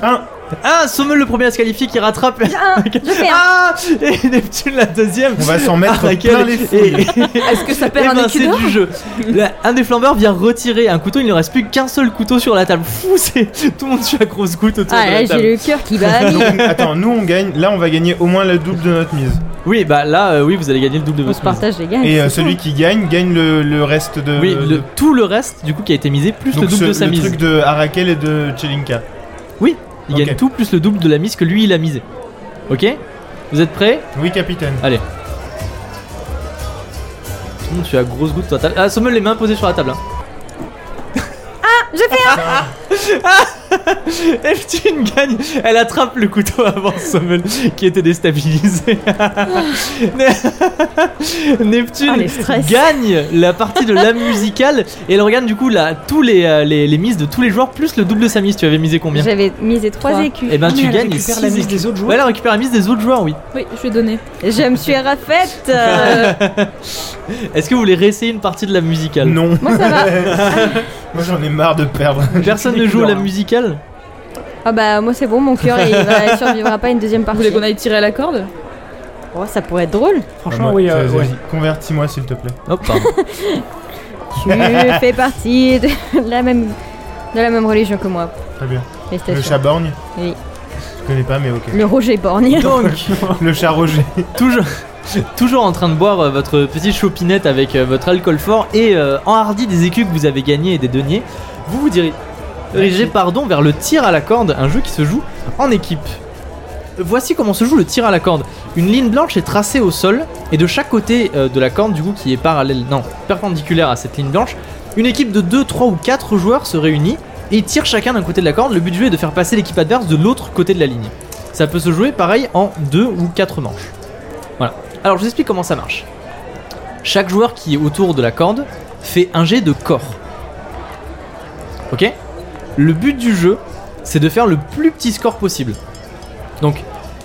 Speaker 2: Un.
Speaker 1: Ah, Sommel le premier à se qualifier qui rattrape.
Speaker 3: Un, j'ai fait un.
Speaker 1: Ah Et Neptune la deuxième.
Speaker 2: On va s'en
Speaker 1: Ah,
Speaker 2: mettre
Speaker 1: Raquel
Speaker 2: plein les
Speaker 1: est-
Speaker 2: fouilles.
Speaker 1: est- est
Speaker 6: Est-ce que ça perd un
Speaker 1: évincée
Speaker 6: écu d'or
Speaker 1: Eh ben, du jeu. La- un des flambeurs vient retirer un couteau, il ne reste plus qu'un seul couteau sur la table. Fou, c'est tout le monde suit à grosse goutte autour
Speaker 3: Ah
Speaker 1: de
Speaker 3: là,
Speaker 1: la table.
Speaker 3: j'ai le cœur qui bat à mille.
Speaker 2: Donc, attends, nous on gagne. Là, on va gagner au moins le double de notre mise.
Speaker 1: Oui, bah là, euh, oui, vous allez gagner le double de
Speaker 3: On
Speaker 1: votre
Speaker 3: se
Speaker 1: mise.
Speaker 3: partage les gars.
Speaker 2: Et euh, celui qui gagne gagne le, Euh, le reste de.
Speaker 1: Oui,
Speaker 2: de-
Speaker 1: le- tout le reste du coup qui a été misé, plus
Speaker 2: donc
Speaker 1: le double
Speaker 2: ce-
Speaker 1: de sa
Speaker 2: le
Speaker 1: mise.
Speaker 2: truc de Arakel et de Chelinka.
Speaker 1: Il
Speaker 2: Ok.
Speaker 1: gagne tout plus le double de la mise que lui il a misé. Ok Vous êtes prêts
Speaker 2: Oui, capitaine.
Speaker 1: Tout le monde suit à grosse goutte sur la table. Ah, Sommel, les mains posées sur la table. hein.
Speaker 3: J'ai fait Ah, un.
Speaker 1: Neptune gagne, elle attrape le couteau avant Sommel qui était déstabilisé. Ne-
Speaker 3: Ah,
Speaker 1: Neptune
Speaker 3: les stress.
Speaker 1: gagne la partie de lame musicale et elle regarde du coup là, tous les, euh, les, les mises de tous les joueurs plus le double de sa mise. Tu avais misé combien
Speaker 3: J'avais misé trois
Speaker 6: Trois.
Speaker 3: écus.
Speaker 1: Eh ben
Speaker 4: Mais
Speaker 1: tu
Speaker 4: elle
Speaker 1: gagnes
Speaker 4: récupère
Speaker 1: six
Speaker 4: la mise
Speaker 1: écus.
Speaker 4: des autres joueurs.
Speaker 1: Ouais, elle récupère la mise des autres joueurs, oui.
Speaker 6: Oui, je vais donner.
Speaker 3: Je me suis rafaite. euh,
Speaker 1: Est-ce que vous voulez réessayer une partie de lame musicale
Speaker 2: Non.
Speaker 3: Moi ça va.
Speaker 2: Moi, j'en ai marre de perdre.
Speaker 1: Personne ne joue à la musicale
Speaker 3: Ah bah moi c'est bon, mon cœur il va- survivra pas à une deuxième
Speaker 6: Vous
Speaker 3: partie.
Speaker 6: voulez qu'on aille tirer à la corde
Speaker 3: Oh, ça pourrait être drôle.
Speaker 4: Franchement,
Speaker 2: Ah, moi,
Speaker 4: oui. euh,
Speaker 2: vas-y,
Speaker 4: ouais.
Speaker 2: Convertis-moi, s'il te plaît.
Speaker 1: Hop, pardon.
Speaker 3: Tu fais partie de la même de la même religion que moi.
Speaker 2: Très bien. Le
Speaker 3: Félicitations.
Speaker 2: chat borgne
Speaker 3: Oui.
Speaker 2: Je connais pas, mais ok.
Speaker 3: Le Roger Borgne.
Speaker 1: Donc,
Speaker 2: Le chat Roger.
Speaker 1: toujours, toujours en train de boire euh, votre petite chopinette avec euh, votre alcool fort et euh, enhardi des écus que vous avez gagnés et des deniers, vous vous direz dirigez pardon vers le tir à la corde, un jeu qui se joue en équipe. Voici comment se joue le tir à la corde. Une ligne blanche est tracée au sol et de chaque côté euh, de la corde du coup qui est parallèle, non, perpendiculaire à cette ligne blanche, une équipe de 2, 3 ou 4 joueurs se réunit et tire chacun d'un côté de la corde. Le but du jeu est de faire passer l'équipe adverse de l'autre côté de la ligne. Ça peut se jouer pareil en 2 ou 4 manches. Alors je vous explique comment ça marche. Chaque joueur qui est autour de la corde fait un jet de corps. Ok Le but du jeu, c'est de faire le plus petit score possible. Donc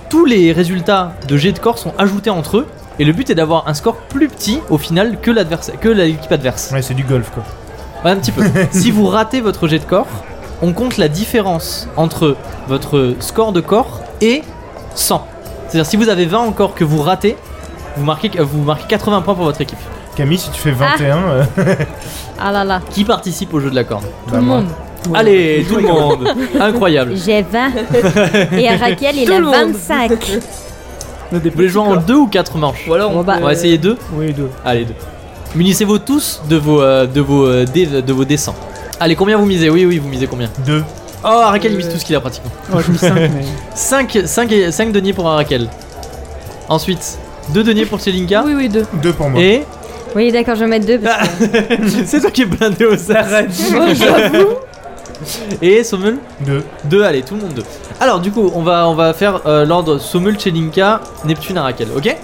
Speaker 1: tous les résultats de jet de corps sont ajoutés entre eux et le but est d'avoir un score plus petit au final que l'adversaire, que l'équipe adverse.
Speaker 2: Ouais, c'est du golf quoi.
Speaker 1: Ouais, un petit peu. si vous ratez votre jet de corps, on compte la différence entre votre score de corps et 100. C'est-à-dire si vous avez 20 en corps que vous ratez, vous marquez, euh, vous marquez 80 points pour votre équipe.
Speaker 2: Camille, si tu fais 21, euh,
Speaker 3: Ah là là.
Speaker 1: Qui participe au jeu de la corde
Speaker 6: Tout
Speaker 2: bah,
Speaker 6: le
Speaker 2: moi.
Speaker 6: monde.
Speaker 4: Ouais.
Speaker 1: Allez, tout le monde Incroyable
Speaker 3: J'ai 20. Et Raquel, il
Speaker 6: Tout
Speaker 3: a
Speaker 6: le monde.
Speaker 3: 25.
Speaker 4: On a des
Speaker 1: Vous voulez
Speaker 4: petits
Speaker 1: jouer en
Speaker 4: corps.
Speaker 1: deux ou quatre manches
Speaker 6: Ou alors
Speaker 3: Bon,
Speaker 6: on
Speaker 3: bah,
Speaker 1: On va essayer deux
Speaker 4: Oui, deux.
Speaker 1: Allez, deux. Munissez-vous tous de vos, euh, de, vos, euh, dés- de vos dessins. Allez, combien vous misez Oui, oui, vous misez combien
Speaker 2: Deux.
Speaker 1: Oh, Arakel, il mise
Speaker 6: Euh.
Speaker 1: tout ce qu'il a pratiquement.
Speaker 4: Moi, je mis 5, mais.
Speaker 1: 5, 5, et, 5 deniers pour Arakel. Ensuite, 2 deniers pour Tchelinka.
Speaker 6: Oui, oui, deux.
Speaker 2: Deux pour moi.
Speaker 1: Et.
Speaker 3: Oui, d'accord, je vais mettre 2. Parce que...
Speaker 1: C'est toi qui es blindé au Et Sommel
Speaker 2: Deux.
Speaker 1: 2, allez, tout le monde 2. Alors, du coup, on va, on va faire euh, l'ordre Sommel, Chelinka, Neptune, Arakel, ok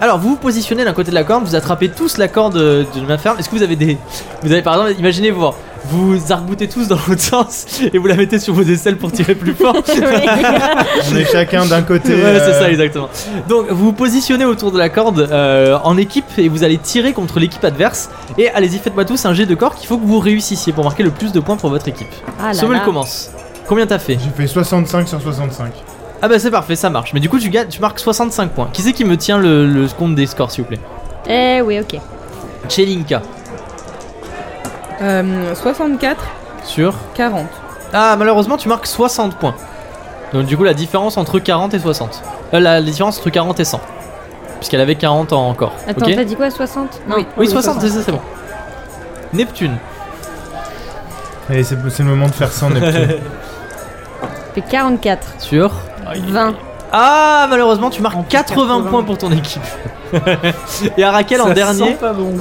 Speaker 1: Alors, vous vous positionnez d'un côté de la corde, vous attrapez tous la corde euh, d'une main ferme. Est-ce que vous avez des. Vous avez par exemple, imaginez vous, vous arc-boutez tous dans l'autre sens et vous la mettez sur vos aisselles pour tirer plus fort.
Speaker 3: Ah
Speaker 2: On est chacun d'un côté.
Speaker 1: Ouais, c'est
Speaker 2: euh,
Speaker 1: ça, exactement. Donc, vous vous positionnez autour de la corde euh, en équipe et vous allez tirer contre l'équipe adverse. Et allez-y, faites-moi tous un jet de corps qu'il faut que vous réussissiez pour marquer le plus de points pour votre équipe.
Speaker 3: Ah là
Speaker 1: Sommel
Speaker 3: là.
Speaker 1: commence. Combien t'as fait
Speaker 2: J'ai fait 65 sur 65.
Speaker 1: Ah bah c'est parfait, ça marche. Mais du coup tu, gagnes, tu marques 65 points. Qui c'est qui me tient le, le compte des scores s'il vous plaît
Speaker 3: Eh oui, ok.
Speaker 1: Chelinka.
Speaker 6: Euh, 64,
Speaker 1: Sur
Speaker 6: 40.
Speaker 1: Ah malheureusement tu marques 60 points. Donc du coup la différence entre 40 et 60. Euh, la, la différence entre 40 et 100. Puisqu'elle avait 40 ans encore.
Speaker 3: Attends,
Speaker 1: ok
Speaker 3: t'as dit quoi 60
Speaker 6: Oui.
Speaker 1: oui 60, c'est ça, c'est bon. Neptune.
Speaker 2: Allez, c'est c'est le moment de faire 100 Neptune.
Speaker 3: Fait 44.
Speaker 1: Sur
Speaker 3: 20.
Speaker 1: Ah malheureusement tu
Speaker 4: En
Speaker 1: marques
Speaker 4: plus,
Speaker 1: 80,
Speaker 4: 80.
Speaker 1: points pour ton équipe. et Arakel en
Speaker 4: Ça
Speaker 1: dernier.
Speaker 4: sent pas bon.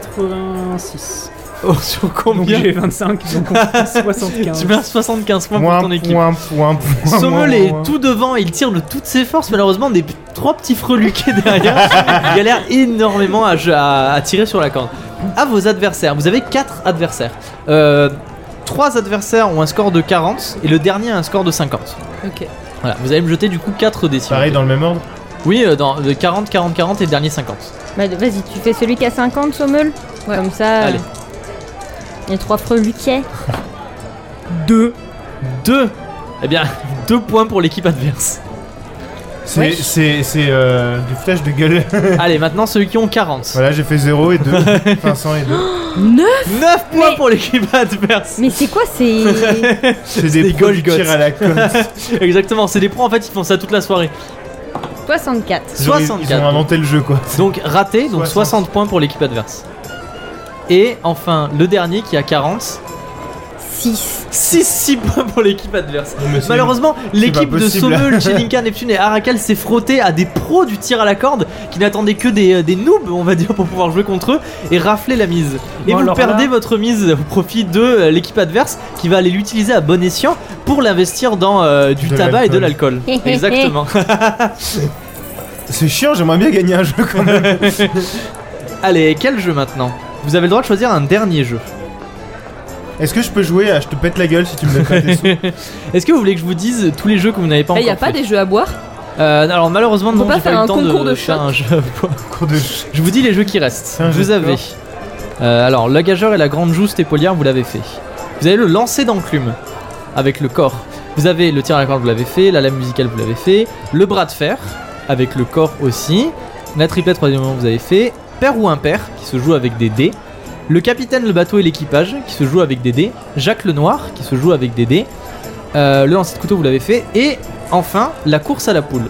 Speaker 4: 86.
Speaker 1: Oh, sur
Speaker 4: Donc
Speaker 1: combien
Speaker 4: j'ai 25, donc on fait
Speaker 1: Tu
Speaker 4: 75.
Speaker 1: marques 75 points pour
Speaker 2: Moins,
Speaker 1: ton équipe.
Speaker 2: point, point, point,
Speaker 1: Sommel
Speaker 2: moins,
Speaker 1: est
Speaker 2: moins.
Speaker 1: tout devant et il tire de toutes ses forces. Malheureusement, des p- trois petits freluquets derrière Il galère énormément à, je- à- à tirer sur la corde. À vos adversaires, vous avez quatre adversaires. Euh, Trois adversaires ont un score de 40 et le dernier a un score de 50.
Speaker 6: Ok.
Speaker 1: Voilà, vous allez me jeter du coup 4 dés. s'il vous
Speaker 2: Pareil
Speaker 1: plaît.
Speaker 2: dans le même ordre.
Speaker 1: Oui, euh, dans de 40, 40, 40 et le dernier 50.
Speaker 3: Bah, vas-y, tu fais celui qui a 50, Sommel
Speaker 6: Ouais.
Speaker 3: Comme ça.
Speaker 1: Allez.
Speaker 3: Il y a 3 freluquets.
Speaker 1: 2. 2. Eh bien, 2 points pour l'équipe adverse.
Speaker 2: C'est
Speaker 6: Wesh.
Speaker 2: c'est- c'est, euh, du flash de gueule.
Speaker 1: allez, maintenant ceux qui ont 40.
Speaker 2: voilà, j'ai fait 0 et 2. Enfin, 100 et 2.
Speaker 1: 9 points
Speaker 3: Mais-
Speaker 1: pour l'équipe adverse.
Speaker 3: Mais c'est quoi C'est.
Speaker 2: C'est des
Speaker 1: des
Speaker 2: pros du
Speaker 1: Golgoth.
Speaker 2: tir à la conne.
Speaker 1: Exactement, c'est des pros en fait, ils font ça toute la soirée.
Speaker 3: 64.
Speaker 2: Ils ont- Ils ont
Speaker 1: 64.
Speaker 2: inventé le jeu, quoi.
Speaker 1: Donc raté, donc
Speaker 2: 60.
Speaker 1: 60 points pour l'équipe adverse. Et enfin, le dernier qui a 40,
Speaker 3: 6.
Speaker 1: 6, 6 points pour l'équipe adverse.
Speaker 2: Non, mais c'est-
Speaker 1: Malheureusement, l'équipe de
Speaker 2: possible.
Speaker 1: Sommel, Chelinka, Neptune et Arakel s'est frottée à des pros du tir à la corde qui n'attendaient que des, des noobs, on va dire, pour pouvoir jouer contre eux et rafler la mise. Et
Speaker 4: Bon,
Speaker 1: vous
Speaker 4: alors
Speaker 1: perdez
Speaker 4: là-
Speaker 1: votre mise au profit de euh, l'équipe adverse qui va aller l'utiliser à bon escient pour l'investir dans euh, du
Speaker 2: De
Speaker 1: tabac et de l'alcool.
Speaker 3: l'alcool.
Speaker 1: Exactement.
Speaker 2: C'est chiant, j'aimerais bien gagner un jeu quand même.
Speaker 1: Allez, quel jeu maintenant Vous avez le droit de choisir un dernier jeu.
Speaker 2: Est-ce que je peux jouer à Je te pète la gueule si tu me donnes pas tes sous
Speaker 1: Est-ce que vous voulez que je vous dise tous les jeux que vous n'avez pas
Speaker 6: Eh,
Speaker 1: encore
Speaker 6: y a pas
Speaker 1: fait
Speaker 6: des jeux à boire
Speaker 1: Euh, alors malheureusement,
Speaker 6: On peut
Speaker 1: non,
Speaker 6: pas
Speaker 1: j'ai
Speaker 6: faire
Speaker 1: eu
Speaker 6: un
Speaker 1: le temps
Speaker 6: concours de
Speaker 1: faire
Speaker 6: shot
Speaker 1: un jeu.
Speaker 2: Cours de ch-
Speaker 1: Je vous dis les jeux qui restent.
Speaker 2: C'est un jeu
Speaker 1: Vous
Speaker 2: de
Speaker 1: avez.
Speaker 2: corps.
Speaker 1: euh, alors, la gageur et la grande jouste et Poliard, vous l'avez fait. Vous avez le lancer d'enclume avec le corps. Vous avez le tir à la corde, vous l'avez fait. La lame musicale, vous l'avez fait. Le bras de fer avec le corps aussi. La triplette, troisièmement, vous avez fait. Père ou impair qui se joue avec des dés. Le capitaine, le bateau et l'équipage qui se joue avec des dés. Jacques le Noir qui se joue avec des dés. Euh, le lancer de couteau, vous l'avez fait. Et enfin, la course à la poule.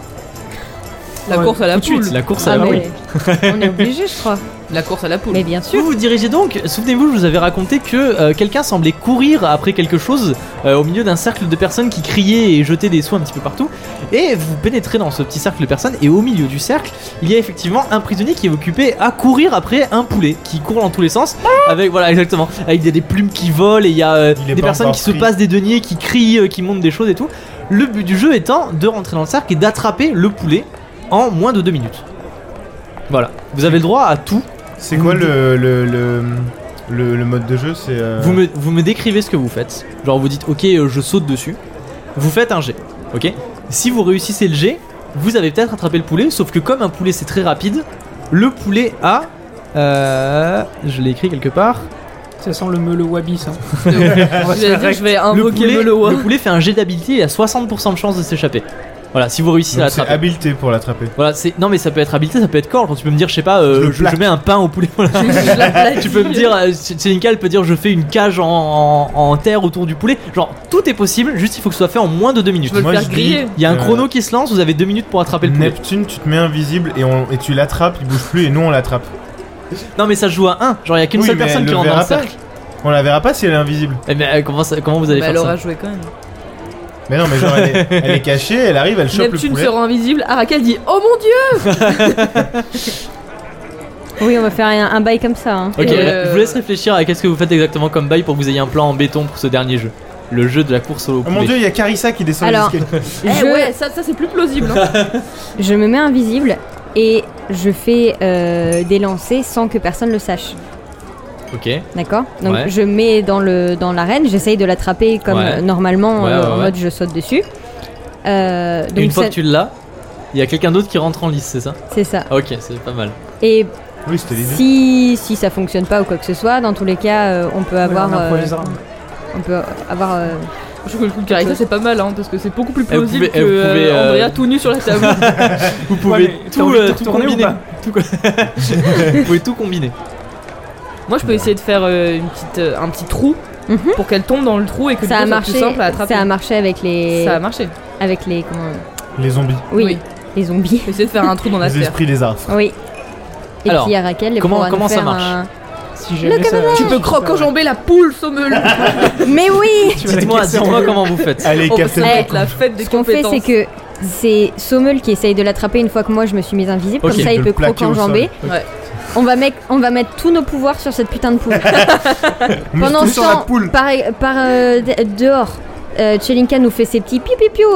Speaker 6: La
Speaker 4: Ouais,
Speaker 6: course à la
Speaker 1: Tout de
Speaker 6: poule.
Speaker 1: suite, la course à
Speaker 3: Ah,
Speaker 1: la poule.
Speaker 3: mais. On est obligé, je crois.
Speaker 6: La course à la poule.
Speaker 3: Mais bien sûr.
Speaker 1: Vous vous dirigez donc, souvenez-vous, je vous avais raconté que euh, quelqu'un semblait courir après quelque chose euh, au milieu d'un cercle de personnes qui criaient et jetaient des sous un petit peu partout. Et vous pénétrez dans ce petit cercle de personnes, et au milieu du cercle, il y a effectivement un prisonnier qui est occupé à courir après un poulet qui court dans tous les sens.
Speaker 3: Ah
Speaker 1: Avec, voilà, exactement. Euh, Avec des, des plumes qui volent, et il y a euh,
Speaker 2: Il est
Speaker 1: des
Speaker 2: pas
Speaker 1: personnes
Speaker 2: encore
Speaker 1: qui se
Speaker 2: pris.
Speaker 1: passent des deniers, qui crient, euh, qui montent des choses et tout. Le but du jeu étant de rentrer dans le cercle et d'attraper le poulet en moins de deux minutes. Voilà, vous avez le droit à tout.
Speaker 2: C'est quoi le, le, le, le, le mode de jeu C'est euh,
Speaker 1: Vous me, vous me décrivez ce que vous faites. Genre vous dites ok euh, je saute dessus. Vous faites un jet. Ok Si vous réussissez le jet, vous avez peut-être attrapé le poulet, sauf que comme un poulet c'est très rapide, le poulet a... euh, je l'ai écrit quelque part.
Speaker 4: Ça sent le meule wabi, ça.
Speaker 6: J'allais dire, je vais
Speaker 1: Le
Speaker 6: invoquer
Speaker 1: poulet,
Speaker 6: le, le roi.
Speaker 1: le poulet fait un jet d'habilité et a 60% de chance de s'échapper. Voilà, si vous réussissez à
Speaker 2: Donc, C'est
Speaker 1: l'attraper.
Speaker 2: habileté pour l'attraper.
Speaker 1: Voilà, c'est non mais ça peut être habileté, ça peut être corps. Genre, tu peux me dire, je sais pas, euh,
Speaker 2: Je le
Speaker 1: je, je
Speaker 2: plaque.
Speaker 1: mets un pain au poulet. Voilà. tu peux me dire, euh, Selinka, elle peut dire, je fais une cage en, en- en terre autour du poulet. Genre tout est possible, juste il faut que ce soit fait en moins de deux minutes.
Speaker 6: Je veux
Speaker 2: Moi,
Speaker 6: le faire
Speaker 2: je dis-
Speaker 6: griller.
Speaker 1: Il y a un
Speaker 2: Euh,
Speaker 1: chrono qui se lance, vous avez deux minutes pour attraper le poulet.
Speaker 2: Neptune, tu te mets invisible et, on, et tu l'attrapes, il bouge plus et nous on l'attrape.
Speaker 1: Non mais ça se joue à un. Genre il y a qu'une
Speaker 2: Oui,
Speaker 1: seule
Speaker 2: mais
Speaker 1: personne
Speaker 2: elle
Speaker 1: qui
Speaker 2: le
Speaker 1: rentre dans le
Speaker 2: verra pas.
Speaker 1: cercle.
Speaker 2: On la verra pas si elle est invisible.
Speaker 1: Eh, Mais euh, comment, ça- comment vous allez
Speaker 6: Bah,
Speaker 1: faire
Speaker 6: elle
Speaker 1: ça
Speaker 6: aura joué quand même.
Speaker 2: Mais non, mais genre elle est, elle est cachée, elle arrive, elle chope
Speaker 6: Neptune
Speaker 2: le poulet.
Speaker 6: se rend invisible. Araka dit Oh mon dieu
Speaker 3: Oui, on va faire un, un bail comme ça. hein.
Speaker 1: Ok,
Speaker 6: Et, euh,
Speaker 1: je vous laisse réfléchir à qu'est-ce que vous faites exactement comme bail pour que vous ayez un plan en béton pour ce dernier jeu. Le jeu de la course au
Speaker 2: Oh
Speaker 1: poulet.
Speaker 2: mon dieu, il y a Carissa qui descend
Speaker 3: Alors,
Speaker 2: l'escalier.
Speaker 6: Eh
Speaker 3: Je-
Speaker 6: ouais, ça, ça c'est plus plausible. hein.
Speaker 3: Je me mets invisible et je fais euh, des lancers sans que personne le sache.
Speaker 1: Ok. Ouais,
Speaker 3: D'accord Donc
Speaker 1: Ouais.
Speaker 3: je mets dans le dans l'arène, j'essaye de l'attraper comme
Speaker 1: Ouais.
Speaker 3: euh, normalement,
Speaker 1: Ouais,
Speaker 3: euh,
Speaker 1: ouais,
Speaker 3: en
Speaker 1: ouais.
Speaker 3: mode je saute dessus. Euh, donc
Speaker 1: Une fois
Speaker 3: ça-
Speaker 1: que tu l'as, il y a quelqu'un d'autre qui rentre en lice, c'est ça
Speaker 3: c'est ça.
Speaker 1: Ok, c'est pas mal.
Speaker 3: Et
Speaker 2: Oui, c'était l'idée.
Speaker 3: si, si ça fonctionne pas ou quoi que ce soit, dans tous les cas, euh, on peut avoir,
Speaker 4: on
Speaker 3: euh,
Speaker 4: improvisera.
Speaker 3: on peut avoir euh,
Speaker 6: Je trouve que le coup de Carissa c'est pas mal hein, parce que c'est beaucoup plus
Speaker 1: Eh, vous
Speaker 6: plausible
Speaker 1: pouvez- eh,
Speaker 6: que
Speaker 1: vous pouvez,
Speaker 6: euh,
Speaker 1: euh,
Speaker 6: Andrea tout nu sur la table.
Speaker 1: Vous
Speaker 4: Ouais,
Speaker 1: pouvez
Speaker 4: mais t'as
Speaker 1: tout,
Speaker 4: envie de
Speaker 1: euh,
Speaker 4: te
Speaker 1: tout
Speaker 4: retourner ou
Speaker 1: combiner.
Speaker 4: pas
Speaker 1: Tout co- vous pouvez tout combiner.
Speaker 6: Moi je peux essayer de faire euh, une petite, euh, un petit trou
Speaker 3: Mhm.
Speaker 6: pour qu'elle tombe dans le trou et que
Speaker 3: ça
Speaker 6: du
Speaker 3: a
Speaker 6: coup, soit
Speaker 3: marché,
Speaker 6: plus simple à attraper.
Speaker 3: ça a marché avec les
Speaker 6: Ça a marché.
Speaker 3: avec les comment-
Speaker 2: Les zombies,
Speaker 3: oui,
Speaker 6: Oui.
Speaker 3: les zombies.
Speaker 6: Je vais essayer de faire un trou dans la
Speaker 2: les
Speaker 6: sphère.
Speaker 2: esprits des affres.
Speaker 3: Oui. Et
Speaker 1: Alors,
Speaker 3: puis à Raquel, elle
Speaker 1: comment-
Speaker 3: pourra nous
Speaker 1: comment ça
Speaker 3: faire
Speaker 1: marche
Speaker 3: un-
Speaker 4: Si jamais ça-
Speaker 6: Tu peux croque-enjamber la poule sommeule.
Speaker 3: Mais oui
Speaker 4: Tu vas la
Speaker 1: Dites-moi
Speaker 4: casser en
Speaker 1: dites-moi
Speaker 4: deux.
Speaker 1: comment vous faites.
Speaker 2: Allez,
Speaker 6: Oh,
Speaker 2: Captain
Speaker 6: ça va
Speaker 3: Eh,
Speaker 6: être la fête des
Speaker 3: Ce qu'on fait,
Speaker 6: compétences.
Speaker 3: c'est que c'est Sommel qui essaye de l'attraper une fois que moi je me suis mise invisible,
Speaker 1: Ok,
Speaker 3: comme ça
Speaker 2: de
Speaker 3: il peut
Speaker 2: le plaquer au
Speaker 3: croque-enjamber.
Speaker 2: sol.
Speaker 6: Ouais.
Speaker 3: On va, mec- on va mettre tous nos pouvoirs sur cette putain de poule. Pendant
Speaker 2: tout
Speaker 3: ce
Speaker 2: sur la
Speaker 3: temps,
Speaker 2: poule.
Speaker 3: par, par, euh, de- dehors, euh, Chelinka nous fait ses petits piou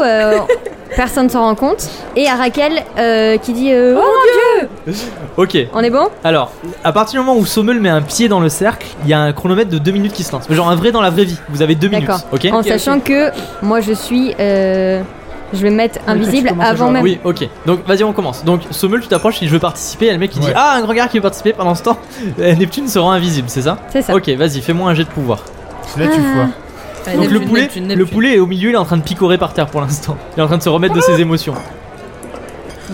Speaker 3: personne s'en rend compte. Et à Raquel euh, qui dit euh, Oh,
Speaker 1: Ok,
Speaker 3: on est bon
Speaker 1: alors, à partir du moment où Sommel met un pied dans le cercle, il y a un chronomètre de 2 minutes qui se lance. Mais genre un vrai dans la vraie vie. Vous avez 2 minutes.
Speaker 3: D'accord.
Speaker 1: Ok
Speaker 3: En
Speaker 6: ok.
Speaker 3: sachant que moi je suis. euh, je vais me mettre invisible
Speaker 4: commences à
Speaker 3: avant
Speaker 4: jouer.
Speaker 3: même.
Speaker 1: Oui, ok. Donc vas-y, on commence. Donc Sommel, tu t'approches, il dit, je veux participer. Il y a le mec qui dit
Speaker 2: Ouais.
Speaker 1: Ah, un grand gars qui veut participer pendant ce temps. euh, Neptune se rend invisible, c'est ça
Speaker 3: C'est ça.
Speaker 1: Ok, vas-y, fais-moi un jet de pouvoir.
Speaker 2: Là, hein. tu
Speaker 3: Ah.
Speaker 2: foires.
Speaker 6: Allez,
Speaker 1: Donc le
Speaker 6: Neptune,
Speaker 1: poulet, le
Speaker 6: Neptune, Neptune.
Speaker 1: poulet est au milieu, il est en train de picorer par terre pour l'instant. Il est en train de se remettre de ses émotions.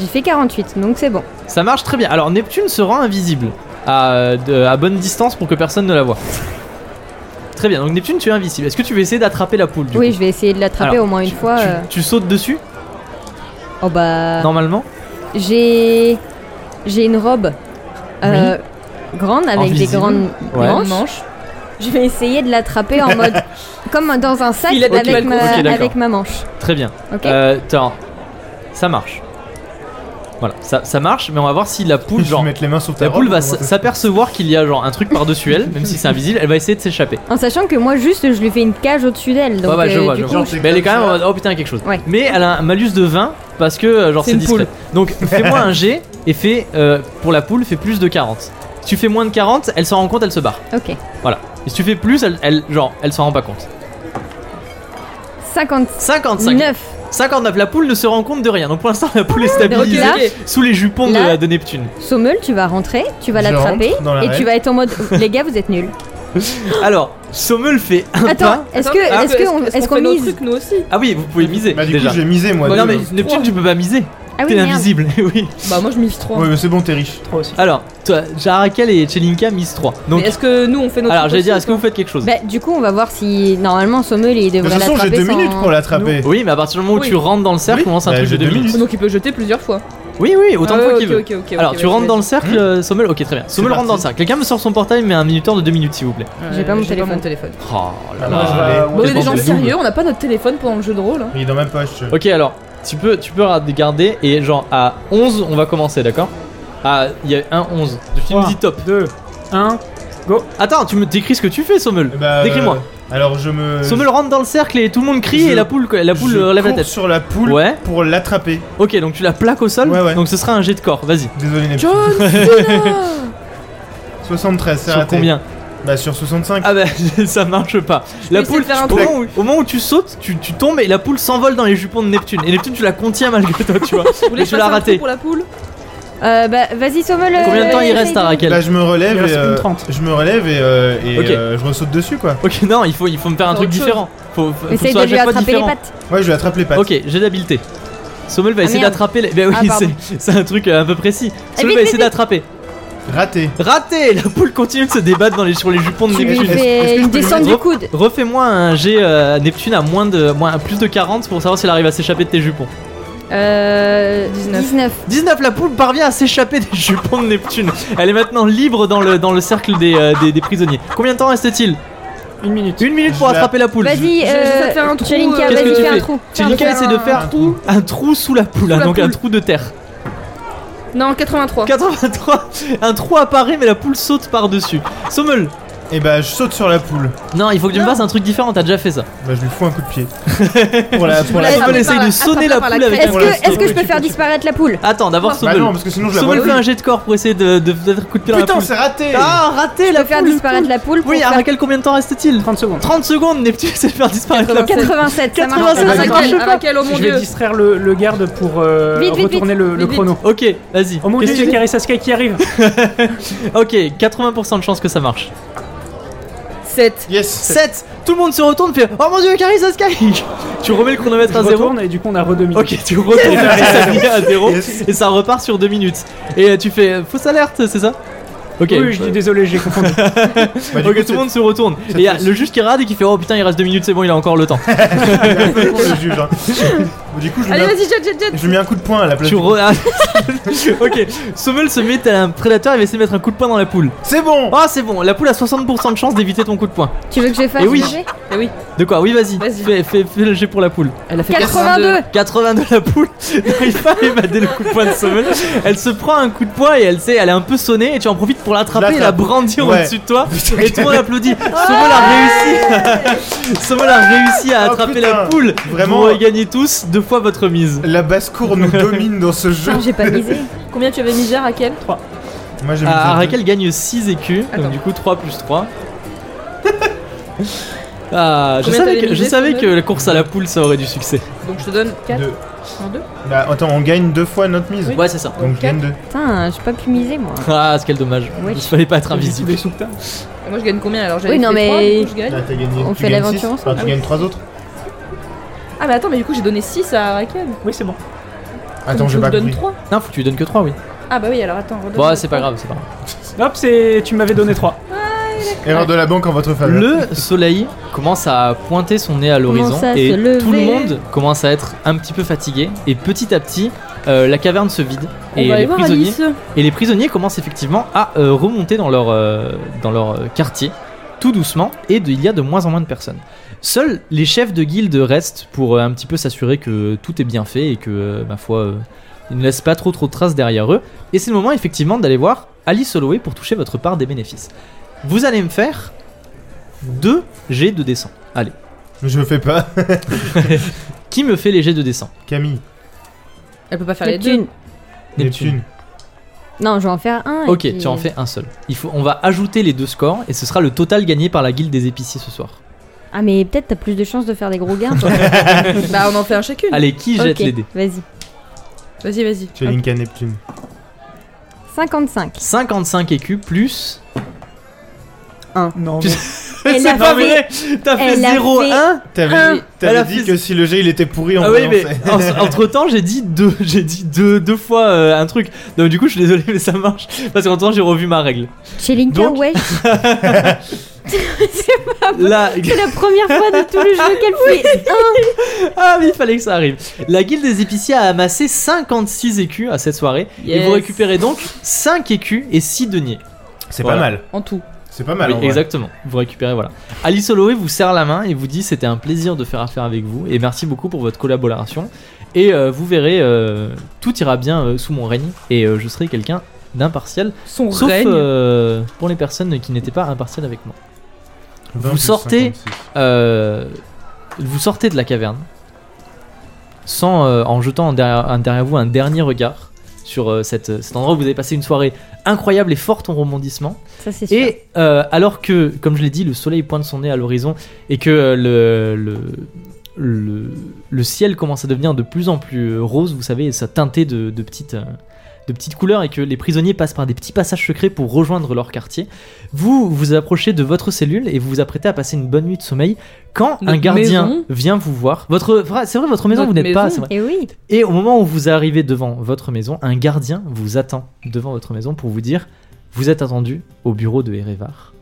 Speaker 3: J'ai fait 48, donc c'est bon.
Speaker 1: Ça marche très bien. Alors Neptune se rend invisible à, euh, de- à bonne distance pour que personne ne la voie. Très bien. Donc Neptune, tu es invisible. Est-ce que tu veux essayer d'attraper la poule du
Speaker 3: oui,
Speaker 1: coup
Speaker 3: je vais essayer de l'attraper
Speaker 1: Alors,
Speaker 3: au moins une
Speaker 1: tu,
Speaker 3: fois.
Speaker 1: tu-
Speaker 3: euh.
Speaker 1: tu sautes dessus
Speaker 3: Oh bah.
Speaker 1: normalement.
Speaker 3: J'ai j'ai une robe euh, grande avec des
Speaker 1: Invisible.
Speaker 3: grandes
Speaker 1: Ouais.
Speaker 3: manches.
Speaker 6: Manche.
Speaker 3: Je vais essayer de l'attraper en mode comme dans un sac
Speaker 6: Il a des
Speaker 3: avec,
Speaker 6: balcons.
Speaker 3: ma,
Speaker 1: Ok, d'accord.
Speaker 3: avec ma manche.
Speaker 1: Très bien.
Speaker 3: Ok.
Speaker 1: Euh, attends. ça marche. Voilà, ça, ça marche, mais on va voir si la poule,
Speaker 2: Je vais
Speaker 1: genre,
Speaker 2: mettre les mains sur ta
Speaker 1: la poule
Speaker 2: robe,
Speaker 1: va
Speaker 2: comment
Speaker 1: s-
Speaker 2: t'as-
Speaker 1: s'apercevoir qu'il y a genre un truc par-dessus elle, même si c'est invisible, elle va essayer de s'échapper.
Speaker 3: En sachant que moi juste je lui fais une cage au-dessus d'elle. Donc
Speaker 1: ouais, ouais, je
Speaker 3: euh,
Speaker 1: vois,
Speaker 3: du
Speaker 1: je
Speaker 3: coup,
Speaker 1: vois.
Speaker 2: je-
Speaker 1: Mais elle est quand même en mode, oh putain, il y a quelque chose.
Speaker 3: Ouais.
Speaker 1: Mais elle a un malus de 20 parce que euh, genre
Speaker 6: C'est
Speaker 1: c'est
Speaker 6: une
Speaker 1: discret. Donc fais-moi un G et fais euh, pour la poule, fais plus de 40. Si tu fais moins de 40, elle s'en rend compte, elle se barre.
Speaker 3: Ok.
Speaker 1: Voilà. Et si tu fais plus, elle, elle- genre elle s'en rend pas compte.
Speaker 3: 59.
Speaker 1: 55. 59. La poule ne se rend compte de rien. Donc pour l'instant, la poule est
Speaker 6: Ok,
Speaker 1: stabilisée
Speaker 3: Là.
Speaker 6: ok.
Speaker 1: sous les jupons de,
Speaker 3: Là.
Speaker 1: la- de Neptune.
Speaker 3: Sommel, tu vas rentrer, tu vas
Speaker 2: Je
Speaker 3: l'attraper
Speaker 2: rentre dans la
Speaker 3: et tu
Speaker 2: reine.
Speaker 3: vas être en mode les gars vous êtes nuls.
Speaker 1: Alors, Sommel fait un
Speaker 3: Attends,
Speaker 1: pas.
Speaker 3: est-ce
Speaker 6: Attends,
Speaker 3: que
Speaker 6: ah,
Speaker 3: est-ce que on- est-ce qu'on
Speaker 6: fait nos
Speaker 3: mise
Speaker 6: trucs, nous aussi
Speaker 1: Ah oui, vous pouvez miser
Speaker 2: Bah, du
Speaker 1: déjà.
Speaker 2: coup, j'ai misé moi.
Speaker 6: Bah,
Speaker 1: non
Speaker 2: deux.
Speaker 1: mais Neptune, tu peux pas miser.
Speaker 3: Ah
Speaker 1: T'es
Speaker 3: oui merde.
Speaker 1: invisible. oui.
Speaker 6: Bah moi je mise 3.
Speaker 2: Ouais, mais c'est bon, t'es riche.
Speaker 4: Trois aussi.
Speaker 1: Alors, toi, Jarakel et Chelinka misent 3.
Speaker 6: Mais euh,
Speaker 1: Donc
Speaker 6: est-ce que nous on fait notre
Speaker 1: alors,
Speaker 6: truc
Speaker 1: j'allais dire,
Speaker 6: aussi
Speaker 1: est-ce que vous faites quelque chose
Speaker 3: Bah, du coup on va voir si normalement Sommel il
Speaker 2: De
Speaker 3: devrait
Speaker 2: toute façon, j'ai
Speaker 3: l'attraper.
Speaker 2: deux
Speaker 3: sans-
Speaker 2: minutes
Speaker 6: hein.
Speaker 2: pour l'attraper.
Speaker 1: Oui, mais à partir du moment où
Speaker 6: Oui.
Speaker 1: tu rentres dans le cercle,
Speaker 2: Oui.
Speaker 1: on lance un
Speaker 2: Bah,
Speaker 1: truc de
Speaker 2: j'ai
Speaker 1: 2
Speaker 2: deux
Speaker 1: minutes.
Speaker 2: minutes.
Speaker 6: Donc il peut jeter plusieurs fois.
Speaker 1: Oui, oui, autant de
Speaker 6: Ah
Speaker 1: fois
Speaker 6: ouais,
Speaker 1: qu'il
Speaker 6: ok,
Speaker 1: veut.
Speaker 6: ok, ok, ok,
Speaker 1: Alors, tu
Speaker 6: vas-y, Hmm.
Speaker 1: rentres dans le
Speaker 6: vas-y.
Speaker 1: cercle, euh, Sommel Ok, très bien. Sommel rentre dans le
Speaker 2: parti.
Speaker 1: cercle. Quelqu'un me sort son portail, mais un minuteur de 2 minutes, s'il vous plaît.
Speaker 6: Euh,
Speaker 3: J'ai pas mon téléphone.
Speaker 6: téléphone.
Speaker 1: Oh là
Speaker 2: Moi,
Speaker 1: là.
Speaker 2: je vais-
Speaker 6: Bon, on est des
Speaker 1: Dépense
Speaker 6: gens
Speaker 1: de double.
Speaker 6: sérieux, on n'a pas notre téléphone pendant le jeu de rôle. hein.
Speaker 2: Il est dans ma poche.
Speaker 1: Ok, alors, tu peux, tu peux regarder et genre à 11, on va commencer, d'accord Ah, il y a un 11. Tu me
Speaker 4: Trois.
Speaker 1: dis top.
Speaker 4: 2, 1.
Speaker 1: Attends, tu me décris ce que tu fais, Sommel.
Speaker 2: Eh bah,
Speaker 1: Décris-moi.
Speaker 2: euh, Alors je me.
Speaker 1: Sommel rentre dans le cercle et tout le monde crie
Speaker 2: je-
Speaker 1: et la poule, la poule
Speaker 2: je
Speaker 1: euh, lève la
Speaker 2: cours
Speaker 1: tête.
Speaker 2: sur la poule
Speaker 1: Ouais.
Speaker 2: pour l'attraper.
Speaker 1: Ok, donc tu la plaques au sol.
Speaker 2: Ouais, ouais.
Speaker 1: Donc ce sera un jet de corps. Vas-y.
Speaker 2: Désolé, Neptune.
Speaker 6: John Cena
Speaker 2: 73, c'est
Speaker 1: Sur
Speaker 2: raté.
Speaker 1: combien
Speaker 2: Bah sur 65.
Speaker 1: Ah bah ça marche pas. La
Speaker 6: peux
Speaker 1: poule,
Speaker 6: essayer de faire un
Speaker 1: au
Speaker 6: truc.
Speaker 1: moment, où, au moment où tu sautes, tu, tu tombes et la poule s'envole dans les jupons de Neptune. Et Neptune, tu la contiens malgré toi, tu vois.
Speaker 6: Vous voulez
Speaker 1: Mais
Speaker 6: que je
Speaker 1: tu l'as
Speaker 6: fasse un
Speaker 1: raté.
Speaker 6: trou pour la poule
Speaker 3: Euh, bah vas-y Sommel.
Speaker 1: Combien de temps
Speaker 3: euh,
Speaker 1: il reste
Speaker 3: essaye
Speaker 1: à
Speaker 3: de-
Speaker 1: Raquel
Speaker 2: Bah je me relève
Speaker 4: Il reste
Speaker 2: et.
Speaker 4: une
Speaker 2: euh,
Speaker 4: 30.
Speaker 2: je me relève et, euh, et
Speaker 1: Ok.
Speaker 2: euh, je ressaute dessus quoi.
Speaker 1: Ok, non, il faut, il faut me faire un
Speaker 6: Faire
Speaker 1: truc
Speaker 6: autre chose.
Speaker 1: différent. Faut, faut, faut que ce
Speaker 3: Essaye
Speaker 1: soit à
Speaker 3: de lui
Speaker 1: chaque fois
Speaker 3: attraper les
Speaker 1: différent.
Speaker 3: pattes.
Speaker 2: Ouais, je lui attrape les pattes.
Speaker 1: Ok, j'ai d'habileté. Sommel va
Speaker 3: Ah,
Speaker 1: essayer
Speaker 3: merde.
Speaker 1: d'attraper. les- Ben oui,
Speaker 3: Ah, pardon.
Speaker 1: c'est- c'est un truc euh, un peu précis. Sommel va
Speaker 3: vite, vite,
Speaker 1: essayer
Speaker 3: vite.
Speaker 1: d'attraper.
Speaker 2: Raté.
Speaker 1: Raté La poule continue de se débattre dans les, sur les jupons de
Speaker 3: Tu lui
Speaker 2: Est-ce-
Speaker 1: Neptune.
Speaker 2: est-ce que
Speaker 3: fais
Speaker 2: je
Speaker 3: une
Speaker 2: peux lui
Speaker 3: descente du
Speaker 1: mettre-
Speaker 3: coude.
Speaker 1: Refais-moi un jet euh, Neptune à moins de moins, à plus de 40 pour savoir s'il arrive à s'échapper de tes jupons.
Speaker 3: Euh,
Speaker 6: 19.
Speaker 3: 19.
Speaker 1: 19, la poule parvient à s'échapper des jupons de Neptune. Elle est maintenant libre dans le, dans le cercle des, euh, des, des prisonniers. Combien de temps reste-t-il
Speaker 4: Une minute.
Speaker 1: Une minute pour
Speaker 2: Je la-
Speaker 1: attraper la poule.
Speaker 3: Vas-y,
Speaker 6: je- je vais te faire un
Speaker 3: euh,
Speaker 6: trou,
Speaker 3: Chelinka,
Speaker 6: euh,
Speaker 1: Qu'est-ce que
Speaker 3: vas-y,
Speaker 1: tu
Speaker 3: fais un
Speaker 1: fais
Speaker 3: trou. Fais un
Speaker 1: Chelinka
Speaker 3: trou.
Speaker 1: essaie de faire
Speaker 2: un trou.
Speaker 1: un trou sous la poule,
Speaker 6: Sous
Speaker 1: hein,
Speaker 6: la
Speaker 1: donc un
Speaker 6: poule.
Speaker 1: trou de terre.
Speaker 6: Non, 83.
Speaker 1: 83, un trou apparaît mais la poule saute par-dessus. Sommel,
Speaker 2: Et bah, je saute sur la poule.
Speaker 1: non, il faut que tu me fasses un truc différent, t'as déjà fait ça.
Speaker 2: Bah, je lui fous un coup de pied. pour la, pour
Speaker 1: Sommel
Speaker 2: la
Speaker 6: attrape par
Speaker 1: essaye
Speaker 6: la-
Speaker 1: de sonner
Speaker 6: attrape
Speaker 1: la
Speaker 6: par la
Speaker 1: poule avec un
Speaker 3: Est-ce
Speaker 6: crête.
Speaker 2: Pour
Speaker 3: que,
Speaker 2: l'instant,
Speaker 3: est-ce que je
Speaker 2: oui,
Speaker 3: peux
Speaker 2: tu
Speaker 3: faire
Speaker 2: peux-
Speaker 3: disparaître la poule
Speaker 1: Attends, d'abord
Speaker 6: Bah
Speaker 2: Bah
Speaker 1: Sommel.
Speaker 2: non, parce que sinon je la vois
Speaker 1: Sommel fait
Speaker 2: plus.
Speaker 1: un jet de corps pour essayer de, de, de faire coup de pied dans la
Speaker 2: Putain,
Speaker 1: poule.
Speaker 2: c'est raté.
Speaker 1: Ah, raté
Speaker 3: Je
Speaker 1: la
Speaker 3: peux faire
Speaker 1: poule.
Speaker 3: disparaître la poule pour
Speaker 1: Oui, à
Speaker 3: faire
Speaker 1: Raquel, combien de temps reste-t-il
Speaker 4: 30 secondes.
Speaker 1: 30 secondes, Neptune sait faire disparaître la poule.
Speaker 3: 87, ça marche.
Speaker 1: 87,
Speaker 3: pas.
Speaker 6: Eh ben,
Speaker 1: ça
Speaker 6: Raquel,
Speaker 1: marche pas.
Speaker 6: Raquel, oh mon
Speaker 4: Je vais
Speaker 6: dieu.
Speaker 4: distraire le, le garde pour euh,
Speaker 3: Vite, vite,
Speaker 4: retourner le, le
Speaker 6: Vite,
Speaker 4: chrono.
Speaker 1: Ok, vas-y.
Speaker 4: Oh mon dieu,
Speaker 1: Qu'est-ce
Speaker 4: il y a
Speaker 1: que tu-
Speaker 4: Karisaskai qui arrive.
Speaker 1: Ok, 80% de chance que ça marche.
Speaker 6: 7.
Speaker 2: Yes.
Speaker 1: 7 Tout le monde se retourne fait Oh mon dieu, Karis Sky Tu remets le chronomètre
Speaker 4: Je
Speaker 1: à zéro
Speaker 4: retourne et du coup on a redemi.
Speaker 1: Ok, tu retournes Karis Saskia à zéro
Speaker 2: Yes.
Speaker 1: et ça repart sur 2 minutes. Et euh, tu fais euh, fausse alerte, c'est ça Ok.
Speaker 4: Oui, je dis désolé, j'ai confondu.
Speaker 2: Bah, du
Speaker 1: Ok,
Speaker 2: coup,
Speaker 1: tout le monde se retourne. Et
Speaker 2: cette
Speaker 1: il y a
Speaker 2: fois-ci.
Speaker 1: le juge qui rade et qui fait Oh putain, il reste 2 minutes, c'est bon, il a encore le temps.
Speaker 2: c'est- le juge, hein. Bon, Du coup, je lui
Speaker 6: Allez,
Speaker 2: mets un-
Speaker 6: vas-y, jette, jette, jette.
Speaker 2: je lui mets un coup de poing à la place.
Speaker 1: tu
Speaker 2: du-
Speaker 1: re... ah. ok, Sommel se met à un prédateur et va essayer de mettre un coup de poing dans la poule.
Speaker 2: C'est bon.
Speaker 1: Ah, c'est bon, la poule a 60% de chance d'éviter ton coup de poing.
Speaker 3: Tu veux que je fasse
Speaker 1: Eh oui.
Speaker 3: le jet
Speaker 6: Eh oui.
Speaker 1: De quoi Oui, vas-y,
Speaker 6: Vas-y.
Speaker 1: fais, fais- fais le jet pour la poule.
Speaker 6: Elle a fait
Speaker 3: 82
Speaker 1: 82 la poule n'arrive pas à évader le coup de poing de Sommel. Elle se prend un coup de poing et elle sait, elle est un peu sonnée et tu en profites pour l'attraper et la
Speaker 2: L'attrape.
Speaker 1: brandir
Speaker 2: Ouais.
Speaker 1: au-dessus de toi.
Speaker 2: Putain.
Speaker 1: Et tout le monde applaudit. Sommel a réussi. Sommel a réussi à
Speaker 2: Oh,
Speaker 1: attraper
Speaker 2: putain.
Speaker 1: la poule.
Speaker 2: Vraiment.
Speaker 1: Vous gagnez tous deux fois votre mise.
Speaker 2: La basse-cour nous domine dans ce jeu.
Speaker 3: Putain, J'ai pas misé.
Speaker 6: Combien tu avais mis, à Raquel
Speaker 2: Moi, j'ai mis
Speaker 1: Ah,
Speaker 2: ça.
Speaker 1: Raquel gagne 6 écus,
Speaker 6: Attends.
Speaker 1: donc du coup 3 plus 3. Ah, je
Speaker 6: Combien
Speaker 1: savais,
Speaker 6: t'avais
Speaker 1: que, je
Speaker 6: misé,
Speaker 1: savais que
Speaker 6: Sommel
Speaker 1: la course à la poule ça aurait du succès.
Speaker 6: Donc je te donne 4
Speaker 2: Deux.
Speaker 6: en 2.
Speaker 2: Bah, attends, on gagne deux fois notre mise.
Speaker 1: Ouais, c'est ça.
Speaker 2: Donc, je gagne deux.
Speaker 3: Putain, j'ai pas pu miser moi.
Speaker 1: Ah, quel dommage.
Speaker 3: Ouais.
Speaker 1: Il fallait pas être invisible.
Speaker 4: Des sous-tas.
Speaker 6: Moi je gagne combien alors j'avais
Speaker 3: Oui, non,
Speaker 6: fait
Speaker 3: mais-
Speaker 6: trois, du coup, je gagne.
Speaker 2: Là, t'as gagné.
Speaker 3: On
Speaker 2: tu
Speaker 3: fait
Speaker 2: gagnes
Speaker 3: l'aventure
Speaker 2: six.
Speaker 3: ensemble.
Speaker 2: Enfin, tu gagnes trois autres.
Speaker 6: Ah mais attends, mais du coup j'ai donné 6 à Raquel.
Speaker 4: Oui, c'est bon.
Speaker 2: Attends,
Speaker 6: je
Speaker 2: j'ai pas
Speaker 6: donne
Speaker 2: compris.
Speaker 6: 3.
Speaker 1: Non, faut que tu lui donnes que 3, oui.
Speaker 6: Ah bah oui, alors attends, redonne.
Speaker 1: Bon, c'est pas grave, c'est pas grave.
Speaker 4: Hop, c'est tu m'avais donné 3.
Speaker 2: Erreur de la banque en votre faveur.
Speaker 1: Le soleil commence à pointer son nez à l'horizon
Speaker 3: Commence à
Speaker 1: et
Speaker 3: se lever.
Speaker 1: tout le monde commence à être un petit peu fatigué et petit à petit euh, la caverne se vide
Speaker 6: On
Speaker 1: et
Speaker 6: va aller
Speaker 1: les
Speaker 6: voir
Speaker 1: prisonniers
Speaker 6: Alice.
Speaker 1: et les prisonniers commencent effectivement à euh, remonter dans leur euh, dans leur euh, quartier tout doucement et de- il y a de moins en moins de personnes. Seuls les chefs de guilde restent pour euh, un petit peu s'assurer que tout est bien fait et que euh, ma foi euh, ils ne laissent pas trop trop de traces derrière eux et c'est le moment effectivement d'aller voir Alice Holloway pour toucher votre part des bénéfices. Vous allez me faire deux jets de dessin. Allez,
Speaker 2: Je fais pas.
Speaker 1: qui me fait les jets de dessin
Speaker 2: Camille.
Speaker 6: Elle peut pas faire les deux.
Speaker 3: Neptune. Non, je vais en faire un. et
Speaker 1: Ok,
Speaker 3: puis-
Speaker 1: tu en fais un seul. Il faut, on va ajouter les deux scores et ce sera le total gagné par la guilde des épiciers ce soir.
Speaker 3: Ah, mais peut-être t'as plus de chances de faire des gros gains. toi.
Speaker 6: bah on en fait un chacune.
Speaker 1: Allez, qui jette
Speaker 3: Ok,
Speaker 1: les dés
Speaker 3: Vas-y.
Speaker 6: Vas-y, vas-y.
Speaker 2: Chez
Speaker 1: Ah.
Speaker 2: Linka Neptune.
Speaker 3: 55.
Speaker 1: 55 écus plus.
Speaker 4: Non,
Speaker 1: Tu
Speaker 4: mais-
Speaker 3: Elle
Speaker 1: C'est
Speaker 3: a
Speaker 1: pas
Speaker 3: fait-
Speaker 1: vrai T'as fait
Speaker 3: elle a
Speaker 1: 0,
Speaker 3: fait-
Speaker 1: 1
Speaker 2: T'avais
Speaker 1: Un.
Speaker 2: dit,
Speaker 1: Elle a
Speaker 2: t'avais dit
Speaker 1: fait-
Speaker 2: que si le jet il était pourri, on
Speaker 1: Ah oui,
Speaker 2: balançait.
Speaker 1: mais entre temps, j'ai dit deux, j'ai dit deux, deux fois euh, un truc. Donc du coup, je suis désolé, mais ça marche. Parce qu'entre temps, j'ai revu ma règle.
Speaker 3: Chez Linka,
Speaker 1: Donc-
Speaker 3: ouais. Ah,
Speaker 1: Là.
Speaker 3: C'est la première fois de tout le jeu qu'elle fait.
Speaker 1: Ah oui, il fallait que ça arrive. La guilde des épiciers a amassé 56 écus à cette soirée. Et
Speaker 6: Yes.
Speaker 1: vous récupérez donc 5 écus et 6 deniers.
Speaker 2: C'est
Speaker 1: Voilà.
Speaker 2: pas mal.
Speaker 6: En tout.
Speaker 2: C'est pas mal.
Speaker 1: Oui,
Speaker 2: en vrai.
Speaker 1: exactement. Vous récupérez, voilà. Alice Holloway vous serre la main et vous dit c'était un plaisir de faire affaire avec vous et merci beaucoup pour votre collaboration. Et euh, vous verrez, euh, tout ira bien euh, sous mon règne et euh, je serai quelqu'un d'impartial,
Speaker 6: Son
Speaker 1: sauf
Speaker 6: règne.
Speaker 1: euh, pour les personnes qui n'étaient pas impartiales avec moi.
Speaker 2: 20
Speaker 1: Vous
Speaker 2: plus
Speaker 1: sortez.
Speaker 2: 56.
Speaker 1: Euh, vous sortez de la caverne sans, euh, en jetant en derrière, en derrière vous un dernier regard sur euh, cette, cet endroit où vous avez passé une soirée incroyable et forte en rebondissement.
Speaker 3: Ça, c'est sûr.
Speaker 1: Et euh, alors que, comme je l'ai dit, le soleil pointe son nez à l'horizon et que euh, le, le, le, le ciel commence à devenir de plus en plus rose, vous savez, et ça teinté de, de petites, euh, de petites couleurs et que les prisonniers passent par des petits passages secrets pour rejoindre leur quartier. Vous vous approchez de votre cellule et vous vous apprêtez à passer une bonne nuit de sommeil quand
Speaker 6: Notre
Speaker 1: un gardien
Speaker 6: maison.
Speaker 1: vient vous voir. Votre, c'est vrai, votre maison,
Speaker 6: Notre
Speaker 1: vous n'êtes pas.
Speaker 6: maison.
Speaker 1: c'est vrai.
Speaker 3: Et oui,
Speaker 1: Et au moment où vous arrivez devant votre maison, un gardien vous attend devant votre maison pour vous dire Vous êtes attendu au bureau de Erevar.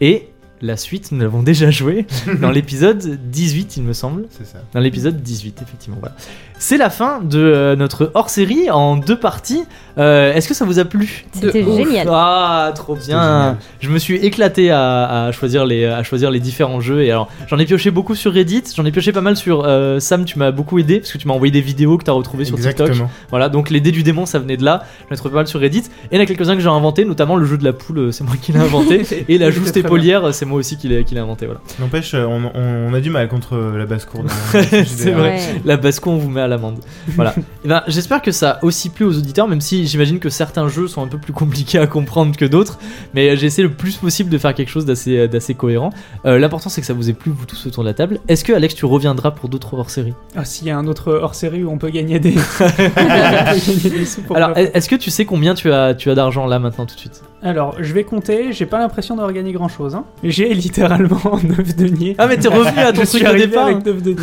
Speaker 1: Et la suite, nous l'avons déjà joué dans l'épisode 18, il me semble.
Speaker 2: C'est ça.
Speaker 1: Dans l'épisode 18, effectivement. Voilà. C'est la fin de euh, notre hors série en deux parties. Euh, Est-ce que ça vous a plu
Speaker 3: c'était
Speaker 6: ouf.
Speaker 3: génial.
Speaker 1: ah, trop bien.
Speaker 2: génial.
Speaker 1: Je me suis éclaté à, à choisir les à choisir les différents jeux et alors j'en ai pioché beaucoup sur Reddit, j'en ai pioché pas mal sur euh, Sam, tu m'as beaucoup aidé parce que tu m'as envoyé des vidéos que tu as retrouvées sur TikTok.
Speaker 2: Exactement.
Speaker 1: Voilà, donc les dés du démon ça venait de là. J'en ai trouvé pas mal sur Reddit et il y en a quelques-uns que j'ai inventé, notamment le jeu de la poule, euh, c'est moi qui l'ai inventé et la jouste
Speaker 4: très bien.
Speaker 1: épaulière, c'est moi aussi qui l'ai qui l'ai inventé, voilà.
Speaker 2: N'empêche, euh, on, on- on a du mal contre euh, la basse-cour. dans-
Speaker 1: C'est vrai.
Speaker 3: Ouais.
Speaker 1: La basse on vous met à l'amende. Voilà. Eh ben, j'espère que ça a aussi plu aux auditeurs, même si j'imagine que certains jeux sont un peu plus compliqués à comprendre que d'autres. Mais j'ai essayé le plus possible de faire quelque chose d'assez, d'assez cohérent. Euh, l'important, c'est que ça vous ait plu, vous tous autour de la table. Est-ce que, Alex, tu reviendras pour d'autres hors-séries
Speaker 4: Ah, s'il y a un autre hors série où on peut gagner des, on peut gagner des sous, pourquoi
Speaker 1: Alors, est- est-ce que tu sais combien tu as, tu as d'argent là maintenant tout de suite
Speaker 4: Alors, je vais compter, j'ai pas l'impression d'avoir gagné grand chose. Hein. J'ai littéralement 9 deniers.
Speaker 1: Ah, mais t'es revenu à ton
Speaker 4: je suis
Speaker 1: truc de
Speaker 4: arrivé
Speaker 1: départ
Speaker 4: avec 9 deniers.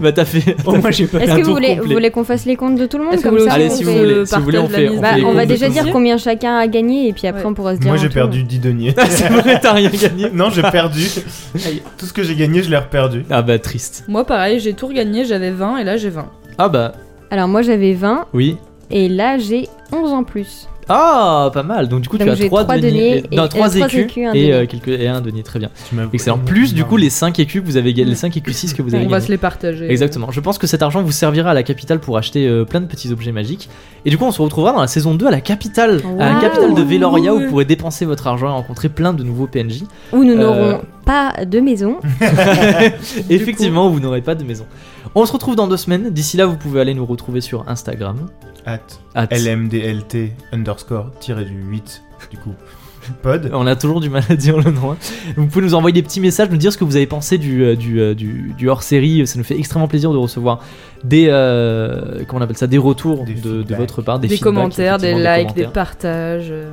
Speaker 1: Bah, t'as fait.
Speaker 4: Au moins, j'ai pas fait
Speaker 1: un
Speaker 3: Est-ce que vous
Speaker 1: tour
Speaker 3: voulez,
Speaker 1: complet.
Speaker 3: vous voulez qu'on fasse les comptes de tout le monde
Speaker 6: Est-ce que
Speaker 3: comme
Speaker 6: vous
Speaker 3: ça
Speaker 1: Allez,
Speaker 6: on
Speaker 1: si
Speaker 6: fait
Speaker 1: vous voulez,
Speaker 6: le
Speaker 1: si vous voulez, on
Speaker 6: partage
Speaker 1: fait.
Speaker 6: de la mise.
Speaker 1: on
Speaker 3: Bah,
Speaker 1: fait les
Speaker 3: on va
Speaker 1: comptes de
Speaker 3: déjà
Speaker 1: tous.
Speaker 3: dire combien chacun a gagné et puis après
Speaker 6: Ouais.
Speaker 3: on pourra se dire.
Speaker 2: Moi
Speaker 3: un
Speaker 2: j'ai
Speaker 3: tour.
Speaker 2: perdu 10 deniers.
Speaker 1: C'est vrai, t'as rien gagné.
Speaker 2: non, j'ai perdu.
Speaker 4: Aïe.
Speaker 2: Tout ce que j'ai gagné, je l'ai reperdu.
Speaker 1: Ah, bah, triste.
Speaker 6: Moi, pareil, j'ai tout regagné, j'avais 20 et là j'ai 20.
Speaker 1: Ah, bah,
Speaker 3: Alors moi j'avais 20
Speaker 1: oui.
Speaker 3: et là j'ai 11 en plus.
Speaker 1: Ah, pas mal. Donc du coup,
Speaker 3: Donc,
Speaker 1: tu as
Speaker 3: j'ai
Speaker 1: 3
Speaker 3: trois
Speaker 1: deniers,
Speaker 3: deniers
Speaker 1: et, non,
Speaker 3: et-
Speaker 1: trois
Speaker 3: euh, trois
Speaker 1: écus,
Speaker 3: écus,
Speaker 1: et,
Speaker 3: un denier.
Speaker 1: euh, quelques- et un denier, très bien.
Speaker 2: Tu m'as-
Speaker 1: Excellent. Plus du coup les 5 écus que vous avez gagné, les 5 écus 6 que vous avez
Speaker 6: On va
Speaker 1: gagnés.
Speaker 6: se les partager.
Speaker 1: Exactement. Je pense que cet argent vous servira à la capitale pour acheter euh, plein de petits objets magiques. Et du coup, on se retrouvera dans la saison 2 à la capitale, à la
Speaker 3: Wow.
Speaker 1: capitale de Veloria où vous pourrez dépenser votre argent et rencontrer plein de nouveaux PNJ.
Speaker 3: Où nous
Speaker 1: Euh,
Speaker 3: n'aurons pas de maison.
Speaker 1: Effectivement, vous n'aurez pas de maison. On se retrouve dans deux semaines. D'ici là, vous pouvez aller nous retrouver sur Instagram.
Speaker 2: At
Speaker 1: at-
Speaker 2: LMDLT underscore tiré du 8 du coup. Pod.
Speaker 1: On a toujours du mal à dire le nom. hein. Vous pouvez nous envoyer des petits messages, nous dire ce que vous avez pensé du, euh, du, euh, du- du hors-série. Ça nous fait extrêmement plaisir de recevoir des, euh, comment on appelle ça, des retours
Speaker 2: Des
Speaker 1: de, de
Speaker 2: feedbacks.
Speaker 1: votre part, des,
Speaker 6: Des,
Speaker 1: feedbacks,
Speaker 6: commentaires, des
Speaker 1: effectivement,
Speaker 6: likes, des,
Speaker 1: commentaires.
Speaker 6: partages. euh,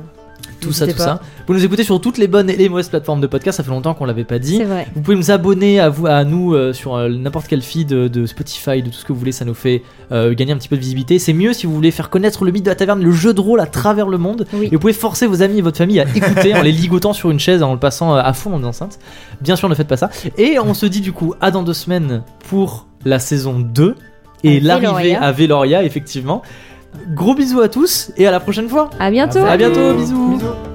Speaker 1: tout ça, tout
Speaker 6: n'hésitez pas.
Speaker 1: ça. Vous nous écoutez sur toutes les bonnes et les mauvaises plateformes de podcast. Ça fait longtemps qu'on l'avait pas dit.
Speaker 3: C'est vrai.
Speaker 1: Vous pouvez nous abonner à, vous, à nous euh, sur euh, n'importe quel feed de, de Spotify, de tout ce que vous voulez, ça nous fait euh, gagner un petit peu de visibilité. C'est mieux si vous voulez faire connaître le mythe de la taverne, le jeu de rôle à travers le monde.
Speaker 3: Oui.
Speaker 1: Et vous pouvez forcer vos amis et votre famille à écouter en les ligotant sur une chaise, en le passant euh, à fond en enceinte. Bien sûr, ne faites pas ça. Et on se dit du coup à dans deux semaines pour la saison 2 et
Speaker 3: À
Speaker 1: l'arrivée
Speaker 3: Veloria.
Speaker 1: à Veloria, effectivement. Gros bisous à tous et à la prochaine fois.
Speaker 3: À bientôt.
Speaker 1: À bientôt, bisous.
Speaker 2: Bisous.